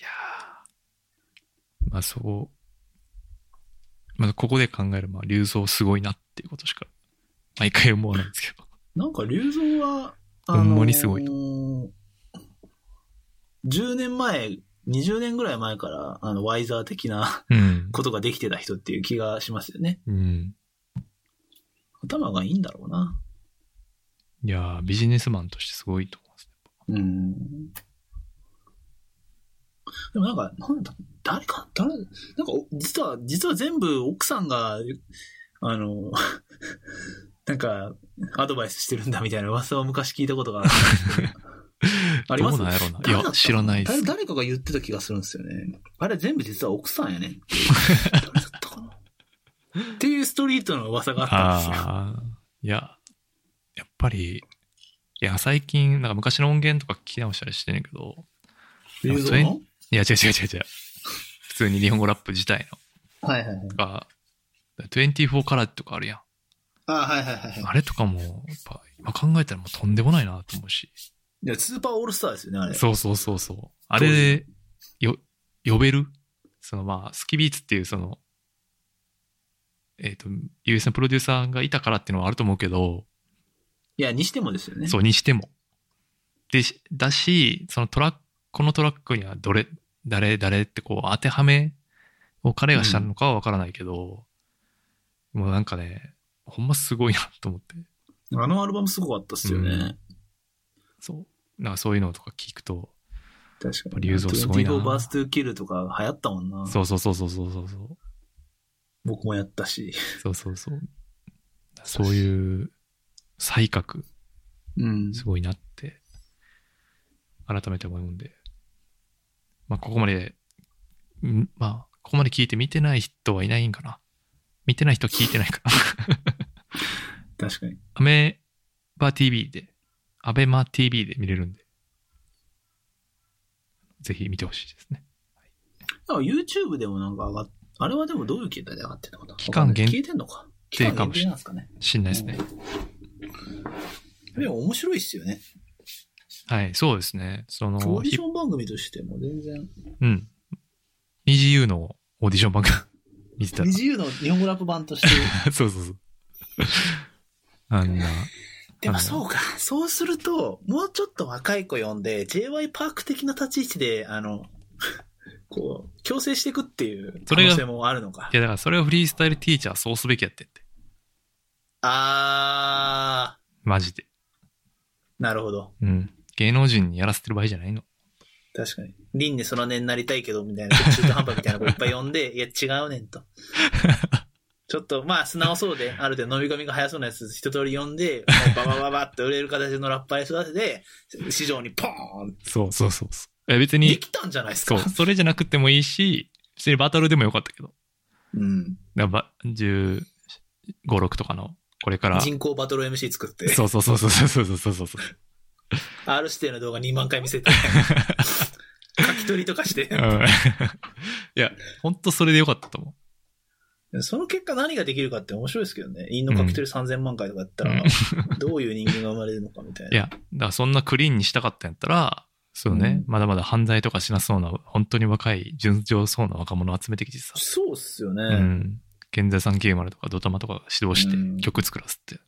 [SPEAKER 2] やーまあそう。まあここで考える、まあ流像すごいなっていうことしか、毎回思わないんですけど。
[SPEAKER 3] なんか、龍造は、
[SPEAKER 2] ほんまにすごい
[SPEAKER 3] 10年前、20年ぐらい前から、あの、ワイザー的な
[SPEAKER 2] うん。
[SPEAKER 3] ことができてた人っていう気がしますよね。
[SPEAKER 2] うん。
[SPEAKER 3] 頭がいいんだろうな。
[SPEAKER 2] いやービジネスマンとしてすごいと思うんですね。
[SPEAKER 3] うん。でもなんか、なんだ、誰か、誰、なんか、お実は、実は全部奥さんが、あの、 なんか、アドバイスしてるんだみたいな噂を昔聞いたことがある。あります
[SPEAKER 2] どうなんやろうな。
[SPEAKER 3] 誰だ
[SPEAKER 2] いや、
[SPEAKER 3] ったの
[SPEAKER 2] 知らないっす
[SPEAKER 3] 誰。誰かが言ってた気がするんですよね。あれ全部実は奥さんやねん って。誰だったかなっていうストリートの噂があったんですよ。
[SPEAKER 2] ああ、いや、やっぱり、いや、最近、なんか昔の音源とか聞き直したりしてんねんけど、
[SPEAKER 3] 龍造
[SPEAKER 2] やっ
[SPEAKER 3] の
[SPEAKER 2] いや、違う違う違う違う。普通に日本語ラップ自体
[SPEAKER 3] はいはいはい。
[SPEAKER 2] のが、24カラットとかあるやん。
[SPEAKER 3] あはいはいはいはい。
[SPEAKER 2] あれとかも、やっぱ、今考えたらもうとんでもないなと思うし。
[SPEAKER 3] いや、スーパーオールスターですよね、あれ。
[SPEAKER 2] そうそうそうそう。あれ、よ、呼べるそのまあ、スキビーツっていうその、えっ、と、US のプロデューサーがいたからっていうのはあると思うけど、
[SPEAKER 3] いや、にしてもですよね。
[SPEAKER 2] そう、にしても。で、しだし、そのトラック、このトラックにはどれ、誰、誰ってこう当てはめを彼がしたのかはわからないけど、もうなんかね、ほんますごいなと思って。
[SPEAKER 3] あのアルバムすごかったっすよね。
[SPEAKER 2] うんそう。なんかそういうのとか聞くと、
[SPEAKER 3] 確
[SPEAKER 2] やっぱ龍造すごいな
[SPEAKER 3] 25バーストゥーキルとか流行ったもんな。
[SPEAKER 2] そうそうそうそうそうそうそう。
[SPEAKER 3] 僕もやったし。
[SPEAKER 2] そうそうそう。そういう才覚、
[SPEAKER 3] うん
[SPEAKER 2] すごいなって、改めて思うんで。まあ、ここまで、んまあ、ここまで聞いて見てない人はいないんかな。見てない人は聞いてないかな。
[SPEAKER 3] 確かに。
[SPEAKER 2] アメバ TV で、アベマ TV で見れるんで、ぜひ見てほしいですね。
[SPEAKER 3] なんか YouTube でもなんか上がっ、あれはでもどういう形態で上がってるのかな
[SPEAKER 2] 期間限
[SPEAKER 3] わかんない消えてんのか。期間
[SPEAKER 2] か
[SPEAKER 3] 限
[SPEAKER 2] もし
[SPEAKER 3] 定
[SPEAKER 2] れな
[SPEAKER 3] なん
[SPEAKER 2] い
[SPEAKER 3] ですかね。
[SPEAKER 2] 知んないですね。
[SPEAKER 3] でも面白いっすよね。
[SPEAKER 2] はい、そうですね。その、
[SPEAKER 3] オーディ
[SPEAKER 2] ひ
[SPEAKER 3] ション番組としても全然。
[SPEAKER 2] うん。2GU のオーディショ ン番組見てたら。
[SPEAKER 3] 自由の日本語ラップ版 として。
[SPEAKER 2] そうそうそう。あんな、
[SPEAKER 3] でもそうか。そうすると、もうちょっと若い子呼んで、JY パーク的な立ち位置で、あの、 こう、強制していくっていう可
[SPEAKER 2] それ
[SPEAKER 3] 能
[SPEAKER 2] が
[SPEAKER 3] 性もあるのか
[SPEAKER 2] い。やだからそれをフリースタイルティーチャーそうすべきやってって。
[SPEAKER 3] あ
[SPEAKER 2] マジで。
[SPEAKER 3] ー、なるほど。
[SPEAKER 2] うん。芸能人にやらせてる場合じゃないの。
[SPEAKER 3] 確かに。輪廻その年なりたいけど、みたいな、中途半端みたいな子いっぱい呼んで、いや、 違うね んと。ちょっと、まあ、素直そうで、ある程度飲み込みが早そうなやつ一通り呼んで、もうババババって売れる形のラッパーに育てて、市場にポーン
[SPEAKER 2] そうそうそうそう。え別
[SPEAKER 3] で
[SPEAKER 2] に、
[SPEAKER 3] きたんじゃないです
[SPEAKER 2] そ
[SPEAKER 3] か。
[SPEAKER 2] う、それじゃなくてもいいし、別にバトルでもよかったけど。
[SPEAKER 3] うん。
[SPEAKER 2] だからば15、6とかの、これから。
[SPEAKER 3] 人工バトル MC 作って、
[SPEAKER 2] そうそうそうそうそうそうそうそう。
[SPEAKER 3] R 指定の動画2万回見せて、 書き取りとかして
[SPEAKER 2] う。ん いや、ほんとそれでよかったと思。
[SPEAKER 3] その結果何ができるかって面白いですけどね。陰の書き取り3000万回とかやったら、 どういう人間が生まれるのかみたい
[SPEAKER 2] い
[SPEAKER 3] うな。
[SPEAKER 2] や、だからそんなクリーンにしたかったんやったら、そうね、まだまだ犯罪とかしなそうな、本当に若い、純情そうな若者を集めてきてさ。
[SPEAKER 3] そうっすよね。
[SPEAKER 2] うん。現在390とかドタマとかが指導して
[SPEAKER 3] うん
[SPEAKER 2] 曲作らせて、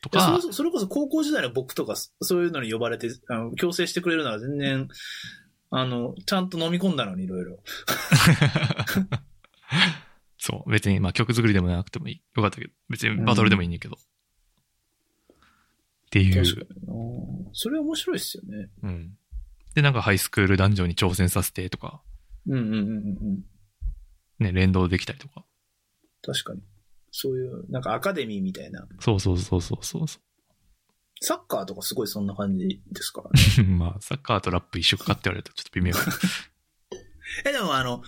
[SPEAKER 2] と
[SPEAKER 3] いや
[SPEAKER 2] か
[SPEAKER 3] それこ、そそれこそ高校時代の僕とか、そそういうのに呼ばれて、あの、強制してくれるなら全然、あの、ちゃんと飲み込んだのにいろいろ。
[SPEAKER 2] そう、別に、まあ曲作りでもなくてもいい。よかったけど、別にバトルでもいいんだけど。っていう。
[SPEAKER 3] 確かにな。それ面白いっすよね。
[SPEAKER 2] うん。で、なんかハイスクールダンジョンに挑戦させてとか、
[SPEAKER 3] うんうんうんうんうん。
[SPEAKER 2] ね、連動できたりとか。
[SPEAKER 3] 確かに。そういう、なんかアカデミーみたいな。
[SPEAKER 2] そうそうそうそうそうそ
[SPEAKER 3] サッカーとかすごいそんな感じですからね。
[SPEAKER 2] う。 まあ、サッカーとラップ一緒かって言われるとちょっと 微妙。
[SPEAKER 3] え、でもあの、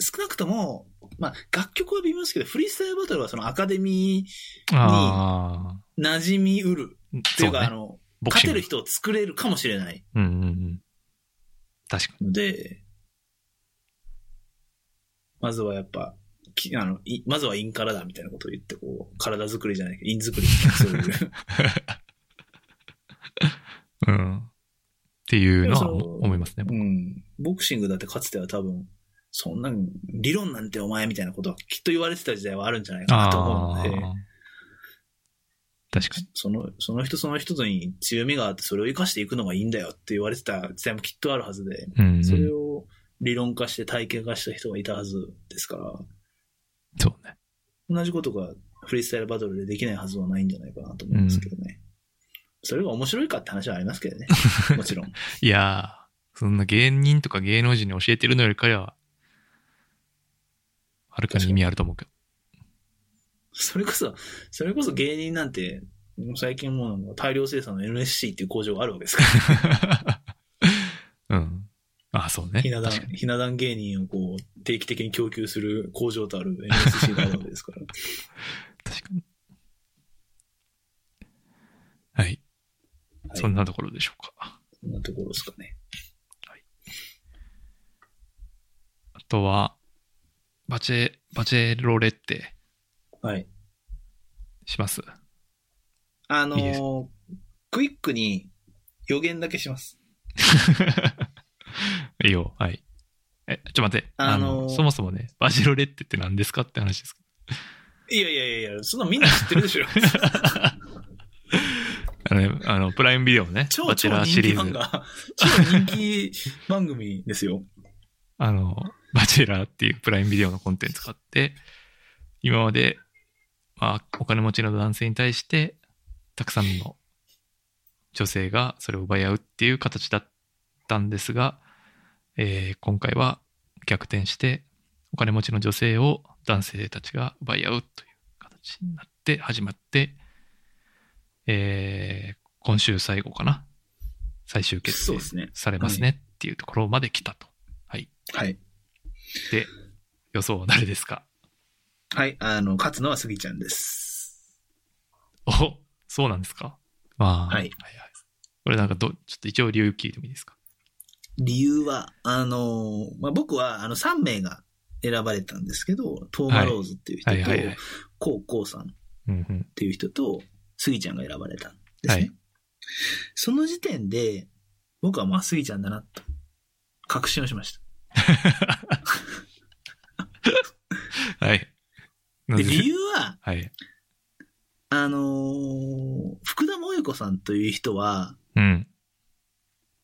[SPEAKER 3] 少なくとも、まあ、楽曲は微妙ですけど、フリースタイルバトルはそのアカデミ
[SPEAKER 2] ああ。
[SPEAKER 3] ー馴染みうる。ってい
[SPEAKER 2] そうう
[SPEAKER 3] か、あ
[SPEAKER 2] ね。
[SPEAKER 3] の、
[SPEAKER 2] ボクシ
[SPEAKER 3] 勝
[SPEAKER 2] ン
[SPEAKER 3] てる
[SPEAKER 2] グ。
[SPEAKER 3] 人を作れるかもしれない
[SPEAKER 2] うんうんうん。確か
[SPEAKER 3] ので、まずはやっぱ、きあの、いまずはインからだみたいなことを言って、こう、体作りじゃないけど、イン作りそう いう。
[SPEAKER 2] に。 うん。っていうの
[SPEAKER 3] で
[SPEAKER 2] は
[SPEAKER 3] もそう
[SPEAKER 2] 思いますね。
[SPEAKER 3] うん。ボクシングだってかつては多分、そんなん、理論なんてお前みたいなことはきっと言われてた時代はあるんじゃないかなと思うの
[SPEAKER 2] あ
[SPEAKER 3] で、
[SPEAKER 2] ー確かに。
[SPEAKER 3] その、その人その人に強みがあって、それを活かしていくのがいいんだよって言われてた時代もきっとあるはずで、
[SPEAKER 2] うん、うん。
[SPEAKER 3] それ
[SPEAKER 2] そ
[SPEAKER 3] を理論化して体系化した人がいたはずですから、
[SPEAKER 2] うね。
[SPEAKER 3] 同じことがフリースタイルバトルでできないはずはないんじゃないかなと思いますけどね。それが面白いかって話はありますけど ね。もちろん。
[SPEAKER 2] いやー、そんな芸人とか芸能人に教えてるのよりかは、はるかに意味あると思うけど。
[SPEAKER 3] それこそ、それこそ芸人なんて、もう最近もうなんか大量生産の NSC っていう工場があるわけですから、
[SPEAKER 2] うん。あ、そうね。
[SPEAKER 3] ひな壇
[SPEAKER 2] 確か、に
[SPEAKER 3] ひな壇芸人をこう、定期的に供給する工場とある NSC があるわけですから。
[SPEAKER 2] 確かに。はい。
[SPEAKER 3] はい
[SPEAKER 2] そんなところでしょうか。
[SPEAKER 3] そんなところですかね。
[SPEAKER 2] あとは、バチェ、バチェロレって
[SPEAKER 3] はい。
[SPEAKER 2] します
[SPEAKER 3] あのー
[SPEAKER 2] いいです
[SPEAKER 3] クイックに予言だけします。
[SPEAKER 2] いいよ、はい。え、ちょ待って、あ
[SPEAKER 3] あ
[SPEAKER 2] の、
[SPEAKER 3] のー
[SPEAKER 2] そもそもね、バジロレッテって何ですかって話ですけ
[SPEAKER 3] いやいやいやいや、そんなみんな知ってる でしょ。
[SPEAKER 2] ど。あのね、あのプライムビデオのね、
[SPEAKER 3] 超
[SPEAKER 2] バチ
[SPEAKER 3] 超
[SPEAKER 2] ェラー
[SPEAKER 3] 人
[SPEAKER 2] シ
[SPEAKER 3] 気
[SPEAKER 2] リー
[SPEAKER 3] 漫
[SPEAKER 2] ズ。
[SPEAKER 3] 画。超人気番組ですよ。
[SPEAKER 2] あの、バチェラーっていうプライムビデオのコンテンツ買って、今まで、まあ、お金持ちの男性に対して、たくさんの女性がそれを奪い合うっていう形だったんですが、えー今回は逆転して、お金持ちの女性を男性たちが奪い合うという形になって始まって、えー今週最後かな最終決
[SPEAKER 3] そう
[SPEAKER 2] 定
[SPEAKER 3] ですね。
[SPEAKER 2] されますねっていうところまで来たと。はい。
[SPEAKER 3] はい。
[SPEAKER 2] で、予想は誰ですか
[SPEAKER 3] はい、あの、勝つのはスギちゃんです。
[SPEAKER 2] おそうなんですかまあ、
[SPEAKER 3] はい
[SPEAKER 2] これなんかど、ちょっと一応理由聞いてもいいですか
[SPEAKER 3] 理由は、あの、まあ、僕はあの3名が選ばれたんですけど、トーマローズっていう人
[SPEAKER 2] はいはいは
[SPEAKER 3] と
[SPEAKER 2] い、。
[SPEAKER 3] コウコウさんっ
[SPEAKER 2] うんうん。
[SPEAKER 3] ていう人と、スギちゃんが選ばれたんですね。
[SPEAKER 2] はい
[SPEAKER 3] その時点で、僕はまあスギちゃんだなと、確信をしました。
[SPEAKER 2] はい。な
[SPEAKER 3] で
[SPEAKER 2] ぜ
[SPEAKER 3] 理由は、
[SPEAKER 2] はい。
[SPEAKER 3] あのー福田萌子さんという人は、
[SPEAKER 2] うん。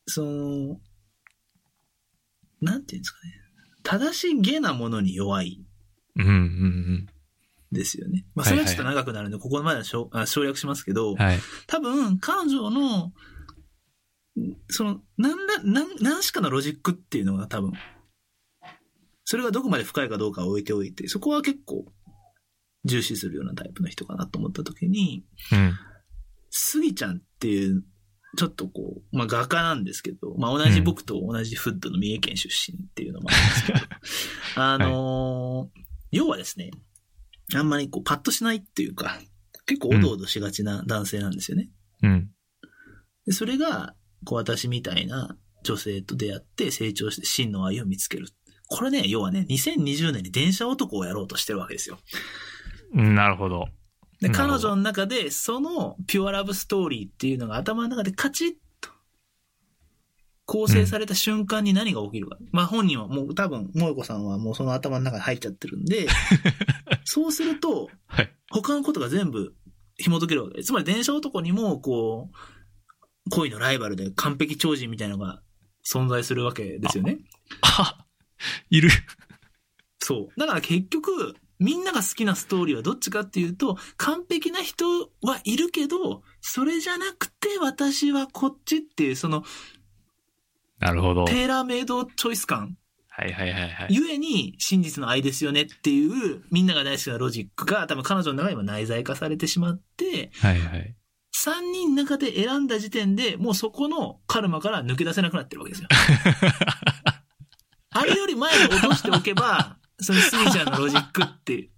[SPEAKER 3] その、なんていうんですかね。正しげなものに弱い
[SPEAKER 2] うんうん
[SPEAKER 3] ですよね。まあ、
[SPEAKER 2] は
[SPEAKER 3] そ
[SPEAKER 2] い
[SPEAKER 3] れ
[SPEAKER 2] は
[SPEAKER 3] はいちょっと長くなるんで、ここまでは省あ省略しますけど、
[SPEAKER 2] うん。はい。
[SPEAKER 3] 多分、彼女の、その、何ら、何、何しかのロジックっていうのが多分、それがどこまで深いかどうかは置いておいて、そこは結構、重視するようなタイプの人かなと思った時に、
[SPEAKER 2] うん。
[SPEAKER 3] スギちゃんっていう、ちょっとこう、まあ画家なんですけど、まあ同じ僕と同じフッドの三重県出身っていうのもあるんですけど、 あのー要はですね、あんまりこうパッとしないっていうか、結構おどおどしがちな男性なんですよね。
[SPEAKER 2] うん。
[SPEAKER 3] でそれが、こう私みたいな女性と出会って成長して真の愛を見つける。これね、要はね、2020年に電車男をやろうとしてるわけですよ。
[SPEAKER 2] うんなるほど。
[SPEAKER 3] で、
[SPEAKER 2] なる
[SPEAKER 3] 彼
[SPEAKER 2] ほど
[SPEAKER 3] 女の中で、そのピュアラブストーリーっていうのが頭の中でカチッと構成された瞬間に何が起きるか。まあ本人はもう多分、萌子さんはもうその頭の中に入っちゃってる んで、そうすると、
[SPEAKER 2] はい。
[SPEAKER 3] 他のことが全部紐解けるわけです。つまり電車男にも、こう、恋のライバルで完璧超人みたいなのが存在するわけですよね。
[SPEAKER 2] あ いる。
[SPEAKER 3] そう。だから結局、みんなが好きなストーリーはどっちかっていうと、完璧な人はいるけど、それじゃなくて私はこっちっていう、その
[SPEAKER 2] なるほど。はい
[SPEAKER 3] テーラーメイドチョイス感、
[SPEAKER 2] はいはいはい。
[SPEAKER 3] ゆえに真実の愛ですよねっていう、みんなが大好きなロジックが多分彼女の中にも内在化されてしまって、
[SPEAKER 2] はいはい。
[SPEAKER 3] 3人の中で選んだ時点でもうそこのカルマから抜け出せなくなってるわけで すよ。あれより前に落としておけば、そのスギちゃんのロジックっていう。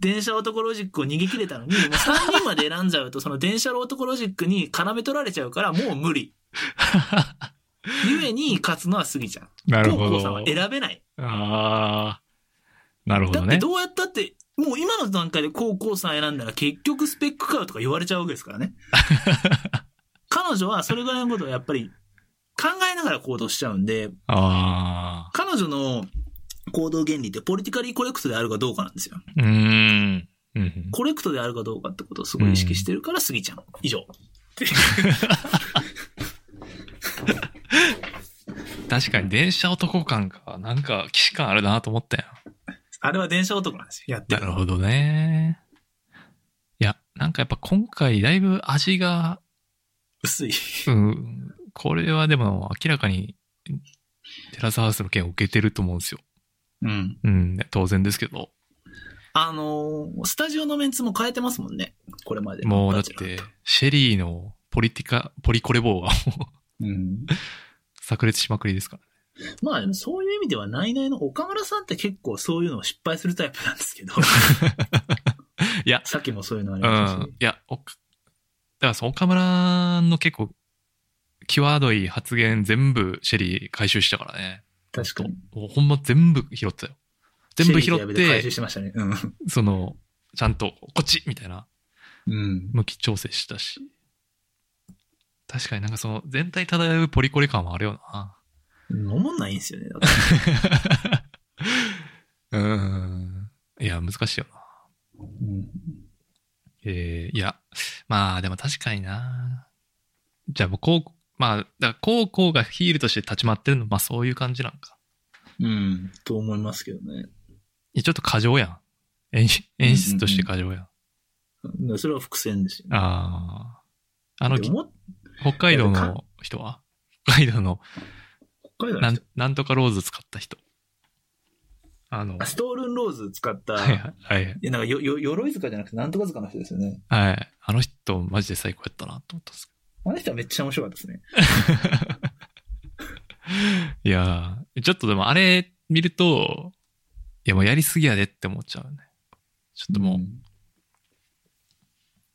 [SPEAKER 3] 電車男ロジックを逃げ切れたのに、もう3人まで選んじゃうと、その電車男ロジックに絡め取られちゃうから、もう 無理。ゆえに勝つのはスギちゃん。
[SPEAKER 2] なるほ
[SPEAKER 3] 高校
[SPEAKER 2] ど。
[SPEAKER 3] さんは選べない。
[SPEAKER 2] ああ。なるほ
[SPEAKER 3] だ
[SPEAKER 2] ど
[SPEAKER 3] って
[SPEAKER 2] ね。
[SPEAKER 3] どうやったって、もう今の段階で高校さん選んだら結局スペック買うとか言われちゃうわけですか らね。彼女はそれぐらいのことをやっぱり考えながら行動しちゃうんで、
[SPEAKER 2] ああ。
[SPEAKER 3] 彼女の行動原理ってポリティカリーコレクトであるかどうかなんですよ。
[SPEAKER 2] うーん。うん
[SPEAKER 3] コレクトであるかどうかってことをすごい意識してるから、スギちゃん。以上。
[SPEAKER 2] 確かに電車男感か。なんか、騎士感あるなと思ったよ。
[SPEAKER 3] あれは電車男なんですよ。やって
[SPEAKER 2] な
[SPEAKER 3] る。
[SPEAKER 2] るほどね。いや、なんかやっぱ今回だいぶ味が、
[SPEAKER 3] 薄い。
[SPEAKER 2] うん、これはでも明らかにテラスハウスの件を受けてると思うんですよ。
[SPEAKER 3] うん。
[SPEAKER 2] うん、当然ですけど。
[SPEAKER 3] あのースタジオのメンツも変えてますもんね。これまで。
[SPEAKER 2] もうだって、シェリーのポリティカ、ポリコレボーはもう
[SPEAKER 3] うん。
[SPEAKER 2] 炸裂しまくりですから。
[SPEAKER 3] まあでもそういう意味では、ないないの岡村さんって結構そういうのを失敗するタイプなんですけど。
[SPEAKER 2] いや
[SPEAKER 3] さっきもそういうのあり
[SPEAKER 2] う
[SPEAKER 3] ましたし。
[SPEAKER 2] ん。いや、おかだからその岡村の結構、際どい発言全部シェリー回収したからね。
[SPEAKER 3] 確かに。
[SPEAKER 2] もうほんま全部拾ったよ。全部拾
[SPEAKER 3] シェ
[SPEAKER 2] っ
[SPEAKER 3] リーで回収
[SPEAKER 2] て、
[SPEAKER 3] してましたね。うん。
[SPEAKER 2] その、ちゃんと、こっちみたいな
[SPEAKER 3] うん。
[SPEAKER 2] 向き調整したし。確かになんかその、全体漂うポリコレ感はあるよな。
[SPEAKER 3] おもんないんですよね。だから
[SPEAKER 2] うん。いや、難しいよな。
[SPEAKER 3] うん
[SPEAKER 2] えーいや、まあでも確かにな。じゃあもうこう、まあ、だから高校がヒールとして立ち回ってるの、まあそういう感じなんか。
[SPEAKER 3] うん。と思いますけどね。
[SPEAKER 2] いやちょっと過剰やん。演出演出として過剰やん。
[SPEAKER 3] うんそれは伏線ですよね。
[SPEAKER 2] ああ。あの
[SPEAKER 3] で、も
[SPEAKER 2] 北海道
[SPEAKER 3] いやで
[SPEAKER 2] の人は北海道の
[SPEAKER 3] 北海道の
[SPEAKER 2] な
[SPEAKER 3] 人
[SPEAKER 2] んなんとかローズ使った人。あの、
[SPEAKER 3] あストールンローズ使った、
[SPEAKER 2] はいはいはい。
[SPEAKER 3] いやなんかよ、よ、鎧塚じゃなくてなんとか塚の人ですよね。
[SPEAKER 2] はい。あの人、マジで最高やったなと思ったんです
[SPEAKER 3] あの人はめっちゃ面白かったですね。
[SPEAKER 2] けど。いやーちょっとでもあれ見ると、いやもうやりすぎやでって思っちゃうね。ちょっともう、
[SPEAKER 3] ん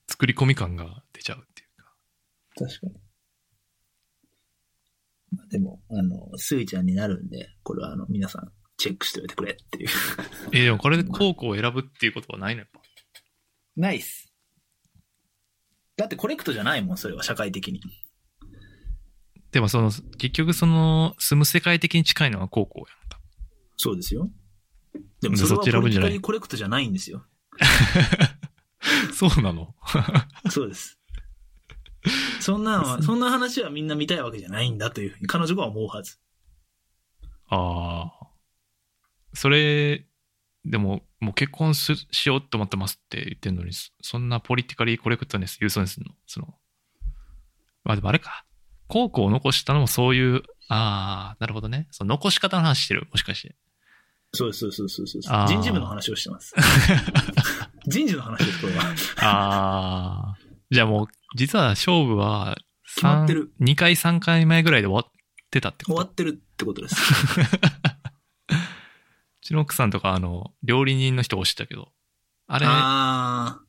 [SPEAKER 2] 作り込み感が出ちゃうっていうか。
[SPEAKER 3] 確かに。でも、あの、スイちゃんになるんで、これはあの、皆さん、チェックしておいてくれっていう。
[SPEAKER 2] えーでもこれで高校を選ぶっていうことはないのやっぱ。
[SPEAKER 3] ナイス。だってコレクトじゃないもん、それは社会的に。
[SPEAKER 2] でもその、結局その、住む世界的に近いのは高校やんか。
[SPEAKER 3] そうですよ。でも
[SPEAKER 2] で
[SPEAKER 3] それは
[SPEAKER 2] そっ
[SPEAKER 3] ポ
[SPEAKER 2] ち
[SPEAKER 3] リ
[SPEAKER 2] 選ぶんじ
[SPEAKER 3] テ
[SPEAKER 2] ゃ
[SPEAKER 3] ィ
[SPEAKER 2] な
[SPEAKER 3] カ
[SPEAKER 2] い
[SPEAKER 3] リコレクトじゃないんですよ。
[SPEAKER 2] そうなの
[SPEAKER 3] そうです。 そんなのは、そんな話はみんな見たいわけじゃないんだというふうに彼女が思うはず。
[SPEAKER 2] ああ。それ、でも、もう結婚すしようと思ってますって言ってんのに、そそんなポリティカリーコレクトネス優先するのその。まあでもあれか。高校を残したのもそういう、ああ、なるほどね。その残し方の話してる。もしかして。
[SPEAKER 3] そうですそうですそうですそう
[SPEAKER 2] あ
[SPEAKER 3] で
[SPEAKER 2] ー
[SPEAKER 3] す。人事部の話をし てます。人事の話です、これは。
[SPEAKER 2] ああ。じゃあもう、実は勝負は、
[SPEAKER 3] 決まってる
[SPEAKER 2] 2回3回前ぐらいで終わってたってこ
[SPEAKER 3] 終
[SPEAKER 2] と
[SPEAKER 3] わってるってことです。
[SPEAKER 2] うちの奥さんとか、あの、料理人の人推してたけど、あれ、あ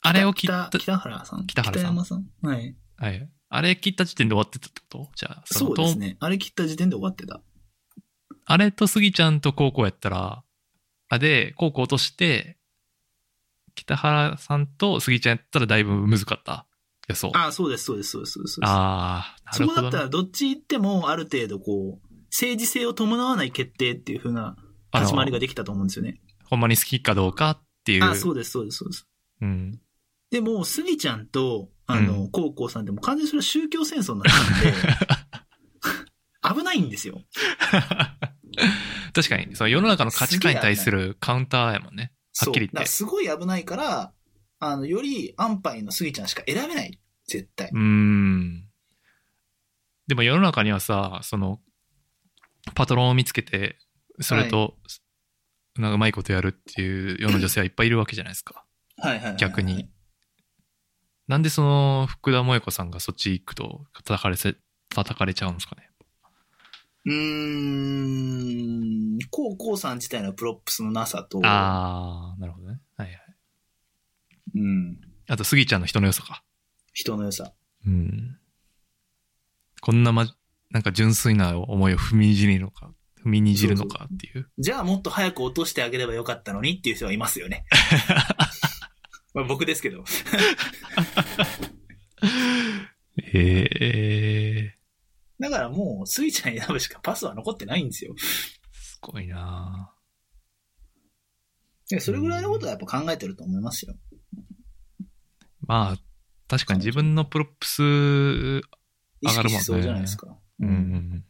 [SPEAKER 3] ああ
[SPEAKER 2] れを切った
[SPEAKER 3] 北、北原さん。
[SPEAKER 2] 北原さん
[SPEAKER 3] 山さん。はい。
[SPEAKER 2] はい。あれ切った時点で終わってたってことじゃあ、
[SPEAKER 3] そ
[SPEAKER 2] の
[SPEAKER 3] うですね。あれ切った時点で終わってた。
[SPEAKER 2] とあれとスギちゃんと高校やったら、あ、で、高校落として、北原さんとスギちゃんやったらだいぶ難かった。いや、そう。あ
[SPEAKER 3] ああ、そうです、そうです、そうです。そうです
[SPEAKER 2] あー、な
[SPEAKER 3] そ
[SPEAKER 2] る
[SPEAKER 3] こ
[SPEAKER 2] ほど
[SPEAKER 3] だった
[SPEAKER 2] な、
[SPEAKER 3] らどっち行ってもある程度こう、政治性を伴わない決定っていう風な
[SPEAKER 2] あの
[SPEAKER 3] 始まりができたと思うんですよね。
[SPEAKER 2] ほんまに好きかどうかっていう。
[SPEAKER 3] あ、そうです、そうです、そうです。
[SPEAKER 2] うん。
[SPEAKER 3] でも、スギちゃんと、あの、高校さんでも完全にそれは宗教戦争になった んで、危ないんですよ。
[SPEAKER 2] 確かに、その世の中の価値観に対するカウンターやもんね。は
[SPEAKER 3] そ
[SPEAKER 2] っ
[SPEAKER 3] う。
[SPEAKER 2] きり言って
[SPEAKER 3] だからすごい危ないから、あの、より安牌のスギちゃんしか選べない。絶対
[SPEAKER 2] う。ーん。でも世の中にはさ、その、パトロンを見つけて、それと、なんかうまいことやるっていう世の女性はいっぱいいるわけじゃないですか。
[SPEAKER 3] はいはいはいはい
[SPEAKER 2] 逆に。。なんでその、福田萌子さんがそっち行くと、叩かれせ、叩かれちゃうんですかね。
[SPEAKER 3] うーん、高校さん自体のプロップスのなさと、
[SPEAKER 2] あー、なるほどね。はいはい。
[SPEAKER 3] うん、
[SPEAKER 2] あと、スギちゃんの人の良さか。
[SPEAKER 3] 人の良さ。
[SPEAKER 2] うん。こんなま、なんか純粋な思いを踏みにじるのか、踏みにじるのかっていう。
[SPEAKER 3] じゃあもっと早く落としてあげればよかったのにっていう人はいますよ ね。まあ僕ですけど。
[SPEAKER 2] ええ
[SPEAKER 3] だからもう、スイちゃんに選ぶしかパスは残ってないんですよ。
[SPEAKER 2] すごいなぁ
[SPEAKER 3] でそれぐらいのことはやっぱ考えてると思いますよ。
[SPEAKER 2] まあ、確かに自分のプロップス、うん
[SPEAKER 3] 意
[SPEAKER 2] 上がる
[SPEAKER 3] 識
[SPEAKER 2] もんね
[SPEAKER 3] しそうじゃないですか。
[SPEAKER 2] うんう
[SPEAKER 3] っ
[SPEAKER 2] ん。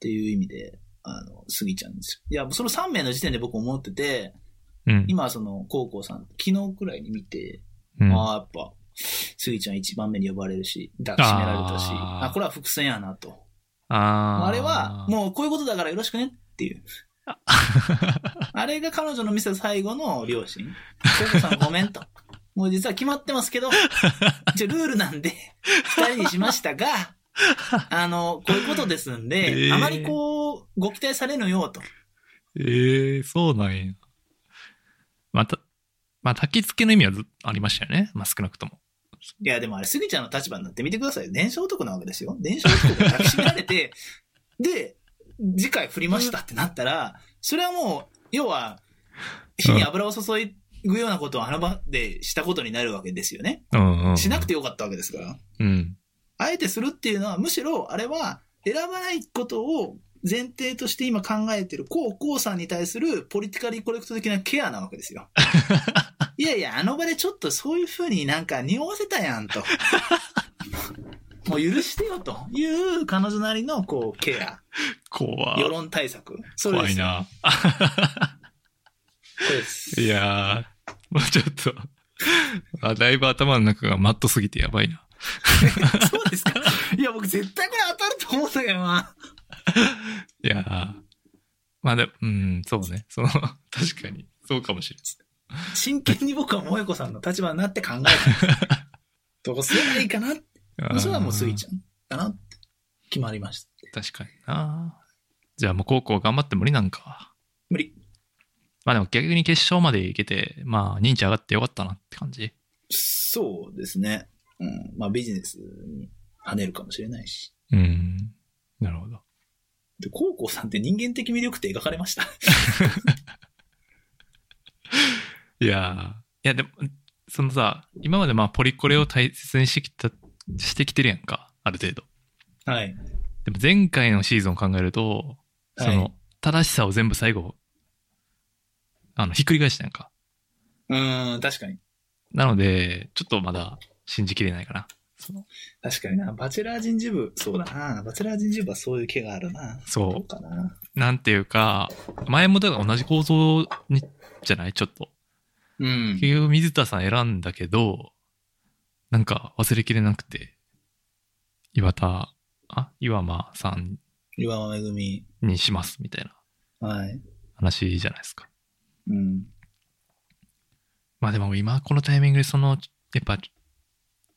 [SPEAKER 3] ていう意味で、あの、スギちゃんですよ。いや、その3名の時点で僕思ってて、
[SPEAKER 2] うん。
[SPEAKER 3] 今その、高校さん、昨日くらいに見て、
[SPEAKER 2] うん
[SPEAKER 3] ああ、やっぱ、スギちゃん一番目に呼ばれるし、抱きしめられたし、
[SPEAKER 2] あー
[SPEAKER 3] あこれは伏線やなと。
[SPEAKER 2] あー
[SPEAKER 3] あれは、もうこういうことだからよろしくねっ ていう。あれが彼女の店最後の両 親。ココさんごめんと。もう実は決まってますけど、 一応ルールなんで、二人にしまし たが、あの、こういうことですんで、
[SPEAKER 2] えー
[SPEAKER 3] あまりこう、ご期待されぬようと。
[SPEAKER 2] ええそうなんや。また、まあ、焚き付けの意味はずありましたよね。まあ、少なくとも。
[SPEAKER 3] いや、でもあれ、スギちゃんの立場になってみてくださいよ。年少男なわけですよ。年少男が抱きしめら れて、で、次回振りましたってなったら、それはもう、要は、火に油を注ぐようなことをあの場でしたことになるわけですよね。
[SPEAKER 2] うん、うん。
[SPEAKER 3] しなく
[SPEAKER 2] て。
[SPEAKER 3] てよかったわけですから。
[SPEAKER 2] うん。
[SPEAKER 3] あえてするっていうのは、むしろ、あれは、選ばないことを前提として今考えてる、高校さんに対するポリティカリーコレクト的なケアなわ けですよ。いやいや、あの場でちょっとそういうふうになんか匂わせたや んと。もう許してよという彼女なりのこうケア、
[SPEAKER 2] 怖
[SPEAKER 3] 世論対策。それ
[SPEAKER 2] 怖
[SPEAKER 3] で
[SPEAKER 2] い
[SPEAKER 3] す。こ
[SPEAKER 2] な。
[SPEAKER 3] れです。
[SPEAKER 2] いやー、 もうちょっと あ、だいぶ頭の中がマットすぎてやばいな。
[SPEAKER 3] そうですか。いや、僕絶対これ当たると思ったけど な。
[SPEAKER 2] いやー、まあで、うん、そうね。その、確かに、そうかもしれない。
[SPEAKER 3] 真剣に僕は萌子さんの立場になって考えた。 どうすればいいかなって
[SPEAKER 2] あー
[SPEAKER 3] それはもうスイちゃんだなって決まりました。
[SPEAKER 2] 確かになじゃあもう高校頑張って無理なんか
[SPEAKER 3] 無理。
[SPEAKER 2] まあでも逆に決勝まで行けてまあ認知上がってよかったなって感じ
[SPEAKER 3] そうですね。うん。まあビジネスに跳ねるかもしれないし。
[SPEAKER 2] うん。なるほど。
[SPEAKER 3] で、高校さんって人間的魅力って描かれました
[SPEAKER 2] いやーいやでも、そのさ、今までまあポリコレを大切にしてきた、してきてるやんか、ある程度。
[SPEAKER 3] はい。
[SPEAKER 2] でも前回のシーズンを考えると、その、
[SPEAKER 3] はい
[SPEAKER 2] 正しさを全部最後、あの、ひっくり返したやんか。
[SPEAKER 3] うーん、確かに。
[SPEAKER 2] なので、ちょっとまだ信じきれないかな。その
[SPEAKER 3] 確かにな。バチェラー人事部、そうだな。バチェラー人事部はそういう気があるな。
[SPEAKER 2] そう
[SPEAKER 3] どうかな。
[SPEAKER 2] なんていうか、前もだから同じ構造に、じゃないちょっと。
[SPEAKER 3] うん
[SPEAKER 2] 結。局水田さん選んだけど、なんか忘れきれなくて、岩田、あ、岩間さん
[SPEAKER 3] 岩間めぐみ。
[SPEAKER 2] にしますみたいな
[SPEAKER 3] はい。
[SPEAKER 2] 話じゃないですか。
[SPEAKER 3] うん。
[SPEAKER 2] まあでも今このタイミングでその、やっぱ、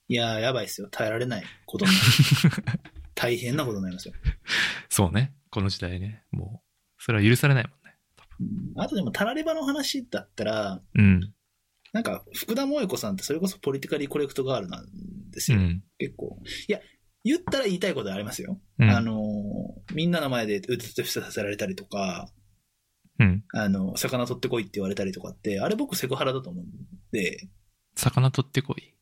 [SPEAKER 3] いやー、やばいっすよ。耐えられないことになる。 大変なことになりますよ。
[SPEAKER 2] そうね、この時代ね、もう、それは許されないもんね。
[SPEAKER 3] うんあとでも、タラレバの話だったら、
[SPEAKER 2] うん、
[SPEAKER 3] なんか、福田萌子さんってそれこそポリティカリーコレクトガールなんです
[SPEAKER 2] う
[SPEAKER 3] よ。
[SPEAKER 2] ん、
[SPEAKER 3] 結構。いや、言ったら言いたいことありますよ。
[SPEAKER 2] うん、
[SPEAKER 3] あのー、みんなの前で腕立て伏せさせられたりとか、
[SPEAKER 2] うん。
[SPEAKER 3] あの、魚取ってこいって言われたりとかって、あれ僕セクハラだと思うんで、
[SPEAKER 2] 魚取ってこい。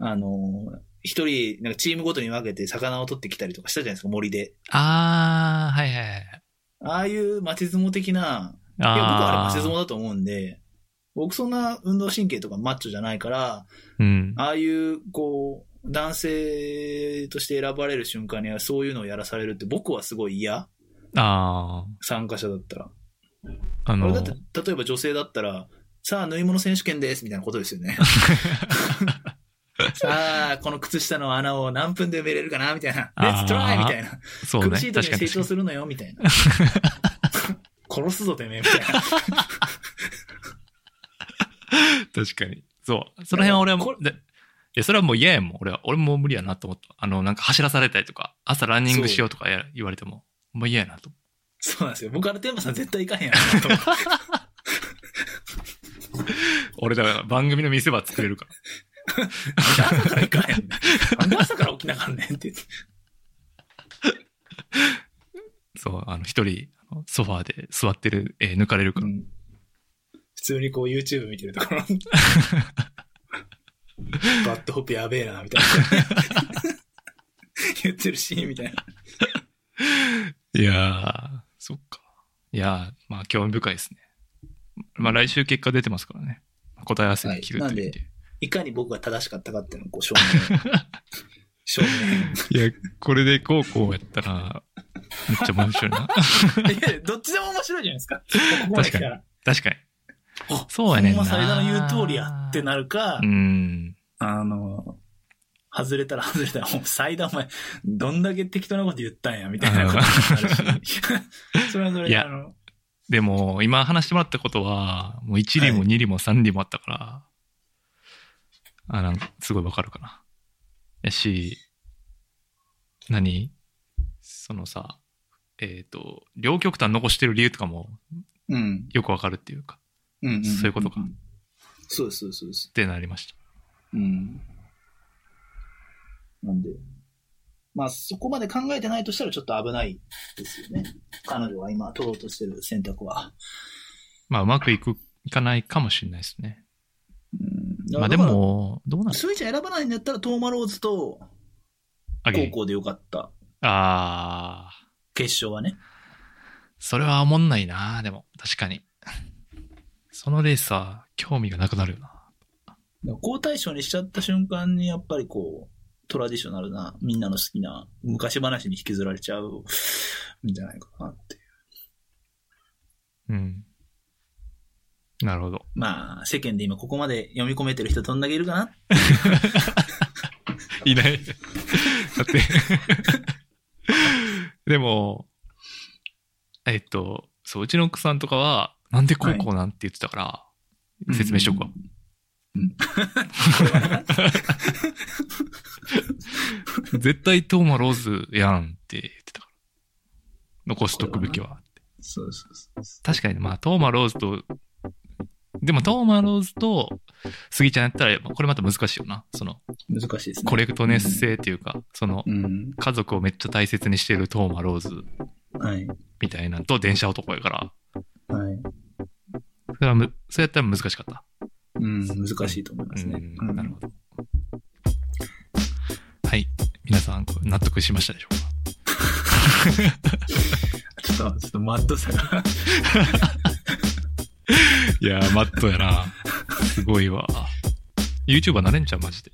[SPEAKER 3] あのー、一人、なんかチームごとに分けて魚を取ってきたりとかしたじゃないですか、森で。
[SPEAKER 2] あー、はいはいはい。
[SPEAKER 3] ああいう町相撲的な、いや、僕はあれ
[SPEAKER 2] あ
[SPEAKER 3] 町相
[SPEAKER 2] ー、
[SPEAKER 3] 撲だと思うんで、僕そんな運動神経とかマッチョじゃないから、
[SPEAKER 2] うん、
[SPEAKER 3] ああいう、こう、男性として選ばれる瞬間にはそういうのをやらされるって僕はすごい嫌
[SPEAKER 2] あー、
[SPEAKER 3] 参加者だったら。
[SPEAKER 2] あ
[SPEAKER 3] これ
[SPEAKER 2] の
[SPEAKER 3] だ、って、例えば女性だったら、さあ、縫い物選手権ですみたいなことです よね。さあ、この靴下の穴を何分で埋めれるかなみたいな。
[SPEAKER 2] あー
[SPEAKER 3] Let's try! みたいな。
[SPEAKER 2] そうね、
[SPEAKER 3] 苦しい時
[SPEAKER 2] 確か
[SPEAKER 3] に
[SPEAKER 2] に
[SPEAKER 3] 成
[SPEAKER 2] 確
[SPEAKER 3] 長
[SPEAKER 2] か
[SPEAKER 3] するのよみたいな。殺すぞ、てめえみたいな。
[SPEAKER 2] に。確かに。そう、その辺は俺はも
[SPEAKER 3] こ
[SPEAKER 2] う、でいや、それはもう嫌やもん、俺は。俺も無理やなと思った。あの、なんか走らされたりとか、朝ランニングしようとかや言われても、もう嫌やなと。
[SPEAKER 3] そうなんですよ。僕、あれ、天馬さん絶対行かへんやろなと。
[SPEAKER 2] 俺だから番組の見せ場作れるから。
[SPEAKER 3] 朝から行かへん。なんで朝から起きながらねんって。
[SPEAKER 2] そう、あの、一人、あのソファーで座ってる、えー抜かれるから。
[SPEAKER 3] 普通にこう YouTube 見てると ころバッドホップやべえな、みたいな。言ってるシーンみたいな。
[SPEAKER 2] いやー、そっか。いやー、まあ、興味深いですね。まあ、来週結果出てますからね。答え合わせできるという意味で。
[SPEAKER 3] いかに僕が正しかったかっていうのをこう証 明。証明。
[SPEAKER 2] い、や、これで高校やったら、めっちゃ面白い な。
[SPEAKER 3] いや、どっちでも面白いじゃないですか。ここま
[SPEAKER 2] 確
[SPEAKER 3] で来
[SPEAKER 2] か
[SPEAKER 3] た
[SPEAKER 2] に
[SPEAKER 3] ら。。
[SPEAKER 2] 確かに。
[SPEAKER 3] あ
[SPEAKER 2] そうやねんな
[SPEAKER 3] ほんま最大の言う通りやってなるか
[SPEAKER 2] う、ん。
[SPEAKER 3] あの、外れたら外れたら、もう最大お前、どんだけ適当なこと言ったんや、みたいなことになる し。それはそれ
[SPEAKER 2] い
[SPEAKER 3] で、
[SPEAKER 2] や
[SPEAKER 3] あの、
[SPEAKER 2] でも、今話してもらったことは、もう1里も
[SPEAKER 3] は
[SPEAKER 2] 2里も3里もあったから、あ、なんか、すごいわかるかな。やし、何そのさ、えっ、と、両極端残してる理由とかも
[SPEAKER 3] うん。
[SPEAKER 2] よくわかるっていうか、
[SPEAKER 3] うんん
[SPEAKER 2] そういうことか。
[SPEAKER 3] そうです、そうです、そうです
[SPEAKER 2] っ。てなりました。
[SPEAKER 3] うん。なんで。まあ、そこまで考えてないとしたらちょっと危ないですよね。彼女が今取ろうとしてる選択は。
[SPEAKER 2] まあ、うまくいく、いかないかもしれないですね。
[SPEAKER 3] うん
[SPEAKER 2] まあ、で、も、どうな
[SPEAKER 3] だから
[SPEAKER 2] の
[SPEAKER 3] スイちゃん選ばないんだったらトーマローズと
[SPEAKER 2] あ
[SPEAKER 3] 高
[SPEAKER 2] げ
[SPEAKER 3] 校でよかった。
[SPEAKER 2] あー、
[SPEAKER 3] 決勝はね。
[SPEAKER 2] それはおもんないなでも、確かに。そのレースは、興味がなくなるよな。
[SPEAKER 3] だから交代賞にしちゃった瞬間にやっぱりこう、トラディショナルな、みんなの好きな昔話に引きずられちゃうんじゃないかなって。
[SPEAKER 2] うん。なるほ ど。
[SPEAKER 3] まあ、世間で今ここまで読み込めてる人どんだけいるかない
[SPEAKER 2] ない。だって、でも、えっと、そう、うちの奥さんとかは、なんで高校なんて言ってたから、説明しとくわ。絶対トーマローズやんって言ってたから。残しとくべきは。
[SPEAKER 3] そうそうそう。
[SPEAKER 2] 確かに、まあ、トーマローズとでも、トーマローズとスギちゃんやったら、これまた難しいよな。その、
[SPEAKER 3] 難しいですね。
[SPEAKER 2] コレクトネス性っていうか、その、
[SPEAKER 3] うん。
[SPEAKER 2] 家族をめっちゃ大切にしてるトーマローズ
[SPEAKER 3] はい。
[SPEAKER 2] みたいなのと電車男やから、
[SPEAKER 3] はい。
[SPEAKER 2] それはむ、それやったら難しかった。
[SPEAKER 3] うん、難しいと思いますね。
[SPEAKER 2] う、
[SPEAKER 3] うんん
[SPEAKER 2] なるほど。はい。皆さん、納得しましたでしょうか
[SPEAKER 3] ちょっと、ちょっとマッドさが。
[SPEAKER 2] いやー、マットやな。 すごいわ。YouTuber なれんちゃうマジで。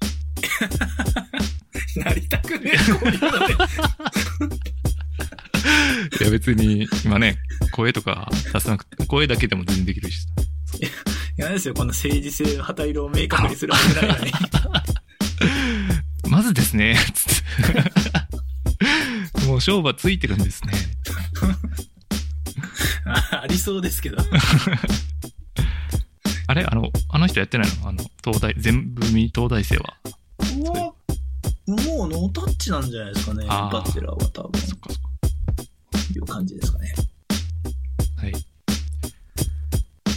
[SPEAKER 3] なりたくねえこういうので。
[SPEAKER 2] いや、別に、今ね、声とか出さなくて、声だけでも全然できるし。
[SPEAKER 3] いやですよ、こんな政治性を旗色を明確にするわけないのに。
[SPEAKER 2] まずですね、つ って。もう勝負はついてるんですね。
[SPEAKER 3] あありそうですけど。
[SPEAKER 2] あれあの、あの人やってないのあの、東大、全部見東大生は。
[SPEAKER 3] もうノータッチなんじゃないですかね。
[SPEAKER 2] あー
[SPEAKER 3] バチェラーは多分、
[SPEAKER 2] そっかそっ
[SPEAKER 3] いう感じですかね。
[SPEAKER 2] か。はい。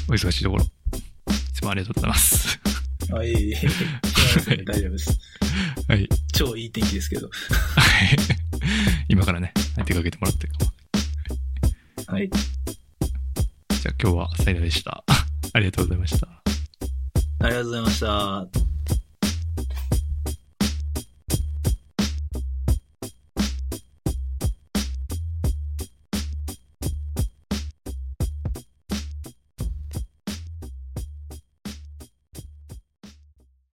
[SPEAKER 2] お忙しいところ。いつもありがとうございます。
[SPEAKER 3] あ、いえ いえいえ。大丈夫です。
[SPEAKER 2] はい。
[SPEAKER 3] 超いい天気ですけど。
[SPEAKER 2] はい今からね、出かけてもらってるかも。
[SPEAKER 3] は い。
[SPEAKER 2] じゃあ今日はサイダーでした。ありがとうございました。
[SPEAKER 3] ありがとうございました。